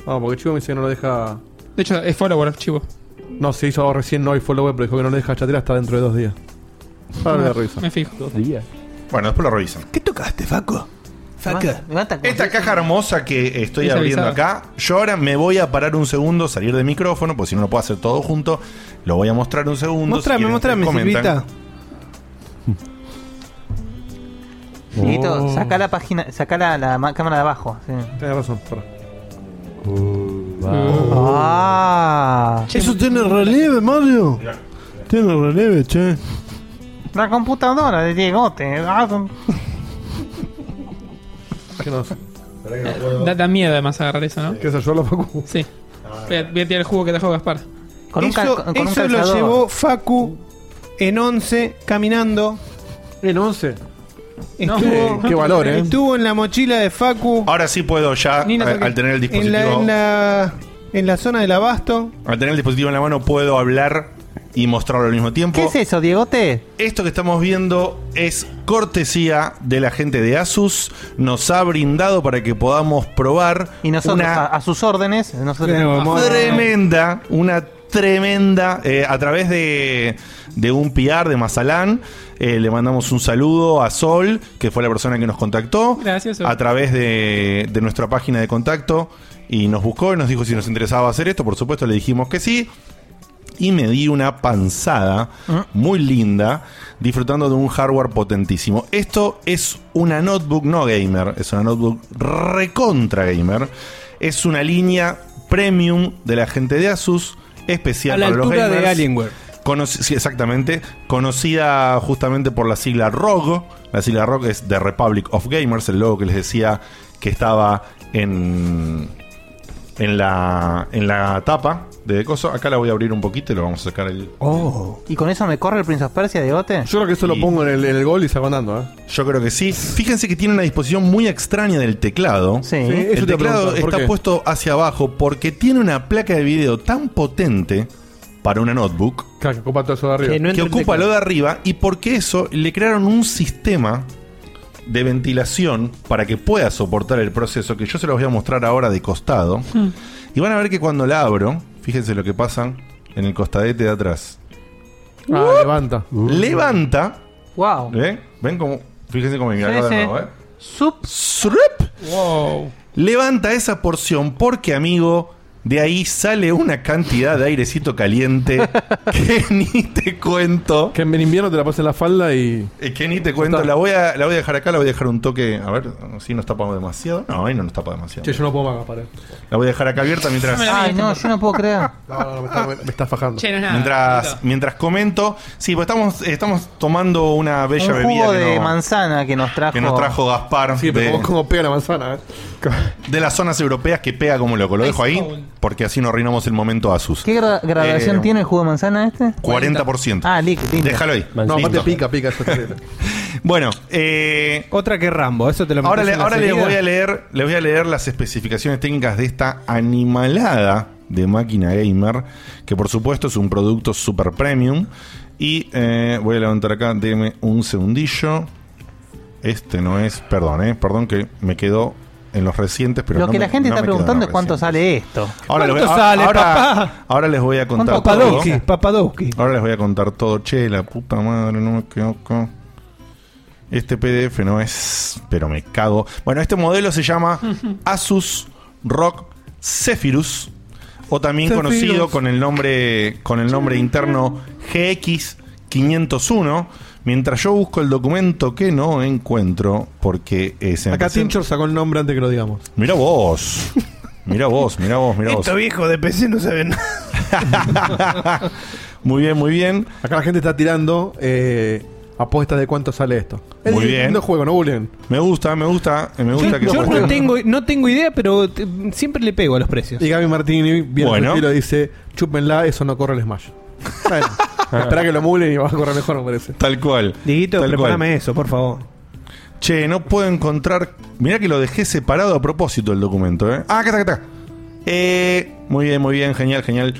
E: Ah, porque Chivo me dice que no lo deja.
D: De hecho, es follower, Chivo.
E: No, se hizo recién hoy follower, pero dijo que no lo deja chatear hasta dentro de dos días. Ahora le reviso.
D: Me fijo.
E: Dos días.
B: Bueno, después lo revisan.
E: ¿Qué tocaste, Facu?
B: Esta caja hermosa que estoy
E: Es
B: abriendo
E: avisada.
B: acá, yo ahora me voy a parar un segundo, salir del micrófono, porque si no lo puedo hacer todo junto. Lo voy a mostrar un segundo.
G: Mostrame,
B: quieren,
G: mostrame,
B: comentan.
G: Silvita.
C: Dieguito,
B: Oh.
C: saca la página, saca la, la ma- cámara de abajo. sí.
E: Tienes razón, pará.
C: Ah.
K: ¿Eso tiene relieve, Mario? Tiene relieve, che.
C: La computadora de Diegote. eh, ah,
E: ¿Qué nos-
D: Da, da miedo además agarrar eso, ¿no?
E: ¿Qué es yo, Facu?
D: Sí. Voy a, voy a tirar el jugo que trajo Gaspar.
G: eso eso lo llevó Facu en 11 caminando.
E: ¿En 11?
B: No, qué valor, ¿eh?
G: Estuvo en la mochila de Facu.
B: Ahora sí puedo ya,
G: Ni la
B: eh,
G: toqué.
B: al tener el
G: En
B: dispositivo.
G: la, en, la, en la zona del abasto.
B: Al tener el dispositivo en la mano puedo hablar y mostrarlo al mismo tiempo.
C: ¿Qué es eso, Diegote?
B: Esto que estamos viendo es cortesía de la gente de Asus. Nos ha brindado para que podamos probar
C: Y nosotros,
B: una
C: a, a sus órdenes, nosotros-
B: tremenda, una tremenda, eh, a través de, de un PR de Mazalán. eh, le mandamos un saludo a Sol, que fue la persona que nos contactó.
D: Gracias, Sol.
B: A través de, de nuestra página de contacto. Y nos buscó y nos dijo si nos interesaba hacer esto. Por supuesto, le dijimos que sí. Y me di una panzada
G: Ah.
B: muy linda, disfrutando de un hardware potentísimo. Esto es una notebook no gamer, es una notebook recontra gamer. Es una línea premium de la gente de Asus, especial
G: A la
B: para
G: altura
B: los
G: de
B: gamers.
G: Alienware.
B: Conoc- sí, exactamente. Conocida justamente por la sigla ROG. La sigla ROG es The Republic of Gamers, el logo que les decía que estaba en, en, la, en la tapa de Coso. Acá la voy a abrir un poquito y lo vamos a sacar el.
C: Oh. ¿Y con eso me corre el Prince of Persia, Diegote?
E: Yo creo que eso lo pongo en el, en el gol y saco andando, ¿eh?
B: Yo creo que sí. Fíjense que tiene una disposición muy extraña del teclado.
E: Sí, eso te
B: el
E: iba a
B: teclado
E: preguntar, ¿por
B: está
E: qué?
B: puesto hacia abajo porque tiene una placa de video tan potente para una notebook
E: Claro, Ah, que ocupa todo eso de arriba.
B: que, ocupa lo de arriba y porque eso le crearon un sistema de ventilación para que pueda soportar el proceso que yo se los voy a mostrar ahora de costado.
M: Hmm.
B: Y van a ver que cuando la abro, fíjense lo que pasa en el costadete de atrás. Uh.
E: Ah, levanta.
B: Levanta.
C: Wow.
B: ¿Eh? ¿Ven cómo? Fíjense cómo me acabo de nuevo, ¿eh?
C: Sup.
B: Srup. Levanta esa porción porque, amigo, de ahí sale una cantidad de airecito caliente que ni te cuento.
E: Que en el invierno te la pones en la falda y.
B: que ni te cuento. La voy, a, la voy a dejar acá, la voy a dejar un toque. A ver, si nos tapamos demasiado. No, ahí no nos tapa demasiado.
E: Che, yo no puedo más, Gaspar. eh.
B: La voy a dejar acá abierta mientras.
C: Ay, no, yo no puedo creer.
E: No, no, no, me está, me- me está fajando.
C: Che, no es nada.
B: Mientras, mientras comento, sí, pues estamos, estamos tomando una bella
C: Un
B: bebida
C: jugo
B: que
C: de
B: no-
C: manzana que nos trajo.
B: que nos trajo Gaspar.
E: Sí, pero
B: de-
E: vos como pega la manzana, ¿eh?
B: De las zonas europeas que pega como loco. Lo dejo ahí porque así no arruinamos el momento a sus.
C: ¿Qué gra- graduación
B: Eh,
C: tiene el jugo de manzana este?
B: 40%.
C: Ah, lic- lindo.
B: Déjalo ahí.
E: No, aparte
B: Listo.
E: pica, pica. Eso
B: Bueno, eh,
G: Otra que Rambo, eso te lo
B: ahora
G: metes
B: le,
G: en la
B: ahora le
G: salida.
B: voy a leer, les voy a leer las especificaciones técnicas de esta animalada de máquina gamer, que por supuesto es un producto super premium. Y eh, voy a levantar acá, deme un segundillo. Este no es, perdón, eh, perdón que me quedó en los recientes, pero
C: Lo
B: no
C: que
B: me-
C: la gente
B: no
C: está
B: me quedó en
C: preguntando
B: los
C: es cuánto sale esto.
B: Ahora, les voy, a- ahora- ahora les voy a contar
C: ¿Cuánto
B: todo.
C: Papadowski?
G: Papadowski.
B: Ahora les voy a contar todo. Che, la puta madre, no me quedo con... Este PDF no es... Pero me cago. Bueno, este modelo se llama Asus Rock Zephyrus. O también
E: Zephyrus.
B: conocido con el nombre, con el nombre interno GX501. Mientras yo busco el documento que no encuentro, porque eh, se me
E: Acá
B: presenta-
E: Tinchor sacó el nombre antes que lo digamos.
B: Mira vos. Mira vos, mira vos, mira vos.
G: Estos viejos de PC no saben nada.
B: Muy bien, muy bien.
E: Acá la gente está tirando eh, apuestas de cuánto sale esto. Es
B: Muy
E: un
B: bien.
E: lindo juego, no bullying.
B: Me gusta, me gusta, eh, me
G: Yo,
B: gusta que
G: yo
B: sea
G: no,
B: así.
G: tengo, no tengo idea, pero te- siempre le pego a los precios.
E: Y Gaby Martini viene
B: Bueno.
E: bueno. y dice, chúpenla, eso no corre el Smash. Bueno,
B: Ah.
E: espera que lo mulen y va a correr mejor, me parece.
B: Tal cual.
G: Diguito,
B: Tal
G: prepárame
B: cual.
G: eso, por favor.
B: Che, no puedo encontrar. Mirá que lo dejé separado a propósito el documento, ¿eh? Ah, acá está, acá está. Eh, muy bien, muy bien, genial, genial.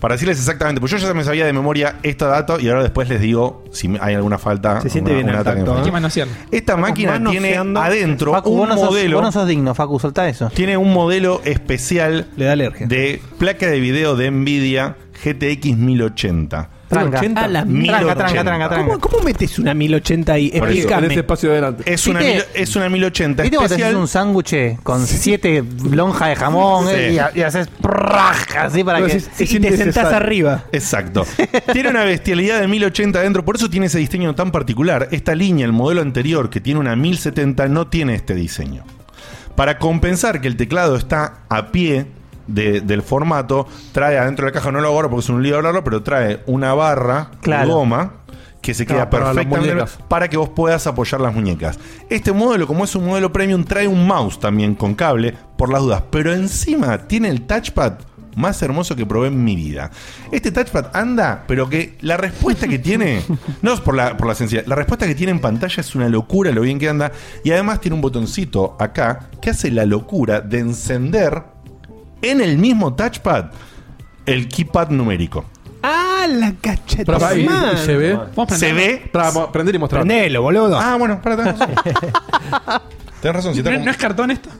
B: Para decirles exactamente, pues yo ya me sabía de memoria esta data y ahora después les digo si me- hay alguna falta.
G: Se siente
B: una-
G: bien
B: una
G: el
B: data que me
G: tacto,
B: falta.
G: ¿eh? Qué
B: Esta máquina tiene adentro
C: Facu,
B: un
C: vos no sos-
B: modelo.
C: vos no sos digno, Facu, soltá
G: ¿eh?
C: eso.
B: Tiene un modelo especial de placa de video de Nvidia GTX 1080.
C: Tranca. A la-
B: 1080.
C: tranca, tranca, tranca, tranca.
G: ¿Cómo, cómo metes una 1080 ahí?
B: Por eso,
G: Explícame.
B: en ese
E: espacio de adelante.
B: Es una,
C: ¿Viste?
B: mil- es una 1080
C: ¿Viste cuando te haces
B: especial.
C: un sándwich con siete lonjas de jamón
B: Sí.
C: eh, y, ha- y haces prraj, así para
B: Pero
C: que
B: es- es innecesario. Exacto. tiene una bestialidad de 1080 adentro, por eso tiene ese diseño tan particular. Esta línea, el modelo anterior que tiene una 1070, no tiene este diseño. Para compensar que el teclado está a pie de- del formato, trae adentro de la caja, no lo agarro porque es un lío hablarlo, pero trae una barra
C: Claro.
B: de goma que se queda
C: Ah, para las
B: perfectamente
C: muñecas.
B: para que vos puedas apoyar las muñecas. Este modelo, como es un modelo premium, trae un mouse también con cable, por las dudas, pero encima tiene el touchpad más hermoso que probé en mi vida. Este touchpad anda, pero que la respuesta que tiene, no es por la, por la sencilla, la respuesta que tiene en pantalla es una locura lo bien que anda, y además tiene un botoncito acá que hace la locura de encender en el mismo touchpad el keypad numérico.
G: Ah, la cacheta.
E: Pará, y- y se ve.
B: Se ve.
E: Para prender y mostrar.
G: Prendelo, boludo.
B: Ah, bueno, para tenés razón. tenés razón. Si está como-
D: ¿No es cartón esto?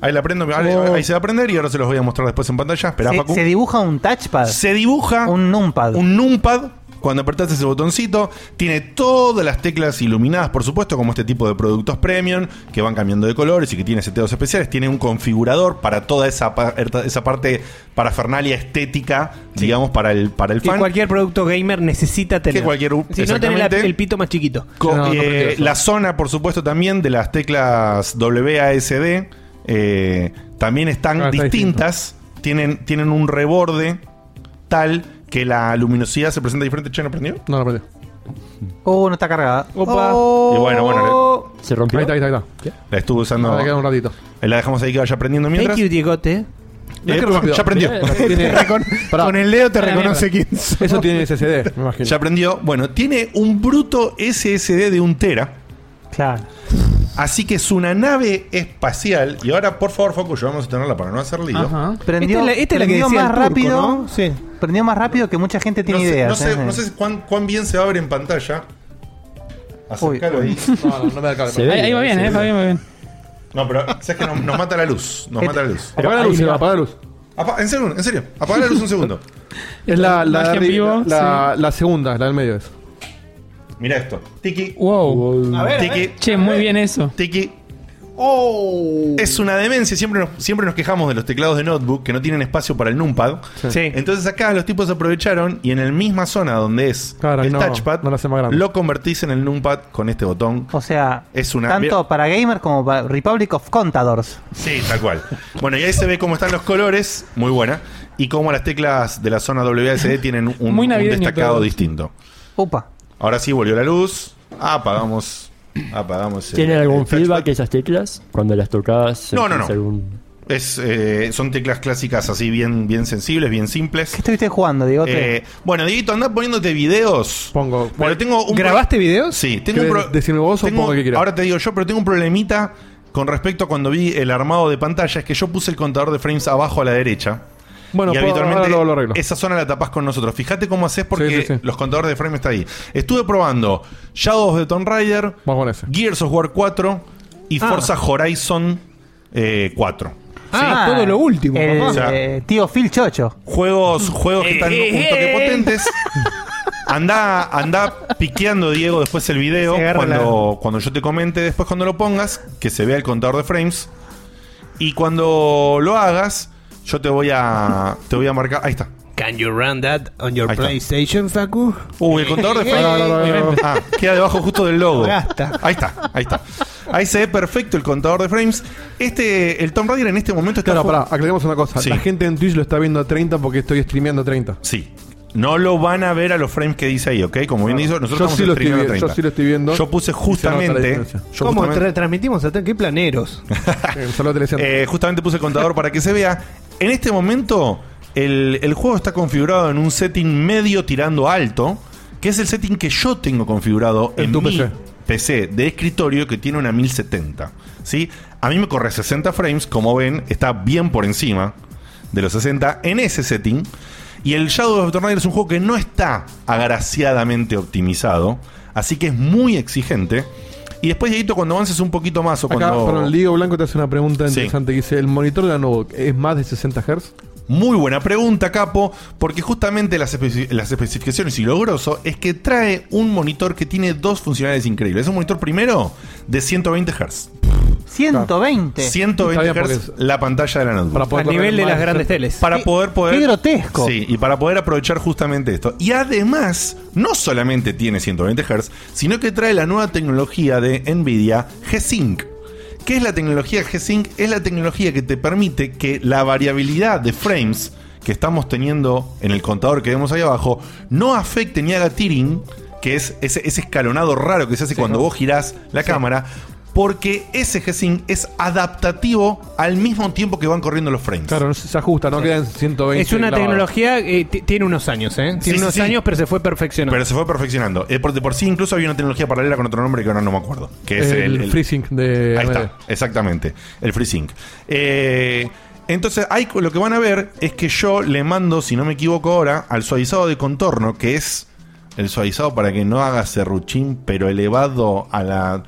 B: Ahí la prendo, ahí, ahí se va a prender y ahora se los voy a mostrar después en pantalla. Esperá,
C: Oh. Se-
B: Facu.
C: se dibuja un touchpad.
B: Se dibuja
C: un numpad.
B: Un numpad. Cuando apretás ese botoncito, tiene todas las teclas iluminadas, por supuesto, como este tipo de productos premium, que van cambiando de colores y que tiene seteos especiales. Tiene un configurador para toda esa, pa- er, esa parte parafernalia estética, digamos, para el, para el
G: Que
B: fan.
G: cualquier producto gamer necesita tener.
B: Que cualquier-
G: si no tenés la-
B: exactamente.
G: el pito más chiquito.
B: Co- eh, la zona, por supuesto, también de las teclas WASD eh, también están
E: Ah, está
B: distintas. Tienen, tienen un reborde tal que la luminosidad se presenta diferente. ¿Che, no prendió?
E: No, no perdió.
C: Oh, no está cargada. Oh.
E: Opa.
B: Y bueno, bueno.
F: Se rompió.
E: Ahí está, ahí está. Ahí está.
B: La estuve usando.
E: Ahora queda un ratito.
B: Eh, La dejamos ahí que vaya aprendiendo mientras.
G: Thank you, Diegote.
B: Eh, ya aprendió.
G: Con el dedo te reconoce quién
E: Eso tiene SSD, me imagino.
B: Ya aprendió. Bueno, tiene un bruto SSD de un tera.
C: Claro.
B: Así que es una nave espacial. Y ahora, por favor, Focus, llevamos a tenerla para no hacer lío.
E: Este
C: Prendió,
B: este
C: prendió
G: decía
C: más
G: el turco,
C: rápido.
G: ¿no?
C: Prendió más rápido que mucha gente
B: No
C: tiene
B: sé,
C: ideas.
B: no sé,
C: ¿eh?
B: no sé cuán, cuán bien se va a ver en pantalla. Acercalo ahí.
E: No, no, no me da el cable. Se ve,
D: Ahí, ahí va bien,
E: se
D: eh,
E: ve.
D: va bien, va bien.
B: No, pero sabes que nos, nos mata la luz. Nos mata la luz.
E: Apaga la luz, Seba, apaga la luz.
B: Apa- en serio, en serio. Apaga la luz un segundo.
E: Es la, la,
B: Magia en
E: de
B: vivo,
E: arriba, la, la segunda, la del medio es.
B: Mira esto. Tiki.
D: Wow.
B: A ver, a ver. Tiki.
D: Che, muy bien eso.
B: Tiki. Es una demencia. Siempre nos, siempre nos quejamos de los teclados de notebook que no tienen espacio para el numpad.
G: Sí.
B: Entonces acá los tipos aprovecharon y en la misma zona donde es el
E: no,
B: touchpad
E: no lo hace más grande.
B: lo convertís en el numpad con este botón.
C: O sea,
B: es una
C: tanto para gamer como para Republic of Contadors.
B: Sí, tal cual. Bueno, y ahí se ve cómo están los colores, muy buena, y cómo las teclas de la zona WSD tienen un,
C: Muy
B: un
C: navideño
B: destacado
C: todo.
B: distinto.
C: Upa.
B: Ahora sí volvió la luz. Ah, apagamos. Apagamos. el-
F: ¿Tienen
B: el
F: algún
B: touchpad.
F: feedback esas teclas? Cuando las tocas.
B: No, no,
F: ¿sentís
B: no.
F: algún-
B: Es, eh, son teclas clásicas así bien, bien sensibles, bien simples. ¿Qué
C: estuviste jugando, Diego?
B: Eh, bueno, Dieguito, andá poniéndote videos.
E: Pongo.
B: Pero tengo un
G: ¿Grabaste videos?
B: Sí, tengo un
E: ¿Querés
B: pro-
E: decirme vos o
B: tengo-
E: pongo el que quieras?
B: Ahora te digo yo, pero tengo un problemita con respecto a cuando vi el armado de pantalla. Es que yo puse el contador de frames abajo a la derecha.
E: Bueno,
B: y
E: puedo-
B: habitualmente
E: ahora lo- lo arreglo.
B: esa zona la tapás con nosotros. Fíjate cómo haces porque
E: Sí, sí, sí.
B: los contadores de frame está ahí. Estuve probando Shadows de Tomb Raider, Gears of War 4 y
G: Ah.
B: Forza Horizon eh, 4.
G: Ah, todo lo último,
C: el,
G: papá.
B: O sea,
C: eh, tío Phil Chocho.
B: Juegos, juegos que están un toque potentes. Andá, andá piqueando, Diego, después el video.
G: Se agarra
B: Cuando, cuando yo te comente, después cuando lo pongas, que se vea el contador de frames. Y cuando lo hagas, yo te voy a. Te voy a marcar. Ahí está.
G: Can you run that on your
B: Ahí está.
G: PlayStation, Facu?
B: Uy, el contador de frames.
G: Obviamente.
B: Ah, queda debajo justo del logo.
G: Gasta.
B: Ahí está, ahí está. Ahí se ve perfecto el contador de frames. Este, el Tomb Raider en este momento está.
E: Claro,
B: fu-
E: pará, aclaremos una cosa.
B: Sí.
E: La gente en Twitch lo está viendo a 30 porque estoy streameando a 30.
B: Sí. No lo van a ver a los frames que dice ahí, ¿ok? Como bien dice, nosotros
E: Yo
B: estamos
E: sí lo estoy
B: streameando
E: viendo,
B: 30.
E: yo sí lo estoy viendo.
B: Yo
E: Y se
B: puse
E: nota la
B: justamente.
E: diferencia.
B: yo
G: ¿Cómo
B: justamente-
G: tra- transmitimos hasta qué planeros?
B: Eh, justamente puse el contador para que se vea. En este momento, el, el juego está configurado en un setting medio tirando alto, que es el setting que yo tengo configurado en,
E: tu
B: mi
E: PC.
B: PC. de escritorio que tiene una 1070. ¿sí? A mí me corre 60 frames, como ven, está bien por encima de los 60 en ese setting. Y el Shadow of the Tomb Raider es un juego que no está agraciadamente optimizado, así que es muy exigente. Y después, Dieguito, cuando avances un poquito más o
E: Acá,
B: cuando...
E: perdón, Ligo Blanco te hace una pregunta interesante que dice, ¿el monitor de la notebook es más de 60 Hz?
B: Muy buena pregunta, Capo, porque justamente las, especi- las especificaciones y lo grosso es que trae un monitor que tiene dos funcionalidades increíbles. Es un monitor primero de 120 Hz.
C: 120.
B: 120 Hz la pantalla de la notebook.
E: Para poder A nivel correr de más las grandes de- teles.
B: Para poder poder.
C: qué grotesco.
B: Sí, y para poder aprovechar justamente esto. Y además, no solamente tiene 120 Hz, sino que trae la nueva tecnología de Nvidia G-Sync. ¿Qué es la tecnología G-Sync? Es la tecnología que te permite que la variabilidad de frames que estamos teniendo en el contador que vemos ahí abajo no afecte ni haga tearing, que es ese, ese escalonado raro que se hace cuando vos girás la cámara, porque ese G-Sync es adaptativo al mismo tiempo que van corriendo los frames.
E: Claro, no se se ajusta, no quedan 120.
G: Es una
E: clavados.
G: tecnología que tiene unos años, ¿eh? Tiene
B: Sí, sí,
G: unos
B: sí.
G: años, pero se fue perfeccionando.
B: Pero se fue perfeccionando. Eh, por, de por sí, incluso había una tecnología paralela con otro nombre que ahora no me acuerdo. Que es
E: El
B: el,
E: FreeSync de
B: Ahí
E: AMD.
B: está, exactamente. El FreeSync. Eh, entonces, ahí lo que van a ver es que yo le mando, si no me equivoco ahora, al suavizado de contorno, que es el suavizado para que no haga serruchín, pero elevado a la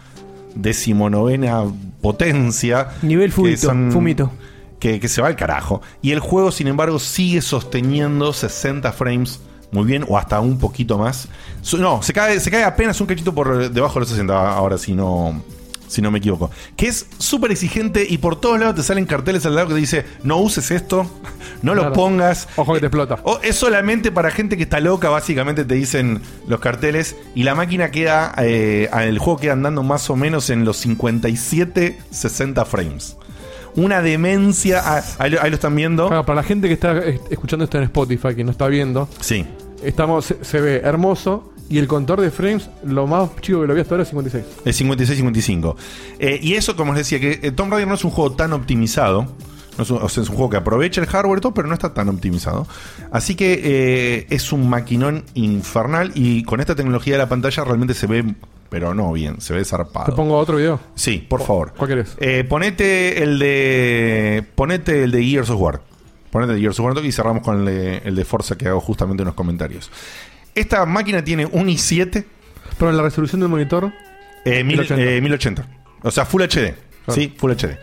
B: decimonovena potencia. Nivel
G: fumito, fumito.
B: Que, que se va al carajo. Y el juego, sin embargo, sigue sosteniendo 60 frames muy bien, o hasta un poquito más. Su- No, se cae, se cae apenas un cachito por debajo de los 60 ahora, si no, si no me equivoco. Que es súper exigente y por todos lados te salen carteles al lado que te dice, no uses esto, no lo
E: Claro.
B: pongas.
E: Ojo que te explota.
B: O es solamente para gente que está loca, básicamente te dicen los carteles. Y la máquina queda, eh, el juego queda andando más o menos en los 57, 60 frames. Una demencia. ah, Ahí, lo- ahí lo están viendo.
E: Claro, para la gente que está eh, escuchando esto en Spotify, que no está viendo,
B: sí.
E: estamos, se, se ve hermoso y el contador de frames, lo más chico que lo vi hasta ahora es 56.
B: El 56-55. Eh, y eso, como les decía, que eh, Tomb Raider no es un juego tan optimizado. No es un, o sea, es un juego que aprovecha el hardware y todo, pero no está tan optimizado. Así que eh, es un maquinón infernal y con esta tecnología de la pantalla realmente se ve, pero no bien, se ve zarpado.
E: ¿Te pongo otro video?
B: Sí, por favor.
E: ¿Cuál querés?
B: Eh, ponete el de. Ponete el de Gears of War. Ponete el de Gears of War y cerramos con el de, el de Forza que hago justamente en los comentarios. Esta máquina tiene un i7.
E: Pero la resolución del monitor.
B: Eh, mil-
E: 1080.
B: eh, 1080. O sea, Full HD. Sí, Full HD.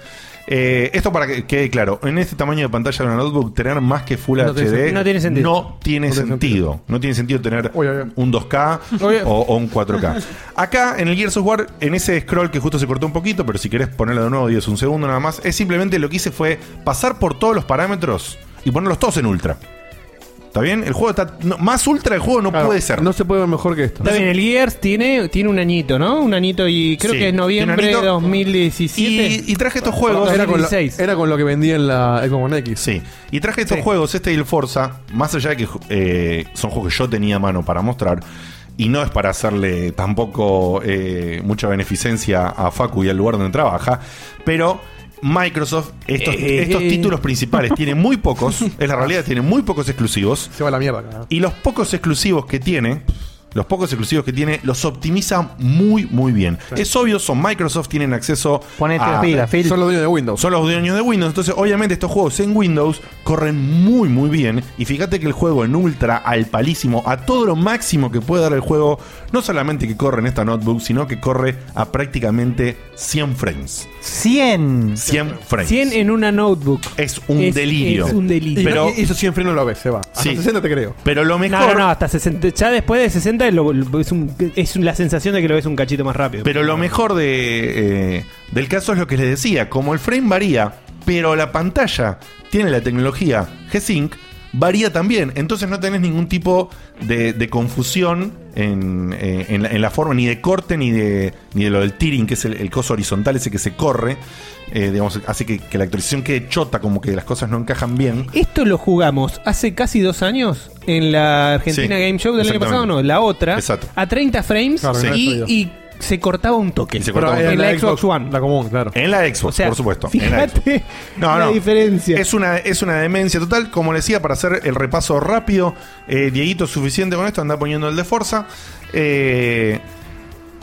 B: Eh, esto para que quede claro, en este tamaño de pantalla de una notebook, tener más que Full
G: No tiene
B: HD
G: sentido. No tiene sentido. No tiene
B: no tiene sentido. No tiene sentido tener un 2K
G: Oye.
B: o, o un 4K. Acá en el Gears of War, en ese scroll que justo se cortó un poquito, pero si querés ponerlo de nuevo, 10, un segundo nada más, es simplemente lo que hice fue pasar por todos los parámetros y ponerlos todos en ultra. ¿Está bien? El juego está. no, más ultra el juego no puede ser.
E: No se puede ver mejor que esto.
G: Está bien, el Gears tiene, tiene un añito, ¿no? Un añito y creo
E: Sí,
G: que es noviembre
E: tiene
G: de
E: un añito.
G: 2017.
B: Y, traje estos
E: juegos era con, lo,
G: 2016.
E: era con lo que vendía en la Xbox One X.
B: Sí. Y traje estos juegos, este y el Forza, más allá de que eh, son juegos que yo tenía a mano para mostrar, y no es para hacerle tampoco eh, mucha beneficencia a Facu y al lugar donde trabaja, pero Microsoft, estos,
E: Eh.
B: estos títulos principales, tiene muy pocos, es la realidad, tiene muy pocos exclusivos.
E: Se va a la mierda. cara.
B: Y los pocos exclusivos que tiene, los pocos exclusivos que tiene, los optimiza muy, muy bien. Es obvio, son Microsoft, tienen acceso
C: Ponete las pilas, Phil.
E: Son los dueños de Windows.
B: Son los dueños de Windows. Entonces, obviamente, estos juegos en Windows corren muy, muy bien. Y fíjate que el juego en ultra, al palísimo, a todo lo máximo que puede dar el juego, no solamente que corre en esta notebook, sino que corre a prácticamente 100 frames.
C: 100.
B: 100 frames.
G: 100 en una notebook.
B: Es un delirio.
G: Es un delirio.
B: Pero,
E: Eso siempre no lo ves, se va. Hasta
B: Sí.
E: 60 te creo.
B: pero lo
G: No,
B: mejor.
G: no, no, hasta 60. Ya después de 60 es, lo- es un- es la sensación de que lo ves un cachito más rápido.
B: Pero lo mejor de, eh, del caso es lo que les decía, como el frame varía, pero la pantalla tiene la tecnología G-Sync, varía también, entonces no tenés ningún tipo de, de confusión en, eh, en la, en la forma, ni de corte, ni de, ni de lo del tearing, que es el, el coso horizontal ese que se corre, eh, digamos, hace que, que la actualización quede chota, como que las cosas no encajan bien.
G: Esto lo jugamos hace casi dos años en la Argentina
B: Sí,
G: Game Show del año
B: exactamente.
G: pasado, no, la otra,
B: Exacto.
G: a 30 frames
B: Claro, no
G: y,
B: es fluido.
G: y se cortaba un toque.
B: se cortaba
G: Pero
B: un
G: en
B: toque.
G: la Xbox One.
E: La común, claro.
B: En la Xbox,
G: O sea,
B: por supuesto. en la Xbox.
G: Fíjate
B: No,
G: la
B: no.
G: diferencia.
B: Es una, es una demencia total. Como le decía, para hacer el repaso rápido, eh, Dieguito es suficiente con esto, anda poniendo el de Forza. Eh,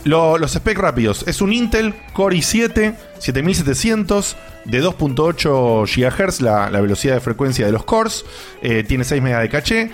B: lo- los specs rápidos. Es un Intel Core i7 7700 de 2.8 GHz, la, la velocidad de frecuencia de los cores. Eh, tiene 6 MB de caché.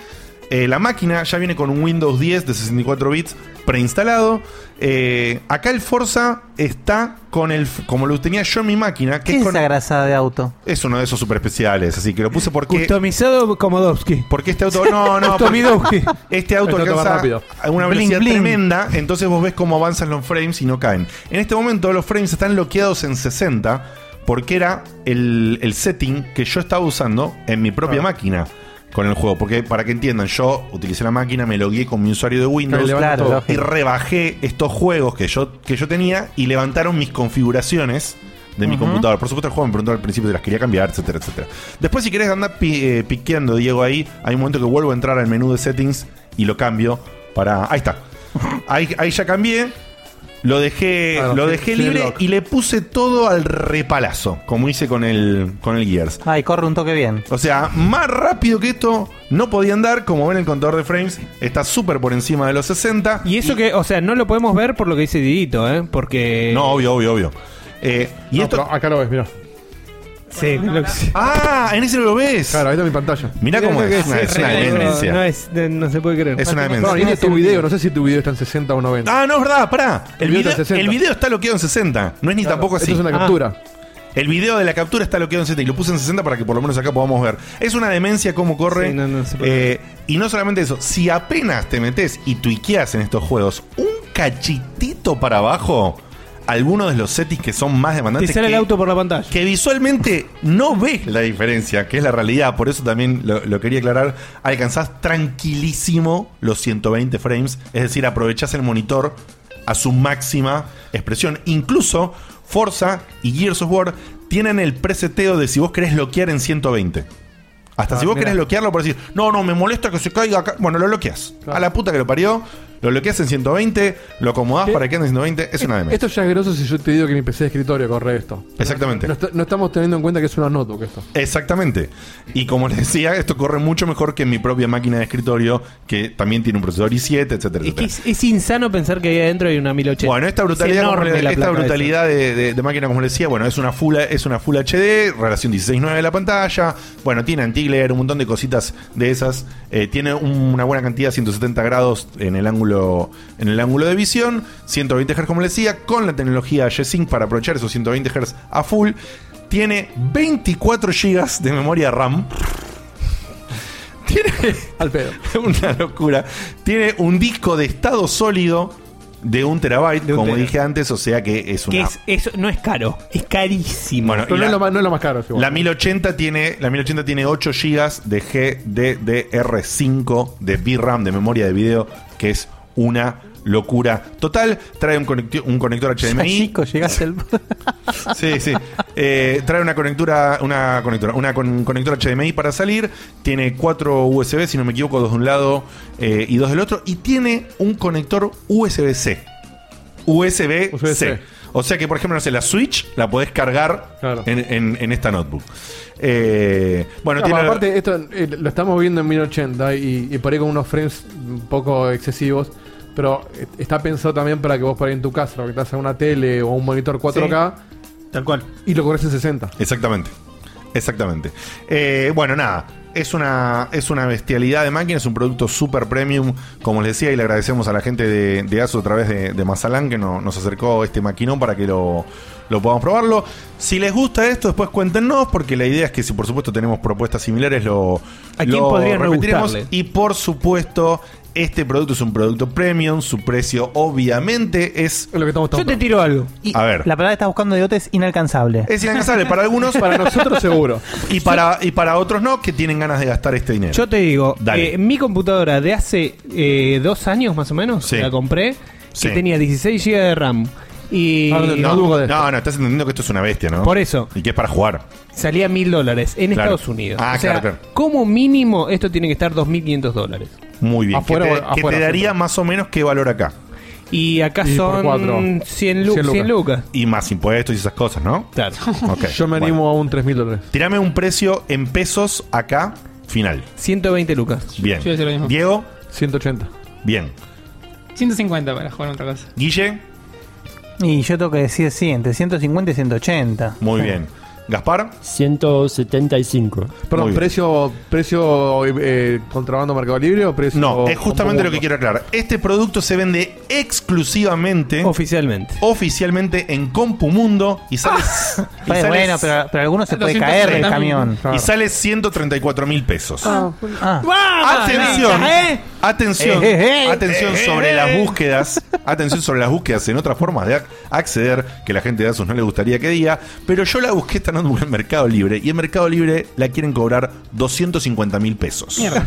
B: Eh, la máquina ya viene con un Windows 10 de 64 bits preinstalado. Eh, acá el Forza está con el. f- como lo tenía yo en mi máquina. Que
C: ¿Qué es
B: con-
C: esa grasada de auto?
B: es uno de esos super especiales, así que lo puse porque.
G: Customizado Komodowski.
B: Porque este auto. No, no, porque
G: Customizowski.
B: este auto
G: Este auto va
B: alcanza
G: rápido.
B: a una
G: Bling,
B: velocidad
G: bling.
B: tremenda. Entonces vos ves cómo avanzan los frames y no caen. En este momento los frames están bloqueados en 60. Porque era el, el setting que yo estaba usando en mi propia máquina con el juego. Porque para que entiendan, yo utilicé la máquina, me logué con mi usuario de Windows
E: Claro, levanta todo.
B: y rebajé estos juegos que yo, que yo tenía y levantaron mis configuraciones de mi
V: Ujú.
B: computadora. Por supuesto, el juego me preguntó al principio si las quería cambiar, etcétera, etcétera. Después, si querés andar pi- eh, piqueando, Diego, ahí, hay un momento que vuelvo a entrar al menú de settings y lo cambio para. Ahí está. Ahí, ahí ya cambié. Lo dejé,
E: Ah,
B: lo
E: sí,
B: dejé
E: sí,
B: libre
E: lock.
B: y le puse todo al repalazo, como hice con el, con el Gears.
C: Ay, corre un toque bien.
B: O sea, más rápido que esto no podía andar. Como ven, el contador de frames está súper por encima de los 60.
G: Y eso que, o sea, no lo podemos ver por lo que dice Didito, ¿eh? Porque.
B: No, obvio, obvio, obvio. y esto.
E: acá lo ves, mirá.
G: Sí, lo que
B: Ah, en ese lo ves.
E: Claro, ahí está mi pantalla.
B: Mirá cómo
G: Creo que
B: es. Una- es una demencia.
G: No, es- de- no se puede creer.
B: Es una demencia.
E: No, y de tu video, no sé si tu video está en 60 o 90.
B: Ah, no, es verdad, pará. El,
E: video
B: video,
E: está en 60.
B: el video está bloqueado en 60. No es ni
E: Claro,
B: tampoco así. Ah.
E: esto es una captura.
B: El video de la captura está bloqueado en 60 y lo puse en 60 para que por lo menos acá podamos ver. Es una demencia cómo corre.
G: Sí, no, no, se
B: Eh, y no solamente eso, si apenas te metes y tuiqueas en estos juegos un cachitito para abajo, algunos de los settings que son más demandantes.
G: Te sale
B: que-
G: el auto por la pantalla.
B: Que visualmente no ves la diferencia, que es la realidad. Por eso también lo, lo quería aclarar. Alcanzás tranquilísimo los 120 frames. Es decir, aprovechás el monitor a su máxima expresión. Incluso Forza y Gears of War tienen el preseteo de si vos querés bloquear en 120. Hasta
E: Ah,
B: si vos
E: mirá.
B: querés bloquearlo por decir, no, no, me molesta que se caiga acá. Bueno, lo bloqueas. A la puta que lo parió, lo bloqueas en 120, lo acomodás para que ande en 120. Es una demencia.
E: Esto ya es grosso si yo te digo que mi PC de escritorio corre esto.
B: Exactamente.
E: No, est- no estamos teniendo en cuenta que es una notebook esto.
B: Exactamente. Y como les decía, esto corre mucho mejor que en mi propia máquina de escritorio, que también tiene un procesador i7, etcétera, etcétera.
G: Es, es insano pensar que ahí adentro hay una 1080.
B: Bueno, esta brutalidad,
G: Es
B: como
G: enorme
B: le-
G: la
B: esta
G: placa
B: brutalidad de, de- de máquina, como les decía, bueno, es una full, es una full HD, relación 16.9 de la pantalla, bueno, tiene anti-glare, un montón de cositas de esas, eh, tiene un- una buena cantidad, 170 grados en el ángulo, en el ángulo de visión, 120 Hz, como les decía, con la tecnología G-Sync para aprovechar esos 120 Hz a full, tiene 24 GB de memoria RAM. Tiene.
E: Al pedo.
B: Una locura. Tiene un disco de estado sólido de un terabyte, como
G: tera.
B: dije antes, o sea que es
G: Que
B: una.
G: es, eso no es caro, es carísimo.
B: Bueno, y la,
E: más, no es lo más caro. es igual.
B: la 1080 tiene, la 1080 tiene 8 GB de GDDR5 de VRAM, de memoria de video, que es una locura total. Trae un, conecti- un conector HDMI.
C: Chico, llegás al.
B: Sí, sí. Eh, trae una conectura, una conectora, una con- conector HDMI para salir. Tiene cuatro USB, si no me equivoco, dos de un lado eh, y dos del otro. Y tiene un conector USB-C. USB-C.
E: USB-C.
B: O sea que, por ejemplo, no sé, la Switch la podés cargar en, en- en esta notebook. Eh, bueno,
E: Claro,
B: tiene.
E: pero aparte, esto eh, lo estamos viendo en 1080 y, y por ahí con unos frames un poco excesivos. Pero eh, está pensado también para que vos por ahí en tu casa, lo que te haces una tele o un monitor 4K.
G: Tal cual.
E: Y lo corres en 60.
B: Exactamente. Exactamente. Eh, bueno, nada. Es una, es una bestialidad de máquina, es un producto super premium, como les decía, y le agradecemos a la gente de, de ASUS a través de, de Mazalán que no- nos acercó este maquinón para que lo, lo podamos probarlo. Si les gusta esto, después cuéntenos, porque la idea es que si por supuesto tenemos propuestas similares, lo,
G: ¿A quién
B: lo
G: podrían no
B: repetiremos.
G: gustarle?
B: Y por supuesto, este producto es un producto premium, su precio obviamente es...
E: Lo que estamos
G: Yo te tiro algo.
B: a ver.
C: La palabra que estás buscando de es inalcanzable.
B: Es inalcanzable para algunos.
E: Para nosotros seguro.
B: Y para, y para otros no, que tienen ganas de gastar este dinero.
G: Yo te digo,
B: Dale.
G: eh, mi computadora de hace eh, dos años más o menos, la compré,
B: Sí. Ah,
G: que tenía 16 GB de RAM. Y
B: no, no, no, estás entendiendo que esto es una bestia, ¿no?
G: Por eso.
B: Y que es para jugar.
G: salía mil dólares en
B: Claro.
G: Estados Unidos.
B: Ah,
G: o sea,
B: claro, claro.
G: como mínimo esto tiene que estar 2.500 dólares.
B: Muy bien.
G: Afuera
B: que te,
G: o-
B: que
G: afuera,
B: te
G: afuera.
B: daría más o menos qué valor acá.
G: Y acá
B: Y por
G: son
B: cuatro.
G: 100, lu- 100 lucas.
B: Y más impuestos y esas cosas, ¿no?
G: Claro.
E: Yo me animo a un 3.000 dólares.
B: Tirame un precio en pesos acá, final.
G: 120 lucas.
B: Bien.
D: Yo voy a hacer lo mismo.
B: Diego.
E: 180.
B: Bien.
D: 150 para jugar a otra cosa.
B: Guille.
C: Y yo tengo que decir sí, entre 150 y 180.
B: Muy bien. ¿Gaspar?
F: 175.
E: Perdón, precio, precio eh, contrabando Mercado Libre o precio.
B: No, es justamente lo que quiero aclarar. Este producto se vende exclusivamente.
G: Oficialmente.
B: Oficialmente en Compumundo y sale. y
C: Pues
B: sale-
C: bueno, pero, pero algunos se puede caer del
B: 230.000.
C: camión.
B: Y sale 134 mil pesos.
A: Ah.
B: Atención,
C: Atención.
B: atención,
C: Ah. Eh, eh, eh.
B: atención
C: Eh, eh,
B: sobre
C: eh.
B: las búsquedas, atención sobre las búsquedas en otras formas de ac- acceder que la gente de Asus no le gustaría que diga, pero yo la busqué esta notebook en Mercado Libre y en Mercado Libre la quieren cobrar 250 mil pesos.
D: Mierda.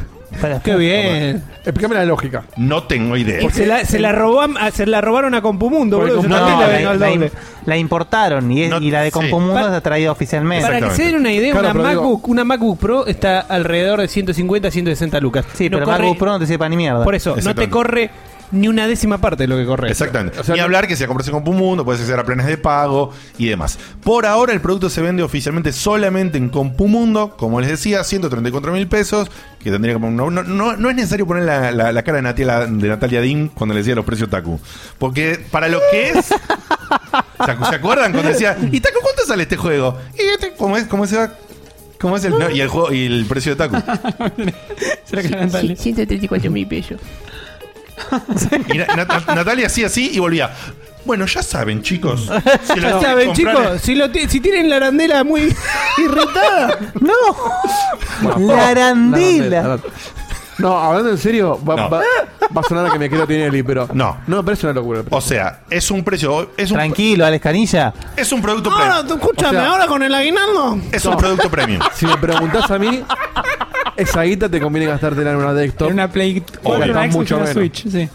G: Qué bien.
E: Explícame la lógica.
B: No tengo idea.
G: Y se, la, se, la robam- ah, se la robaron a Compumundo, boludo.
C: No,
G: Se la
C: la,
G: vendió al
C: la-
G: doble.
C: la importaron y, es- y la de Compomundo es traída oficialmente.
G: Para que se den una idea, una, MacBook, una MacBook Pro está alrededor de 150, 160 lucas.
C: Sí, pero MacBook Pro no te sepa ni mierda.
G: Por eso, no te
B: Exactamente.
G: corre ni una décima parte de lo que corre.
B: Exactamente. Ni hablar que se comprarse con Pumundo, puedes acceder a planes de pago y demás. Por ahora el producto se vende oficialmente solamente en Compumundo, como les decía, 134 mil pesos, que tendría que poner- no, no, no, no es necesario poner la, la- la cara de Natalia, de Natalia Dim cuando le decía los precios Taku. Porque para lo que es... ¿Se acu- ¿Se acuerdan cuando decía, ¿y Taku cuánto sale este juego? ¿Y este, cómo es, cómo se va? ¿Cómo es el, no, y el juego y el precio de Taku?
V: Sí, 134 mil pesos.
B: Y Na- Nat- Natalia hacía así y volvía. Bueno, ya saben, chicos. si lo
G: Ya
B: quieren
G: saben,
B: comprar
G: chicos,
B: es-
G: si, lo ti- si tienen la arandela muy irritada.
E: Bueno,
G: La
C: arandela.
E: la arandela. No, hablando en serio, va, va- va a sonar a que me quiero Tinelli, pero.
B: No.
E: No, pero es una locura.
B: O sea, es un precio. Es un
C: Tranquilo, Alex Canilla.
B: Es un producto
G: Ahora, tú Ah, escúchame,
E: O sea,
G: ahora con el aguinaldo.
E: No. Si me preguntás a mí, esa guita te conviene gastártela en una desktop. En una
D: Play
E: o
D: una
E: gastar
D: Xbox y
E: mucho
D: una
E: menos.
D: Switch, sí.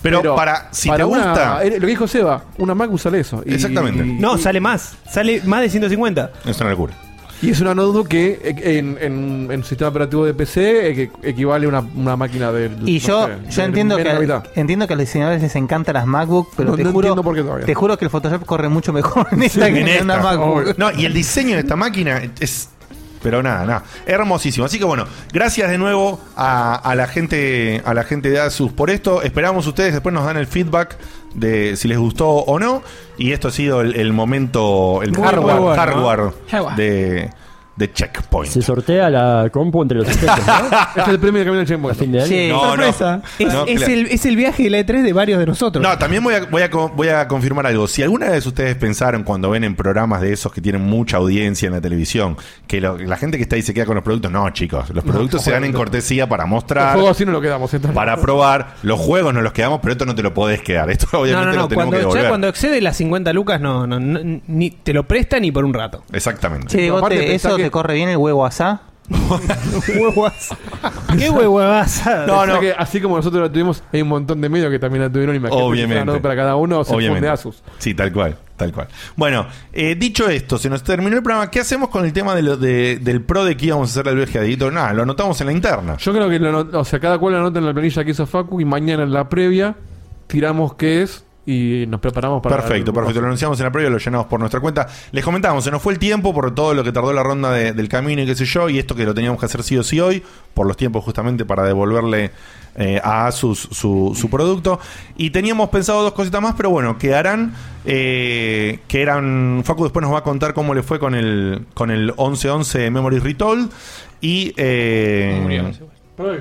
B: Pero, para, si
E: para
B: te
E: una-
B: gusta.
E: eh, Lo que dijo Seba, una Mac sale eso. Y- y-
G: No, sale más. Sale más de 150.
B: Es una locura.
E: Y es una notebook que eh, en, en, en sistema operativo de PC eh, que equivale a una, una máquina de.
C: Y yo, yo entiendo, que, entiendo que a los diseñadores les encantan las MacBook, pero
E: No-
C: te,
E: no
C: juro,
E: entiendo por qué todavía.
C: te juro que el Photoshop corre mucho mejor en esta que en,
B: en esta,
C: una MacBook.
B: obvio. No, y el diseño de esta máquina es. Pero nada, nada. Hermosísimo. Así que bueno, gracias de nuevo a, a la gente, a la gente de Asus por esto. Esperamos ustedes, después nos dan el feedback de si les gustó o no. Y esto ha sido el, el momento, el
F: Muy
B: hardware,
F: bueno,
B: hardware
F: ¿no?
B: de, de Checkpoint.
F: Se sortea la compu entre los expertos, ¿no?
E: es el premio de Camino al Checkpoint.
F: A fin de año.
B: No,
G: sorpresa.
B: no.
G: Es,
B: No,
G: es
B: claro.
G: el, es el viaje de la E3 de varios de nosotros.
B: No, también voy a, voy, a, co- voy a confirmar algo. Si alguna vez ustedes pensaron cuando ven en programas de esos que tienen mucha audiencia en la televisión, que lo- la gente que está ahí se queda con los productos, no, chicos. Los productos se dan en cortesía para
E: Los
B: mostrar,
E: juegos así no lo quedamos. ¿eh? entonces.
B: para probar. Los juegos nos los quedamos, pero esto no te lo podés quedar. Esto
G: No,
B: obviamente
G: no,
B: lo
G: no.
B: tenemos
G: Cuando,
B: que
G: ya
B: devolver.
G: cuando excede las 50 lucas, no, no, no, ni te lo presta ni por un rato.
B: Exactamente.
C: Che, Gote, ¿eso te corre bien el huevo asá?
G: huevo asá. ¿Qué huevo asá?
E: No,
G: Pensá
E: no.
G: que-
E: Que así como nosotros la tuvimos, hay un montón de medios que también la tuvieron. Imagínate,
B: Obviamente.
E: ¿no? Para cada uno, se
B: Obviamente.
E: funde Asus.
B: Sí, tal cual, tal cual. Bueno, eh, dicho esto, se nos terminó el programa. ¿Qué hacemos con el tema de lo de- del pro de que íbamos a hacer el viaje a Dieguito? Nada, lo anotamos en la interna.
E: Yo creo que lo anot- o sea, cada cual anota en la planilla que hizo Facu y mañana en la previa tiramos qué es y nos preparamos para.
B: Perfecto, perfecto. Lo anunciamos en la previa, lo llenamos por nuestra cuenta. Les comentábamos, se nos fue el tiempo por todo lo que tardó la ronda de- del camino y qué sé yo, y esto que lo teníamos que hacer sí o sí hoy, por los tiempos justamente para devolverle eh, a Asus su, su producto. Y teníamos pensado dos cositas más, pero bueno, quedarán, eh, que eran... Facu después nos va a contar cómo le fue con el, con el 1111 Memory Retold y... eh,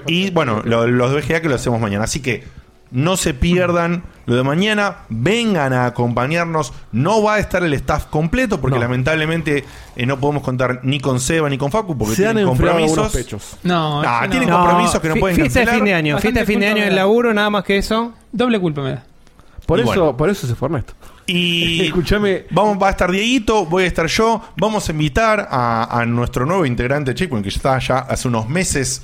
B: y bueno, lo- los de BGA que lo hacemos mañana. Así que no se pierdan lo de mañana. Vengan a acompañarnos. No va a estar el staff completo porque lamentablemente eh, no podemos contar ni con Seba ni con Facu porque
E: Se Ah, han
B: tienen
E: enfriado
B: compromisos.
E: algunos pechos.
D: No,
B: Nah,
D: yo no.
B: tienen compromisos que no
G: fi-
B: pueden
G: Fiesta de
B: cancelar.
G: fin de año, fiesta de fin de año en laburo, nada más que eso.
D: Doble culpa me da.
E: Por,
B: Y
E: eso,
B: bueno.
E: por eso se forma esto.
B: Y escúchame, vamos va a estar Dieguito, voy a estar yo, vamos a invitar a, a nuestro nuevo integrante de Checkpoint que ya está ya hace unos meses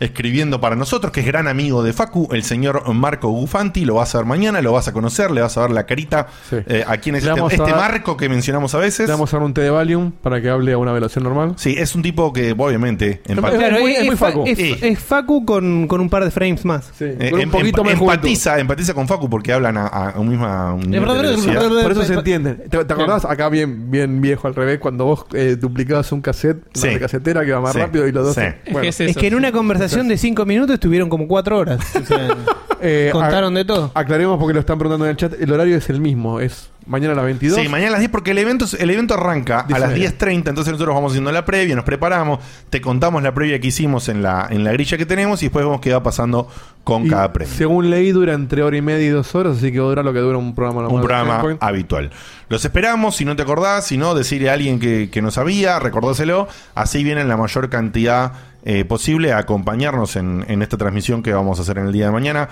B: escribiendo para nosotros, que es gran amigo de Facu, el señor Marco Gufanti, lo vas a ver mañana, lo vas a conocer, le vas a ver la carita eh, a quién es
E: Le
B: este,
E: vamos a
B: este
E: dar-
B: Marco que mencionamos a veces.
E: Le vamos a dar un té de Valium para que hable a una velocidad normal.
B: Sí, es un tipo que obviamente empatiza.
G: Claro, es, es fa-
B: Eh,
G: es- es Facu con, con un par de frames más.
B: eh,
G: Con un
B: em-
G: poquito
B: empa-
G: más de juventud.
B: empatiza, empatiza con Facu porque hablan a, a un misma un nivel de velocidad.
E: Por eso se entienden. ¿Te, te acordás? Acá bien, bien viejo al revés, cuando vos eh, duplicabas un cassette,
B: Sí.
E: una casetera que va más
B: Sí.
E: rápido y los dos.
B: Sí.
E: se-
G: Bueno, es, que en una conversación de 5 minutos estuvieron como 4 horas. O sea,
E: Eh,
G: contaron
E: ac-
G: de todo.
E: Aclaremos porque lo están preguntando en el chat. El horario es el mismo, es mañana a las 22.
B: Sí, mañana a las 10, porque el evento, el evento arranca a las 10.30, entonces nosotros vamos haciendo la previa, nos preparamos, te contamos la previa que hicimos en la, en la grilla que tenemos y después vemos qué va pasando con
E: Y
B: cada premio.
E: Según leí, dura entre hora y media y dos horas, así que dura lo que dura un programa normal.
B: Un programa
E: Checkpoint.
B: habitual. Los esperamos, si no te acordás, si no, decirle a alguien que, que no sabía, recordáselo, así vienen la mayor cantidad eh, posible a acompañarnos en, en esta transmisión que vamos a hacer en el día de mañana.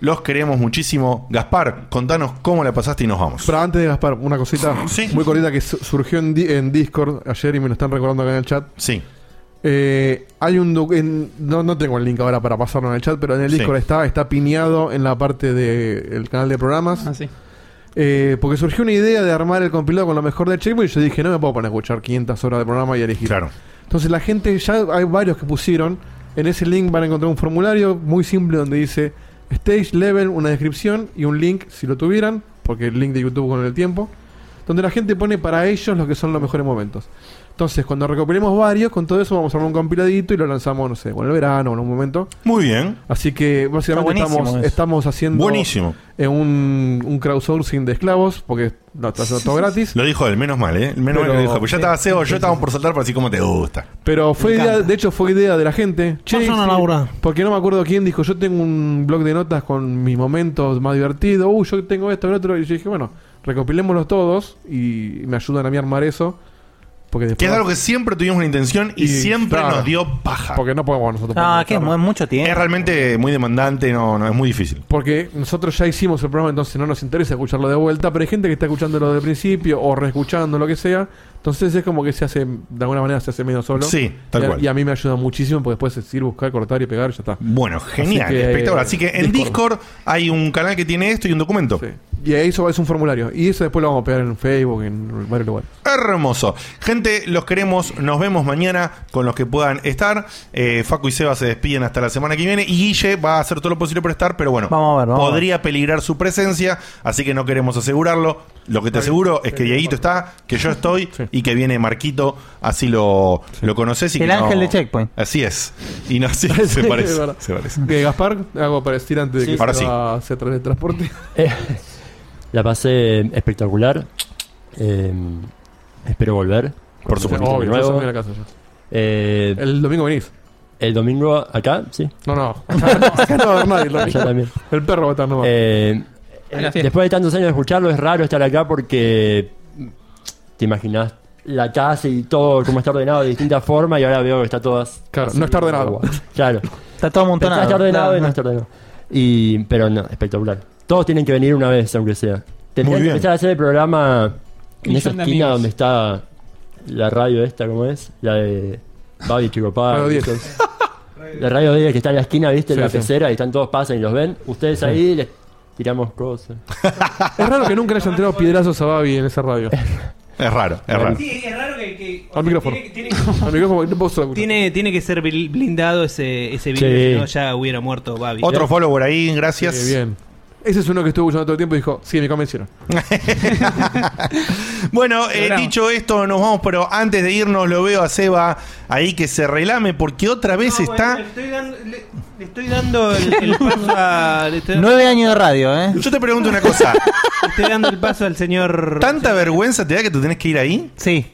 B: Los queremos muchísimo. Gaspar, contanos cómo la pasaste y nos vamos.
E: Pero antes de Gaspar, una cosita muy cortita que su- surgió en, di- en Discord ayer y me lo están recordando acá en el chat.
B: Sí.
E: Eh, hay un doc- en- no, no tengo el link ahora para pasarlo en el chat, pero en el
B: Sí.
E: Discord está, está piñado en la parte del canal de programas. Eh, porque surgió una idea de armar el compilado con lo mejor de Checkpoint y yo dije, no me puedo poner a escuchar 500 horas de programa y elegir. Claro. Entonces la gente, ya hay varios que pusieron. En ese link van a encontrar un formulario muy simple donde dice stage, level, una descripción y un link, si lo tuvieran, porque el link de YouTube con el tiempo, donde la gente pone para ellos los que son los mejores momentos. Entonces, cuando recopilemos varios, con todo eso vamos a armar un compiladito y lo lanzamos, no sé, con el verano o en un momento.
B: Muy bien.
E: Así que básicamente
B: Está buenísimo
E: estamos,
B: eso.
E: estamos haciendo
B: Buenísimo.
E: eh, un, un crowdsourcing de esclavos, porque lo está haciendo todo gratis.
B: Lo dijo él, menos mal, ¿eh? Menos mal que
E: Pero-
B: lo dijo. Pues ya estaba Sebo, yo estábamos por saltar, pero así como te gusta.
E: Pero fue
B: Me
E: idea,
B: encanta.
E: de hecho fue idea de la gente. Che,
B: Pasan a
E: sí,
B: Laura.
E: Porque no me acuerdo quién dijo, yo tengo un blog de notas con mis momentos más divertidos, uh, yo tengo esto, el otro, y yo dije, bueno, recopilémoslos todos y me ayudan a mí a armar eso. Porque después
B: Que es algo que siempre tuvimos una intención y,
E: Y,
B: siempre
E: claro.
B: nos dio paja. Porque
E: no podemos nosotros.
B: Ah, que es
C: mucho tiempo.
B: Es realmente muy demandante, no, no, es muy difícil.
E: Porque nosotros ya hicimos el programa, entonces no nos interesa escucharlo de vuelta, pero hay gente que está escuchándolo del principio o reescuchando, lo que sea. Entonces es como que se hace, de alguna manera se hace menos solo.
B: Sí, tal
E: y a,
B: cual.
E: Y a mí me ayuda muchísimo porque después es ir, buscar, cortar y pegar y ya está.
B: Bueno, Genial, espectacular. Así que en Discord hay un canal que tiene esto y un documento.
E: Y ahí eso es un formulario. Y eso después lo vamos a pegar en Facebook, en varios lugares.
B: Hermoso. Gente, los queremos. Nos vemos mañana con los que puedan estar. Eh, Facu y Seba se despiden hasta la semana que viene. Y Guille va a hacer todo lo posible por estar, pero bueno,
C: Vamos a ver, vamos a ver.
B: podría peligrar su presencia, así que no queremos asegurarlo. Lo que te aseguro es que Dieguito está, que yo estoy y que viene Marquito, así lo, lo conoces. Y
C: El
B: que
C: ángel de Checkpoint.
B: Así es. Y no, sí, se
E: Es
B: parece.
E: verdad.
B: se parece.
E: Que Gaspar, hago para decir antes de
B: Sí,
E: que
B: ahora
E: se
B: sí.
E: va- se tra- el transporte.
C: Eh.
F: La pasé espectacular. Eh, espero volver.
E: Por supuesto.
F: Obvio,
E: Obvio,
F: nuevo.
E: estás en la casa ya.
F: Eh,
E: el domingo venís.
F: ¿El domingo acá? Sí.
E: No, no. Acá no, acá no va a haber nadie el domingo.
F: Allá también.
E: El perro va a estar nomás.
F: Eh,
E: En la
F: eh,
E: fiesta.
F: después de tantos años de escucharlo, es raro estar acá porque mm, te imaginas la casa y todo como está ordenado de distintas formas y ahora veo que está todas.
E: Claro, no está ordenado.
F: igual. Claro.
C: Está todo amontonado.
F: Está ordenado
C: Claro,
F: y no
C: no.
F: está ordenado. Y, pero no, espectacular. Todos tienen que venir una vez, aunque sea.
B: Muy
F: Tendrían que
B: bien.
F: empezar a hacer el programa en
B: Millón
F: esa esquina
B: de amigos.
F: donde está la radio esta, ¿cómo es? La de Babi Chicopá.
E: Radio 10.
F: entonces. La radio 10 que está en la esquina, ¿viste? en
E: Sí,
F: la
E: sí.
F: pecera y están todos pasan y los ven. Ustedes
E: Sí.
F: ahí les tiramos cosas.
E: Es raro que nunca le hayan tirado piedrazos a Babi en esa radio.
B: Es raro, es raro.
H: Sí, es raro que. que-
E: Al micrófono. Al micrófono, no puedo solo escuchar.
H: Tiene, tiene que ser bl- blindado ese, ese video,
E: Sí.
H: si no ya hubiera muerto Babi.
B: Otro follower ahí, gracias.
E: Sí, bien. Ese es uno que estuvo escuchando todo el tiempo y dijo, sí, me convencieron.
B: Bueno, eh, dicho esto, nos vamos, pero antes de irnos lo veo a Seba ahí que se relame porque otra vez está...
H: Estoy dando- le, le estoy dando el, el paso a. Le estoy,
C: Nueve años de radio, ¿eh?
B: Yo te pregunto una cosa.
H: le estoy dando el paso al señor.
B: ¿Tanta vergüenza te da que tú tenés que ir ahí?
C: Sí.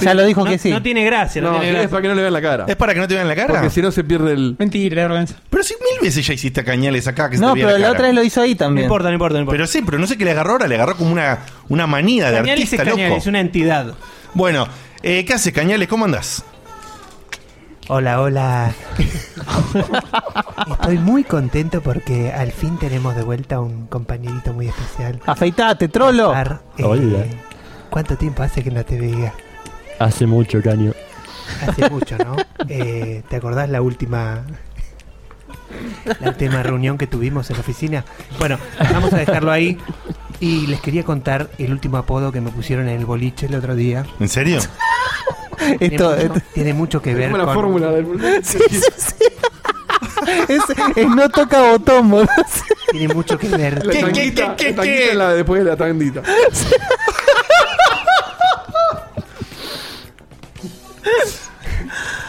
C: Ya lo dijo
H: No-
C: que sí.
H: No tiene gracia, no,
E: No,
H: tiene
E: es
H: gracia.
E: para que no le vean la cara.
B: ¿Es para que no te vean la cara?
E: Porque si no se pierde el...
D: Mentira, vergüenza.
B: Pero si mil veces ya hiciste a cañales acá que se
C: No,
B: te veía
C: pero la
B: cara.
C: otra vez lo hizo ahí también.
B: No
H: importa, no importa,
B: Pero sí, pero no sé qué le agarró ahora, le agarró como una, una manía de
H: Cañales
B: artista,
H: es Cañales,
B: loco.
H: es una entidad.
B: Bueno, eh, ¿qué haces, Cañales? ¿Cómo andás?
W: Hola, hola. Estoy muy contento porque al fin tenemos de vuelta un compañerito muy especial.
C: Afeitate, trolo.
W: Eh, ¿Cuánto tiempo hace que no te veía?
F: Hace mucho, caño.
W: Hace mucho, ¿no? Eh, ¿Te acordás la última la última reunión que tuvimos en la oficina? Bueno, vamos a dejarlo ahí. Y les quería contar el último apodo que me pusieron en el boliche el otro día.
B: ¿En serio?
W: Tiene,
C: Esto-
W: mucho,
C: esto-
W: tiene mucho que ver
E: Como la
W: con...
E: fórmula del...
C: Sí, sí, sí. Es, es Eh, no toca botón, boludo.
W: Tiene mucho que ver.
E: La tanguita, la tanguita la- después de la tanguita.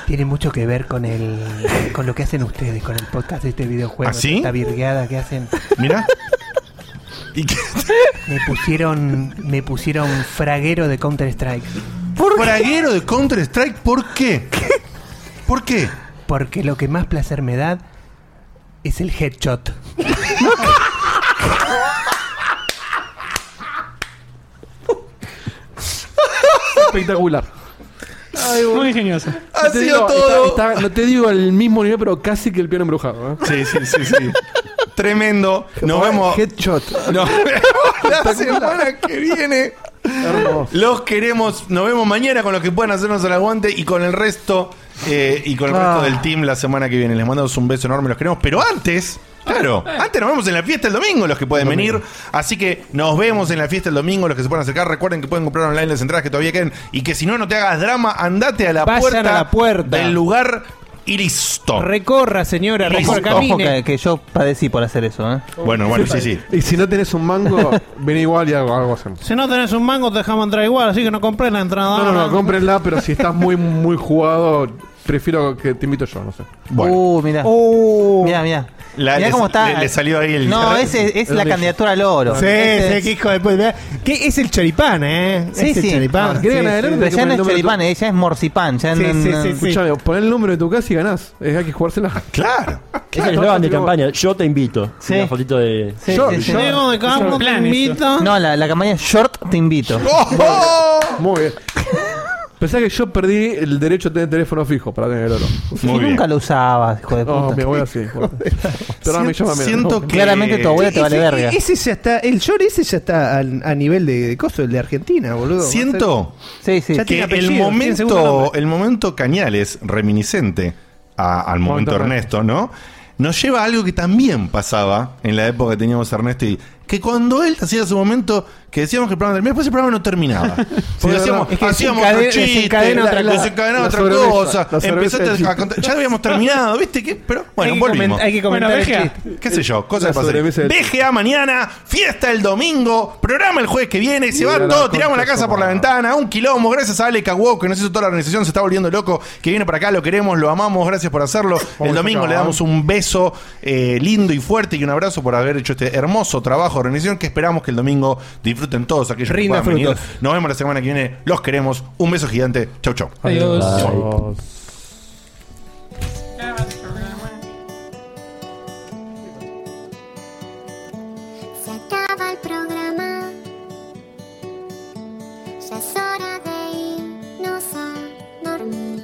W: Tiene mucho que ver con el con lo que hacen ustedes, con el podcast de este videojuego,
B: ¿Ah, sí?
W: esta virgueada que hacen.
B: Mira.
W: Me pusieron me pusieron fraguero de Counter Strike.
B: Fraguero de Counter Strike, ¿por qué? ¿Por qué?
W: Porque lo que más placer me da es el headshot.
E: Espectacular.
D: Muy ingenioso.
E: No te digo, está- está- no te digo al mismo nivel, pero casi que el piano embrujado. ¿eh?
B: Sí, sí, sí, sí. Tremendo. Nos vemos.
E: Headshot.
B: Nos vemos la semana que viene. Los queremos. Nos vemos mañana con los que puedan hacernos el aguante y con el resto eh, y con el
G: Ah.
B: resto del team la semana que viene. Les mandamos un beso enorme, los queremos. Pero antes, claro, antes nos vemos en la fiesta el domingo, los que pueden venir. Así que nos vemos en la fiesta el domingo, los que se puedan acercar. Recuerden que pueden comprar online las entradas que todavía queden. Y que si no, no te hagas drama, andate a la,
G: Vayan
B: puerta,
G: a la puerta.
B: del lugar y listo.
G: Recorra, señora, recorra,
C: Ojo que,
G: camine.
C: que yo padecí por hacer eso, ¿eh?
E: Oh.
B: Bueno, bueno, sí, sí.
E: Y si no tenés un mango, vení igual y algo, algo hacemos.
W: Si no tenés un mango, te dejamos entrar igual, así que no compres la entrada.
E: No, no,
B: Ah.
E: no, cómprenla, pero si estás muy, muy jugado, prefiero que te invito yo, no sé.
C: Uh, mirá. Mirá, mirá.
E: La-
C: mirá
E: le-
C: cómo está.
E: le- le salió ahí el-
C: No, ese es
E: El
C: la
E: anillo.
C: candidatura al oro.
W: Sí,
C: Ese
W: sí,
C: es-
W: qué hijo de puta. Mirá, ¿Qué es el choripán, eh?
C: Sí,
W: es el
C: sí.
W: choripán.
C: Ah, ¿quieren
W: Sí,
C: ganar?
W: sí.
C: Pero ya no es choripán, eh, ya es morcipán. Ya
E: Sí,
C: no-
E: sí,
C: no-
E: sí, Escuchame, pon el número de tu casa y ganás. Es, hay que jugársela.
B: Claro.
F: Es el eslogan de campaña. Yo te invito.
C: Sí.
F: Una fotito de.
C: Sí,
F: yo,
C: sí, sí.
F: yo.
C: No, la, la campaña es short te invito.
B: Oh.
E: Muy bien. Pensá que yo perdí el derecho a tener teléfono fijo para tener el oro.
C: Muy bien. nunca lo usabas, hijo de puta.
E: No, mi abuela sí. bueno. Pero me llama
C: Siento que- Claramente tu abuela te vale
W: Ese-
C: verga.
W: Ese ya está, el short ese ya está al- a nivel de, de costo, el de Argentina, boludo.
B: Siento
W: Ya
B: que
W: tiene
B: el
W: apellido, tiene segundo nombre.
B: momento, el momento Cañales, reminiscente a- al momento
W: Momento
B: Ernesto, ¿no? Nos lleva a algo que también pasaba en la época que teníamos a Ernesto y que cuando él hacía su momento, que decíamos que el programa terminaba, después el programa no terminaba. Porque
E: es
B: hacíamos,
E: verdad. Es que
B: hacíamos
E: desencadena-
B: otro chiste,
E: desencadena otra
B: la-
E: cosa.
B: desencadenaba
E: La
B: otra
E: sobremesa,
B: cosa,
E: la sobremesa del
B: empezaste
E: chiste.
B: a contar- ya habíamos terminado, ¿viste? Que, pero bueno,
E: que
B: volvimos.
E: comentar- hay que comentar
B: Bueno,
E: el
B: BGA,
E: chiste.
B: qué sé yo,
E: La
B: cosas
E: sobremesa
B: pasan.
E: del-
B: BGA mañana, fiesta el domingo, programa el jueves que viene, se
E: Y a
B: van
E: la
B: todos, tiramos la
E: concha
B: casa por la
E: tomada.
B: ventana, un quilombo, gracias a Ale Caguo, que nos hizo toda la organización, se está volviendo loco, que viene para acá, lo queremos, lo amamos, gracias por hacerlo. el domingo
E: acá,
B: le damos un beso eh, lindo y fuerte y un abrazo por haber hecho este hermoso trabajo de organización que esperamos que el domingo disfruten todos aquellos
W: Rinda
B: que puedan venir.
W: frutos.
B: Nos vemos la semana que viene, los queremos, un beso gigante, chau chau.
D: Adiós.
E: Adiós.
X: Se acaba el programa. Ya es hora de irnos a dormir.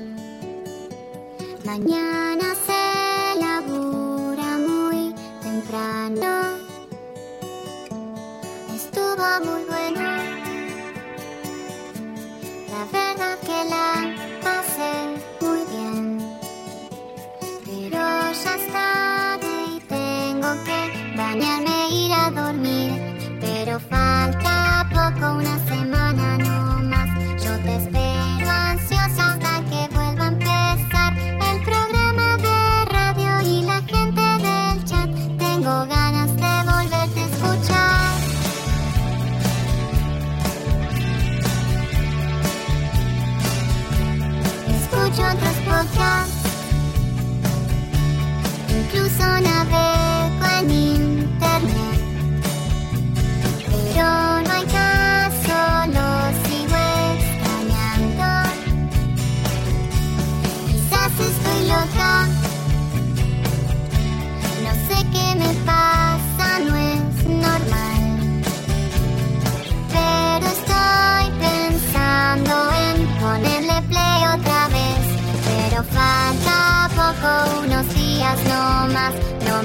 X: Mañana se labura muy temprano. Estuvo muy bueno. La verdad que la pasé muy bien. Pero ya es tarde y tengo que bañarme e ir a dormir. Pero falta poco, una semana no más. Yo te espero ansiosa hasta que vuelva a empezar el programa de radio y la gente del chat. Tengo ganas de volverte a escuchar. Escucho otros podcasts. Incluso navego en internet. Pero no hay caso, lo sigo extrañando. Quizás estoy loca. No sé qué me pasa, no es normal. Pero estoy pensando en ponerle play otra vez. Pero falta poco, unos días no más. No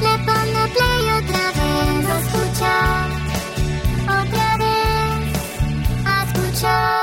X: Le pongo play otra vez a escuchar. Otra vez a escuchar.